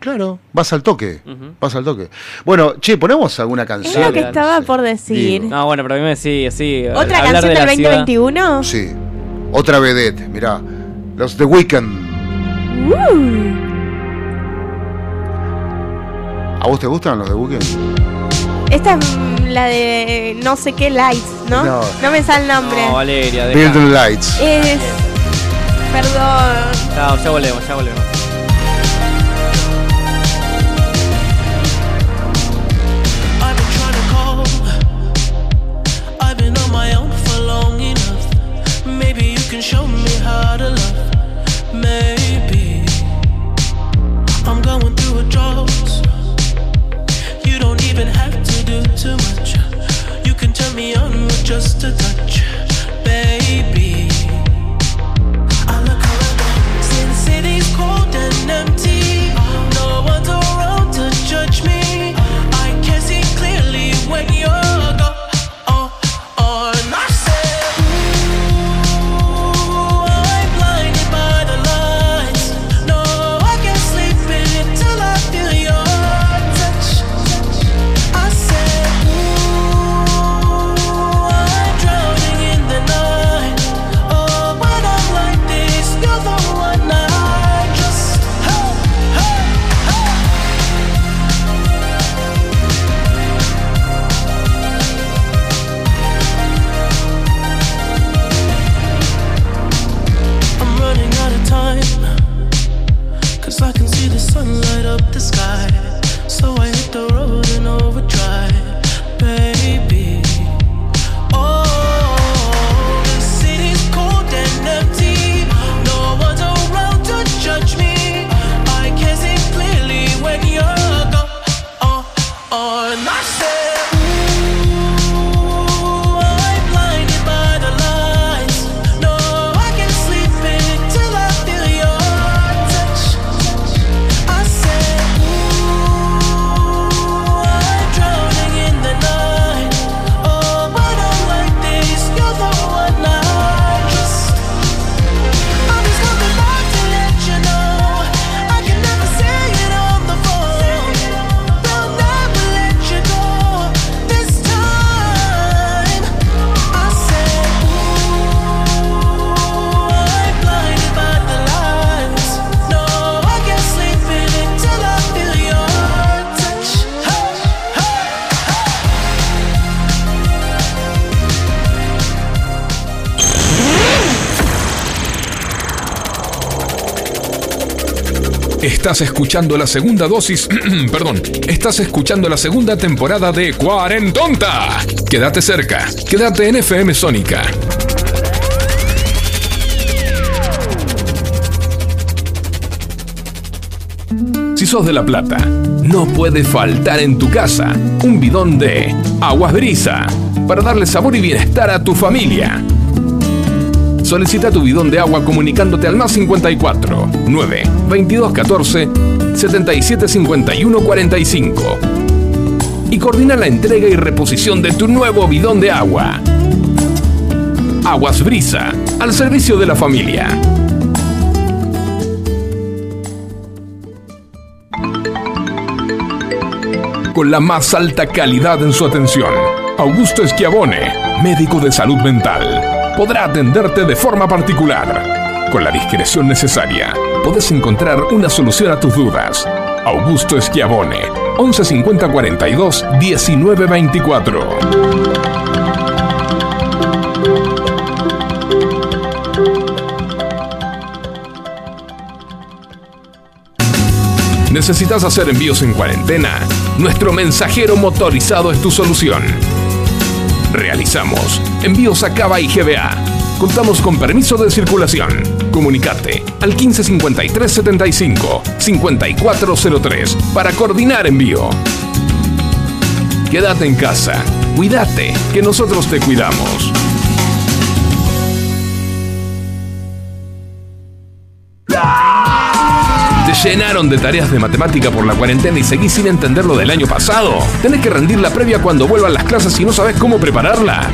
S8: Claro. Vas al toque.
S7: Ujú.
S8: Vas al toque. Bueno, che, ponemos alguna
S6: Es
S8: canción.
S6: lo que estaba por decir.
S7: No, bueno, pero a mí me sí, sí.
S6: ¿Otra canción
S7: hablar de
S6: del
S7: la ciudad.
S6: 2021?
S8: Sí. Otra vedette, mirá. Los The Weeknd.
S6: Uh,
S8: ¿A vos te gustan los The Weeknd?
S6: esta es mm, la de no sé qué lights, ¿no?
S8: No.
S6: No, me sale el nombre.
S7: No, Valeria, deja.
S8: Build Lights.
S6: es. Perdón.
S7: Chao, ya volvemos, ya volvemos.
S19: I've been trying to call. I've been on my own for long enough. Maybe you can show me how to love. Maybe I'm going through a drought. You don't even have to do too much. You can turn me on with just a touch, baby. I look around. Sin City's cold Oh, Oh, Oh,
S3: Estás escuchando la segunda dosis, perdón, estás escuchando la segunda temporada de Cuarentonta. Quédate cerca, quédate en FM Sónica. Si sos de La Plata, no puede faltar en tu casa un bidón de aguas brisa para darle sabor y bienestar a tu familia. Solicita tu bidón de agua comunicándote al más 54 9 22 14 77 51 45 y coordina la entrega y reposición de tu nuevo bidón de agua. Aguas Brisa, al servicio de la familia. Con la más alta calidad en su atención, Augusto Schiavone, médico de salud mental, podrá atenderte de forma particular. Con la discreción necesaria, podés encontrar una solución a tus dudas. Augusto Schiavone, 1150 42 1924. ¿Necesitas hacer envíos en cuarentena? Nuestro mensajero motorizado es tu solución. Realizamos envíos a Cava y GBA. Contamos con permiso de circulación. Comunicate al 1553 75 5403 para coordinar envío. Quédate en casa. Cuídate, que nosotros te cuidamos. ¿Te llenaron de tareas de matemática por la cuarentena y seguís sin entender lo del año pasado? ¿Tenés que rendir la previa cuando vuelvan las clases y no sabes cómo prepararla?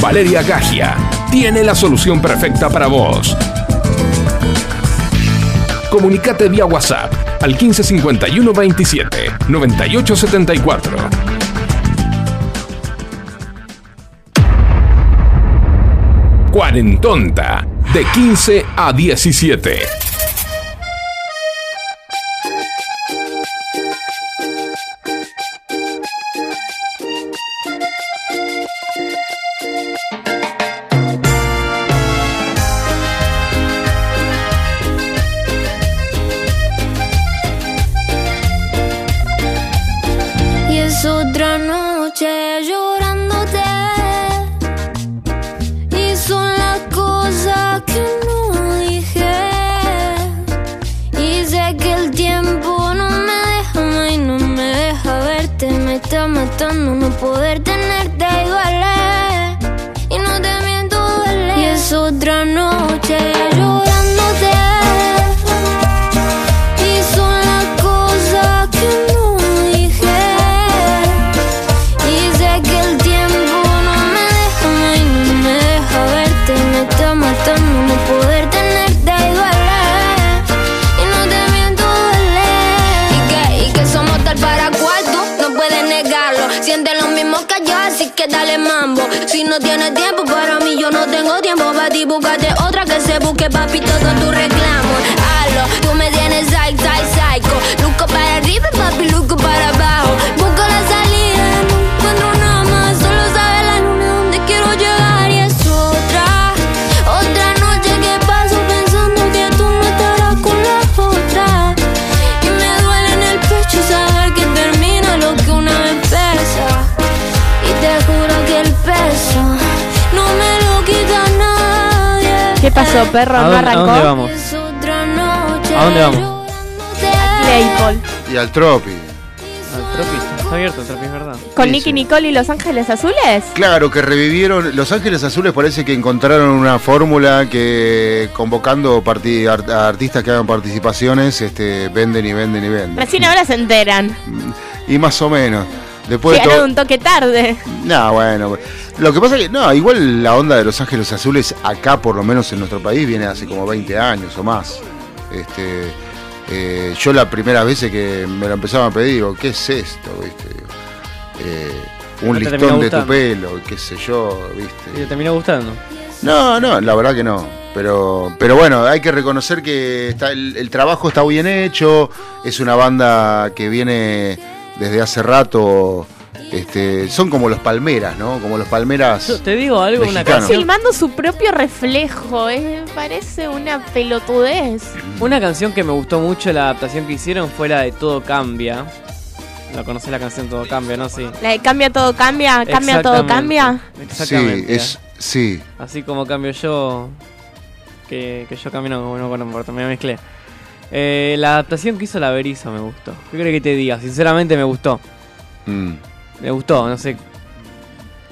S3: Valeria Gagia tiene la solución perfecta para vos. Comunicate vía WhatsApp al 1551 27 98 74. Cuarentonta de 15 a 17.
S9: Y es otra noche llorándote. Y son las cosas que no dije. Y sé que el tiempo no me deja y no me deja verte. Me está matando no poder tenerte y duele. Y no te miento, duele. Y es otra noche llorándote. Y son las cosas que no dije Y sé que el tiempo no me deja y no me deja verte Me está matando no poder tenerte y duele Y no te miento, duele
S20: Y que, y que somos tal para cuarto, no puedes negarlo Siente lo mismo que yo, así que dale mambo Si no tienes tiempo para mí, yo no tengo tiempo para ti Búscate otra que se busque, papi, todo tu reclamo Halo, tú me tienes psych, psych, psycho Luco para arriba, papi, luco para abajo Busco la salida, no encuentro nada más Solo sabe la luna dónde quiero llegar Y es otra, otra noche que paso pensando que tú no estarás con la otra
S9: Y me duele en el pecho saber que termina lo que una vez empezó
S20: Y te juro que el peso no me lo quita nadie
S6: ¿Qué pasó, perro?
S7: ¿A
S6: ¿No
S7: dónde- a
S6: arrancó?
S7: dónde vamos?
S20: Es otra noche
S7: ¿A dónde vamos?
S6: Claypole.
S8: Y al Tropi.
S7: Al Tropi. Está abierto el Tropi, es verdad.
S6: ¿Con Nicky Nicole y Los Ángeles Azules?
S8: Claro, que revivieron. Los Ángeles Azules parece que encontraron una fórmula que convocando parti- ar- a artistas que hagan participaciones, este, venden y venden y venden.
S6: Recién ahora se enteran.
S8: Y más o menos. Después de
S6: Llegaron
S8: Pues todo.
S6: un toque tarde.
S8: No, bueno. Lo que pasa es que, no, igual la onda de Los Ángeles Azules acá, por lo menos en nuestro país, viene hace como 20 años o más. Este, eh, yo la primera vez que me lo empezaban a pedir, digo, ¿qué es esto? ¿Viste? Digo, eh, un
S7: No te
S8: listón
S7: terminó
S8: de tu
S7: gustando.
S8: pelo, qué sé yo, ¿viste?
S7: Y te terminó gustando.
S8: No, no, la verdad que no. Pero, pero bueno, hay que reconocer que está, el, el trabajo está bien hecho. Es una banda que viene desde hace rato Este, son como los palmeras, ¿no? Como los palmeras.
S7: Yo te digo algo, una
S8: mexicanos.
S7: canción.
S6: Filmando su propio reflejo, eh, parece una pelotudez.
S7: Una canción que me gustó mucho la adaptación que hicieron fue la de Todo Cambia. La conocés la canción Todo Cambia, ¿no? Sí.
S6: La de cambia todo cambia, cambia todo
S7: Exactamente.
S6: cambia.
S8: Sí,
S7: Exactamente.
S8: es, sí,
S7: Así como cambio yo. Que, que yo cambio no, no, no importa, me mezclé. Eh, la adaptación que hizo la Berizo me gustó. ¿Qué crees que te diga? Sinceramente me gustó.
S8: Mm.
S7: Me gustó, no sé.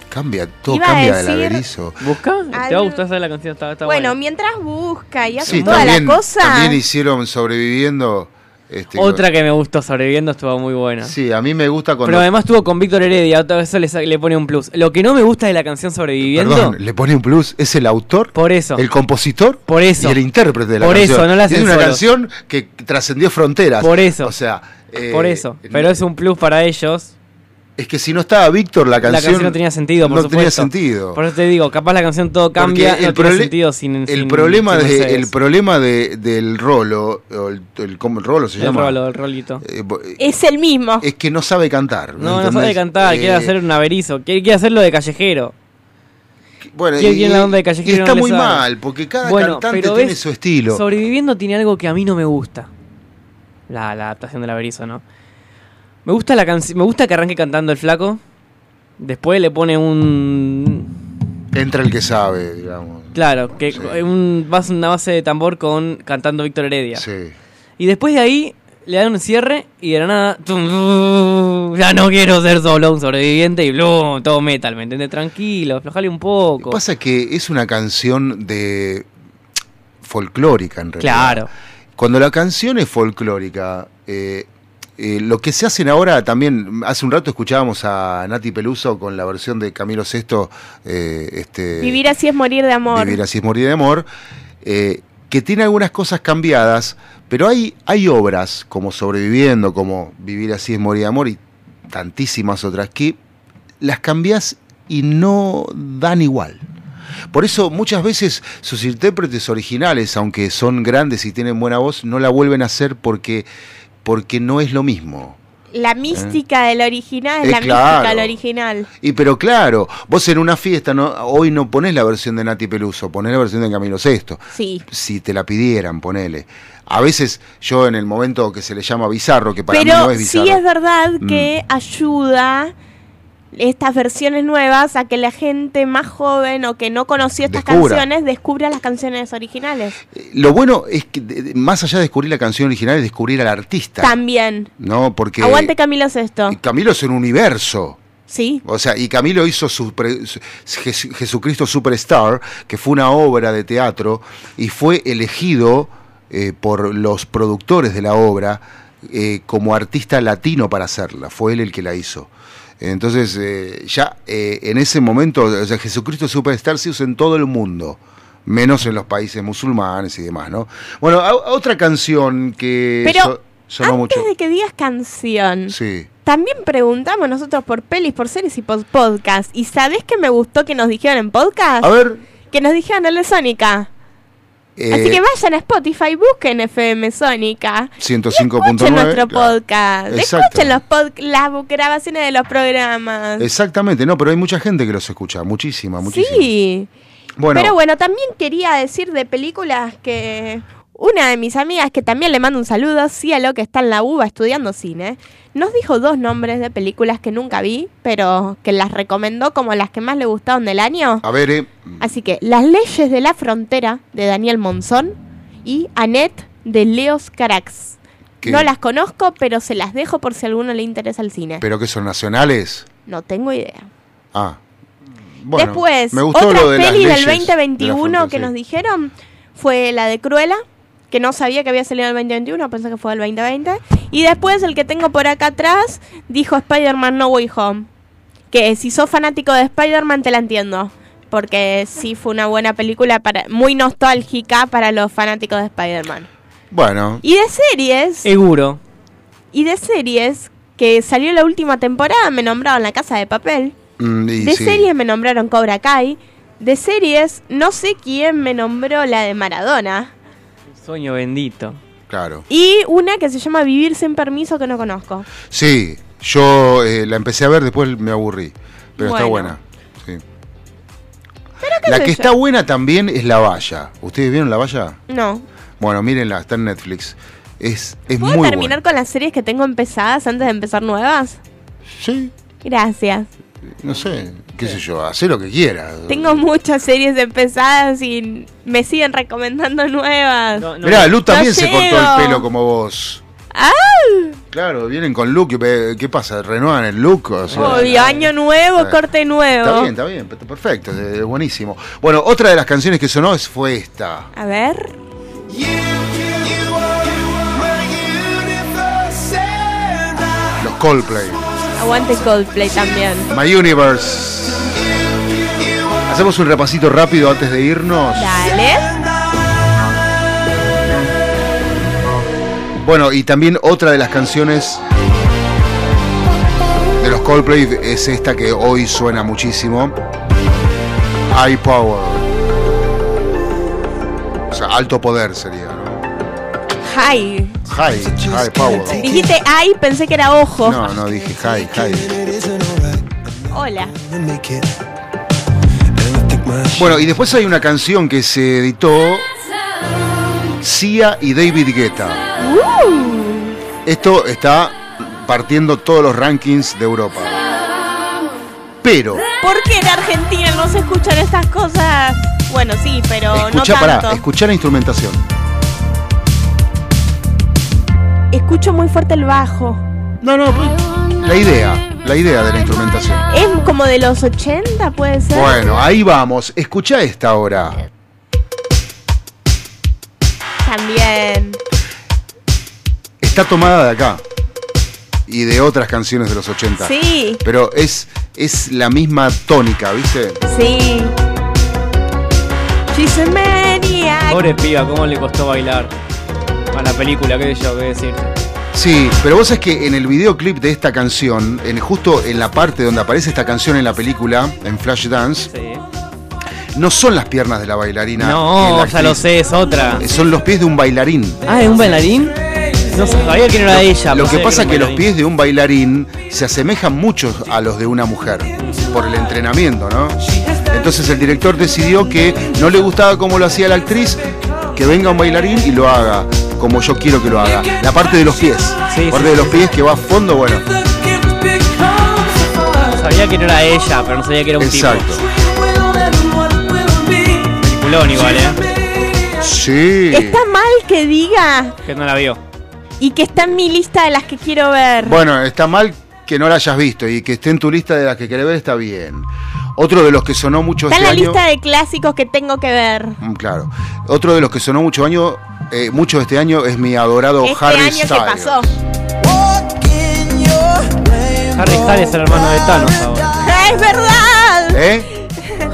S8: Cambia, todo
S6: Iba a
S8: cambia del
S6: decir-
S8: averizo.
S7: ¿Busca? Te va a
S6: Algo-
S7: gustar esa la canción, está, está
S6: bueno,
S7: buena.
S6: mientras busca y hace
S8: Sí,
S6: toda
S8: también,
S6: la cosa.
S8: también hicieron sobreviviendo. este,
S7: Otra que me gustó, Sobreviviendo, estuvo muy buena.
S8: Sí, a mí me gusta cuando.
S7: Pero además estuvo con Víctor Heredia, otra vez eso le, sa- le pone un plus. Lo que no me gusta de la canción Sobreviviendo.
S8: Perdón, le pone un plus. Es el autor,
S7: por eso,
S8: el compositor
S7: por eso.
S8: y el intérprete de la
S7: Por
S8: canción.
S7: eso, no la hacen
S8: Es una
S7: solos.
S8: canción que trascendió fronteras.
S7: Por eso.
S8: O sea. eh,
S7: por eso. Pero es un plus para ellos.
S8: Es que si no estaba Víctor, la canción.
S7: la canción no tenía sentido, por
S8: no
S7: supuesto.
S8: tenía sentido.
S7: Por eso te digo, capaz la canción todo cambia,
S8: Porque
S7: no tiene
S8: prole-
S7: sentido sin
S8: el
S7: sin-
S8: problema
S7: sin
S8: de,
S7: Mercedes.
S8: el problema de, del rolo, o el, el- ¿cómo el rolo se
S7: El
S8: llama?
S7: rolo, el rolito.
S8: Eh, bo- eh,
S6: Es el mismo.
S8: es que no sabe cantar.
S7: No, no
S8: ¿entendés?
S7: sabe cantar,
S8: Eh,
S7: quiere hacer un averizo, quiere, quiere hacerlo de callejero.
S8: bueno,
S7: quiere
S8: y-
S7: ir en la onda de
S8: y
S7: callejero.
S8: está
S7: no le
S8: muy
S7: sale.
S8: mal, porque cada cantante
S7: pero
S8: tiene
S7: ves,
S8: su estilo.
S7: Sobreviviendo tiene algo que a mí no me gusta. La, la adaptación del averizo, ¿no? Me gusta, la canci- me gusta que arranque cantando el flaco. Después le pone un
S8: Entra el que sabe, digamos.
S7: Claro, que un, vas a una base de tambor con cantando Víctor Heredia. Y después de ahí le dan un cierre y de la nada. tum, tum, ya no quiero ser solo un sobreviviente y blum, todo metal, ¿me entiendes? Tranquilo, aflojale un poco.
S8: Pasa que es una canción de folclórica en realidad.
S7: Claro.
S8: Cuando la canción es folclórica, eh, eh, lo que se hacen ahora también, hace un rato escuchábamos a Nati Peluso con la versión de Camilo Sesto, este,
S6: Vivir así es morir de amor.
S8: Vivir así es morir de amor, eh, que tiene algunas cosas cambiadas, pero hay, hay obras como Sobreviviendo, como Vivir así es morir de amor y tantísimas otras que las cambias y no dan igual. Por eso muchas veces sus intérpretes originales, aunque son grandes y tienen buena voz, no la vuelven a hacer porque, porque no es lo mismo.
S6: La mística del original es
S8: Eh,
S6: la mística
S8: claro.
S6: del original.
S8: Y pero claro, vos en una fiesta no, hoy no ponés la versión de Nati Peluso, ponés la versión de Camilo Sesto.
S6: Sí.
S8: Si te la pidieran, ponele. A veces yo en el momento que se le llama bizarro, que para
S6: Pero
S8: mí no es bizarro. Mm.
S6: sí es verdad que ayuda estas versiones nuevas a que la gente más joven o que no conoció estas
S8: Descubra.
S6: canciones descubra las canciones originales.
S8: Lo bueno es que de- de- más allá de descubrir la canción original es descubrir al artista.
S6: También.
S8: ¿No? Porque
S6: Aguante Camilo Sesto.
S8: Camilo es un universo.
S6: Sí.
S8: O sea, y Camilo hizo su pre- su- Jes- Jesucristo Superstar, que fue una obra de teatro, y fue elegido eh, por los productores de la obra eh, como artista latino para hacerla. Fue él el que la hizo. Entonces, eh, ya eh, en ese momento, o sea, Jesucristo Superstar se usa en todo el mundo, menos en los países musulmanes y demás, ¿no? Bueno, a- a otra canción que
S6: Pero
S8: so- sonó mucho.
S6: Antes de que digas canción,
S8: Sí.
S6: también preguntamos nosotros por pelis, por series y por podcast. ¿Y sabés que me gustó que nos dijeron en podcast?
S8: A ver.
S6: Que nos dijeron el de Sónica. Así
S8: eh,
S6: que vayan a Spotify, busquen FM Sónica. Escuchen
S8: 105.9.
S6: nuestro
S8: claro.
S6: podcast.
S8: Exacto.
S6: Escuchen los pod- las bu- grabaciones de los programas.
S8: Exactamente, no, pero hay mucha gente que los escucha, muchísima, muchísima.
S6: sí.
S8: Bueno,
S6: Pero bueno, también quería decir de películas que una de mis amigas, que también le mando un saludo, Cielo, que está en la UBA estudiando cine, nos dijo dos nombres de películas que nunca vi, pero que las recomendó como las que más le gustaron del año.
S8: a ver, eh,
S6: Así que Las leyes de la frontera de Daniel Monzón y Annette de Leos Carax.
S8: ¿Qué?
S6: No las conozco, pero se las dejo por si a alguno le interesa el cine.
S8: pero que son nacionales.
S6: No tengo idea.
S8: Ah. Bueno,
S6: Después,
S8: me gustó
S6: otra
S8: lo de las
S6: peli
S8: leyes
S6: del
S8: de la
S6: 2021
S8: frontera,
S6: que
S8: sí.
S6: nos dijeron fue la de Cruella, que no sabía que había salido el 2021, pensé que fue el 2020. Y después, el que tengo por acá atrás, dijo Spider-Man No Way Home. Que si sos fanático de Spider-Man, te la entiendo. Porque sí fue una buena película, para, muy nostálgica para los fanáticos de Spider-Man.
S8: Bueno,
S6: Y de series,
S7: Seguro.
S6: y de series, que salió la última temporada, me nombraron La Casa de Papel.
S8: mm, y
S6: De
S8: sí.
S6: series me nombraron Cobra Kai. De series, no sé quién me nombró la de Maradona.
S7: Sueño bendito.
S8: Claro.
S6: Y una que se llama Vivir sin permiso que no conozco.
S8: Sí, Yo eh, la empecé a ver, después me aburrí. Pero está
S6: Bueno.
S8: buena. sí. La que está buena también es La Valla. ¿Ustedes vieron La Valla?
S6: No.
S8: Bueno, mírenla, está en Netflix. Es, es
S6: ¿Puedo
S8: muy buena.
S6: terminar con las series que tengo empezadas antes de empezar nuevas?
S8: Sí.
S6: Gracias.
S8: No sé, qué sé yo, hace lo que quieras.
S6: Tengo muchas series empezadas y me siguen recomendando nuevas.
S8: Mirá, Lu también
S6: No
S8: se
S6: llego.
S8: cortó el pelo como vos.
S6: ¡Ah!
S8: Claro, vienen con look. eh, ¿Qué qué pasa? ¿Renuevan el look? O sea,
S6: Obvio, año nuevo,
S8: Está bien.
S6: corte nuevo.
S8: Ah. Está bien, está bien, está perfecto, eh, buenísimo. Bueno, otra de las canciones que sonó es- fue esta.
S6: A ver.
S8: Los Coldplay.
S6: Aguante Coldplay también.
S8: My Universe. Hacemos un repasito rápido antes de irnos.
S6: Dale.
S8: Bueno, y también otra de las canciones de los Coldplay es esta que hoy suena muchísimo. High Power. O sea, alto poder sería, ¿no?
S6: Hi.
S8: High, high power.
S6: Dijiste ay, pensé que era ojo.
S8: No, no, dije high, high.
S6: Hola.
S8: Bueno, y después hay una canción que se editó Sia y David Guetta. Esto está partiendo todos los rankings de Europa. Pero,
S6: ¿Por qué en Argentina no se escuchan estas cosas? Bueno, sí, pero
S8: escucha,
S6: no
S8: pará,
S6: tanto.
S8: escuchá la instrumentación.
S6: Escucho muy fuerte el bajo.
S8: No, no. La idea, la idea de la instrumentación.
S6: Es como de los 80, puede ser.
S8: Bueno, ahí vamos. Escucha esta ahora.
S6: También.
S8: Está tomada de acá. Y de otras canciones de los 80.
S6: Sí.
S8: Pero es, es la misma tónica, ¿viste?
S6: Sí. She's a maniac.
S7: Pobre piba, ¿cómo le costó bailar? A la película, qué sé yo, qué decirte.
S8: Sí, pero vos es que en el videoclip de esta canción, en, justo en la parte donde aparece esta canción en la película, en Flashdance, no son las piernas de la bailarina.
S7: No,
S8: y la Eh,
S7: ya lo sé, es otra.
S8: Son los pies de un bailarín.
S7: Ah, ¿es un bailarín? No sabía que no era
S8: Lo-
S7: ella.
S8: Lo que
S7: pensé
S8: pasa es
S7: era
S8: que
S7: un
S8: los
S7: bailarín.
S8: pies de un bailarín se asemejan mucho a los de una mujer, por el entrenamiento, ¿no? Entonces el director decidió que no le gustaba cómo lo hacía la actriz, que venga un bailarín y lo haga como yo quiero que lo haga. La parte de los pies, la parte de los pies que va a fondo, bueno,
S7: Sabía que no era ella, pero no sabía que era un
S8: Exacto.
S7: tipo. Peliculón igual, ¿eh?
S8: sí.
S6: Está mal que diga
S7: Que no la vio.
S6: y que está en mi lista de las que quiero ver.
S8: Bueno, está mal que no la hayas visto y que esté en tu lista de las que querés ver está bien. Otro de los que sonó mucho
S6: está en
S8: este
S6: la
S8: año.
S6: lista de clásicos que tengo que ver.
S8: Mm, Claro. Otro de los que sonó mucho año, eh, mucho este año es mi adorado
S6: este
S8: Harry
S6: año
S8: Styles.
S6: que pasó.
S7: Harry Styles es el hermano de Thanos ahora.
S6: ¡Es verdad!
S8: ¿Eh?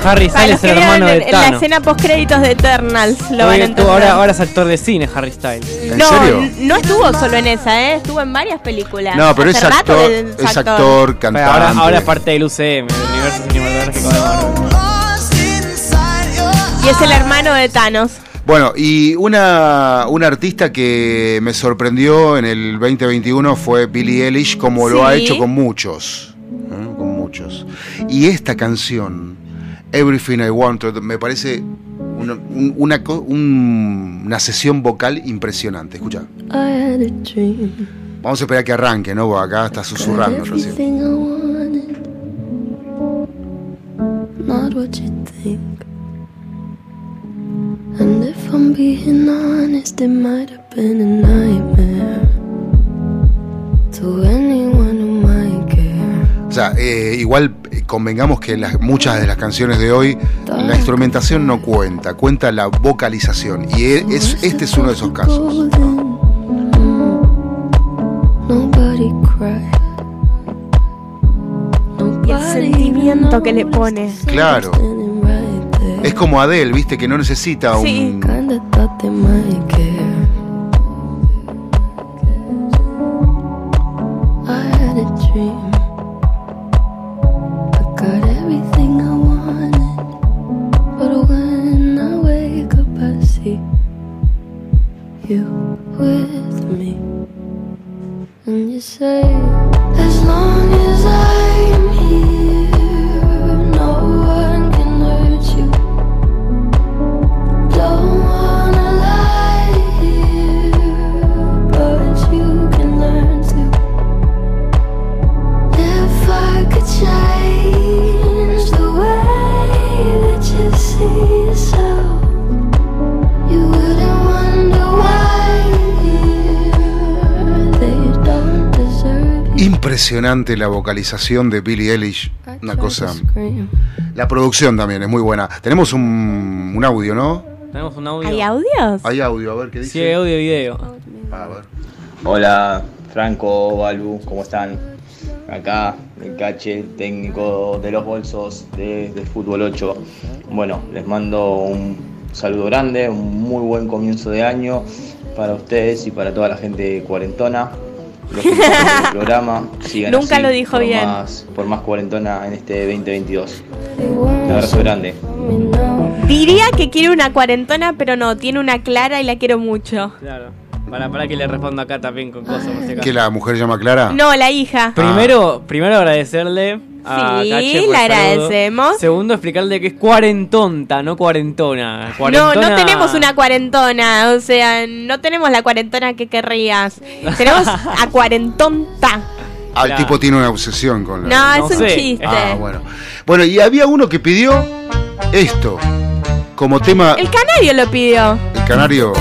S7: Harry
S6: Para los
S7: Styles es
S6: que
S7: el hermano
S6: vieron en-
S7: de
S6: en la
S7: Thanos.
S6: escena post créditos de Eternals lo van a
S7: Oye, tú,
S6: entender.
S7: ahora, ahora es actor de cine Harry Styles.
S8: ¿En
S6: no,
S8: serio?
S6: no estuvo solo en esa, ¿eh? estuvo en varias películas.
S8: No, pero
S6: Hace
S8: es
S6: rato
S8: actor,
S6: que
S8: es actor,
S7: Pero
S8: cantante.
S7: Ahora, ahora es parte del UCM, del universo cinematográfico de Marvel.
S6: Y es el hermano de Thanos.
S8: Bueno, y una, una artista que me sorprendió en el 2021 fue Billie Eilish, como lo ha
S6: Sí.
S8: hecho con muchos. ¿eh? Con muchos. Y esta canción, Everything I Wanted, me parece una, un- una co- un- una sesión vocal impresionante. Escucha, vamos a esperar que arranque, ¿no? Porque Acá está susurrando recién.
S9: Everything I wanted, not what you think. And if I'm being honest, it might have been a nightmare to anyone who might care.
S8: O sea, eh, igual eh, convengamos que las, muchas de las canciones de hoy, la instrumentación no cuenta, cuenta la vocalización. Y e- es, este es uno de esos casos.
S9: Golden, mm, nobody cried.
S6: Y el sentimiento que le pone.
S8: Claro. Es como Adele, viste, que no necesita un.
S6: Sí.
S9: Kinda thought they might care. I had a dream. I got everything I wanted. But when I wake up, I see you with me. And you say, As long as I'm here, no one can hurt you. Don't wanna lie here, but you can learn to. If I could change the way that you see yourself, you wouldn't wonder why they don't deserve.
S8: Impresionante la vocalización de Billie Eilish. Una cosa. La producción también es muy buena. Tenemos un, un audio, ¿no?
S7: Tenemos un audio.
S6: ¿Hay audios?
S8: Hay audio, a ver qué dice. Ah,
S7: Sí, hay audio y video.
S10: Hola, Franco, Balu, ¿cómo están? Acá, el cache técnico de los bolsos de, de Fútbol 8. Bueno, les mando un saludo grande, un muy buen comienzo de año para ustedes y para toda la gente cuarentona. Los que escuchan el programa, sigan
S6: Nunca
S10: así,
S6: lo dijo
S10: por
S6: bien.
S10: Más, por más cuarentona en este 2022. Un abrazo grande.
S6: Diría que quiere una cuarentona, pero no, tiene una clara y la quiero mucho.
S7: Claro. Para, para que le respondo acá también con cosas. por si acaso.
S8: ¿Que la mujer llama Clara?
S6: No, la hija.
S7: Primero, primero agradecerle a
S6: Sí,
S7: Cache por el
S6: le
S7: saludo.
S6: agradecemos.
S7: Segundo, explicarle que es cuarentonta, no cuarentona.
S6: No,
S7: Cuarentona-
S6: no tenemos una cuarentona, o sea, no tenemos la cuarentona que querrías. Tenemos a cuarentonta.
S8: Al
S6: Claro.
S8: tipo tiene una obsesión con
S6: No,
S8: la.
S6: es No un sé. chiste.
S8: Ah, bueno. Bueno, y había uno que pidió esto como tema.
S6: El canario lo pidió.
S8: El canario.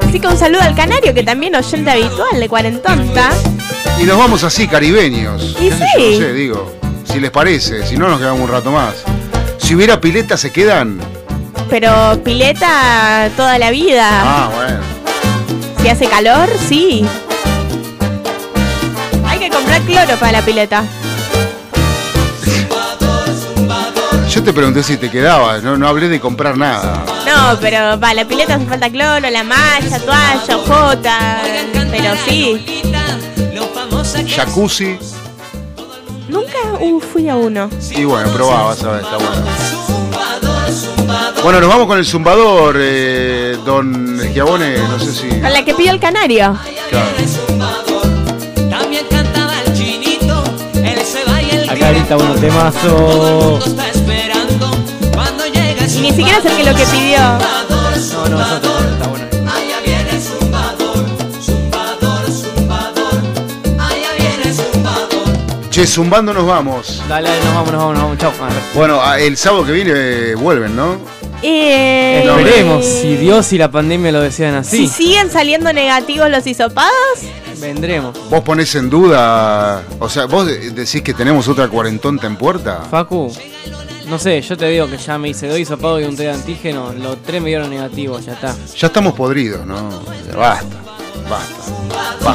S6: Así que un saludo al canario, que también oyente habitual de cuarentonta.
S8: Y nos vamos así, caribeños.
S6: Y
S8: Yo
S6: sí.
S8: No sé, digo. Si les parece, si no, nos quedamos un rato más. Si hubiera pileta, se quedan.
S6: Pero pileta toda la vida.
S8: Ah, bueno.
S6: Si hace calor, sí. Hay que comprar cloro para la pileta.
S8: Yo te pregunté si te quedabas, no, no hablé de comprar nada.
S6: No, pero para la pileta hace falta cloro, la malla, toalla, jota. Pero sí.
S8: Jacuzzi.
S6: Nunca uh, fui a uno.
S8: Y bueno, probá, vas a ver, está bueno. Bueno, nos vamos con el zumbador, eh, don Esquiabone, no sé si.
S6: Con la que pidió el canario.
S8: claro.
S4: También cantaba el chinito, él se va y el
S7: Acá ahorita uno temazo.
S4: está esperando cuando llega
S6: Y ni siquiera sé que lo que pidió.
S7: No, no, eso está bueno.
S4: Allá viene el zumbador, zumbador, zumbador. Allá viene el zumbador.
S8: Che, zumbando nos vamos.
S7: Dale, dale, nos vamos, nos vamos, nos vamos. Chau. Ah, Arre.
S8: Bueno, a- el sábado que viene eh, vuelven, ¿no?
S6: Eh,
S7: Esperemos, si Dios y la pandemia lo desean
S6: Si
S7: así,
S6: siguen saliendo negativos los hisopados,
S7: vendremos.
S8: ¿Vos ponés en duda? O sea, ¿vos de- decís que tenemos otra cuarentonta en puerta?
S7: Facu, no sé, yo te digo que ya me hice dos hisopados y un té de antígeno. Los tres me dieron negativo, ya está.
S8: Ya estamos podridos, ¿no? Basta, basta.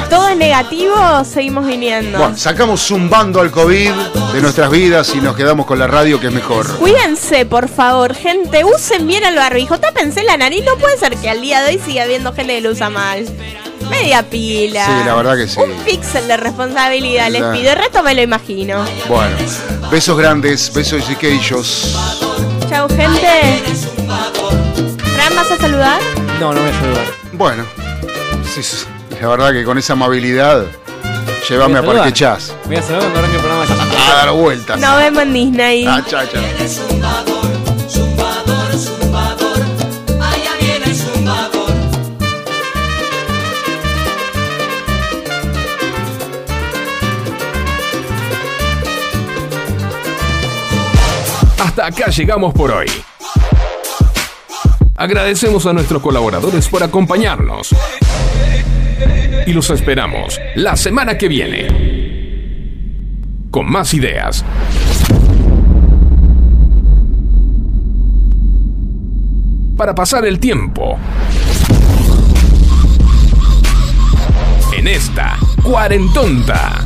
S6: si todo es negativo, seguimos viniendo.
S8: Bueno, sacamos zumbando al COVID de nuestras vidas y nos quedamos con la radio que es mejor.
S6: Cuídense, por favor, gente. Usen bien el barbijo. Tápense la nariz. No puede ser que al día de hoy siga habiendo gente que lo usa mal. Media pila.
S8: Sí, la verdad que sí.
S6: Un píxel de responsabilidad les
S8: La-
S6: pido. El resto me lo imagino.
S8: Bueno, besos grandes, besos y queillos.
S6: Chau, gente. Fran, ¿vas a saludar?
S7: No, no me ayudó.
S8: Bueno, sí, sí, la verdad que con esa amabilidad, llévame a
S7: Voy a saludar.
S8: Parque Chas.
S7: Voy a cerrar cuando arranque el programa.
S8: A dar vueltas.
S6: Nos vemos en Disney.
S8: Ah, chao, chao.
S4: Zumbador, zumbador. Allá viene el zumbador.
S3: Hasta acá llegamos por hoy. Agradecemos a nuestros colaboradores por acompañarnos. Y los esperamos la semana que viene. Con más ideas. Para pasar el tiempo. En esta cuarentonta.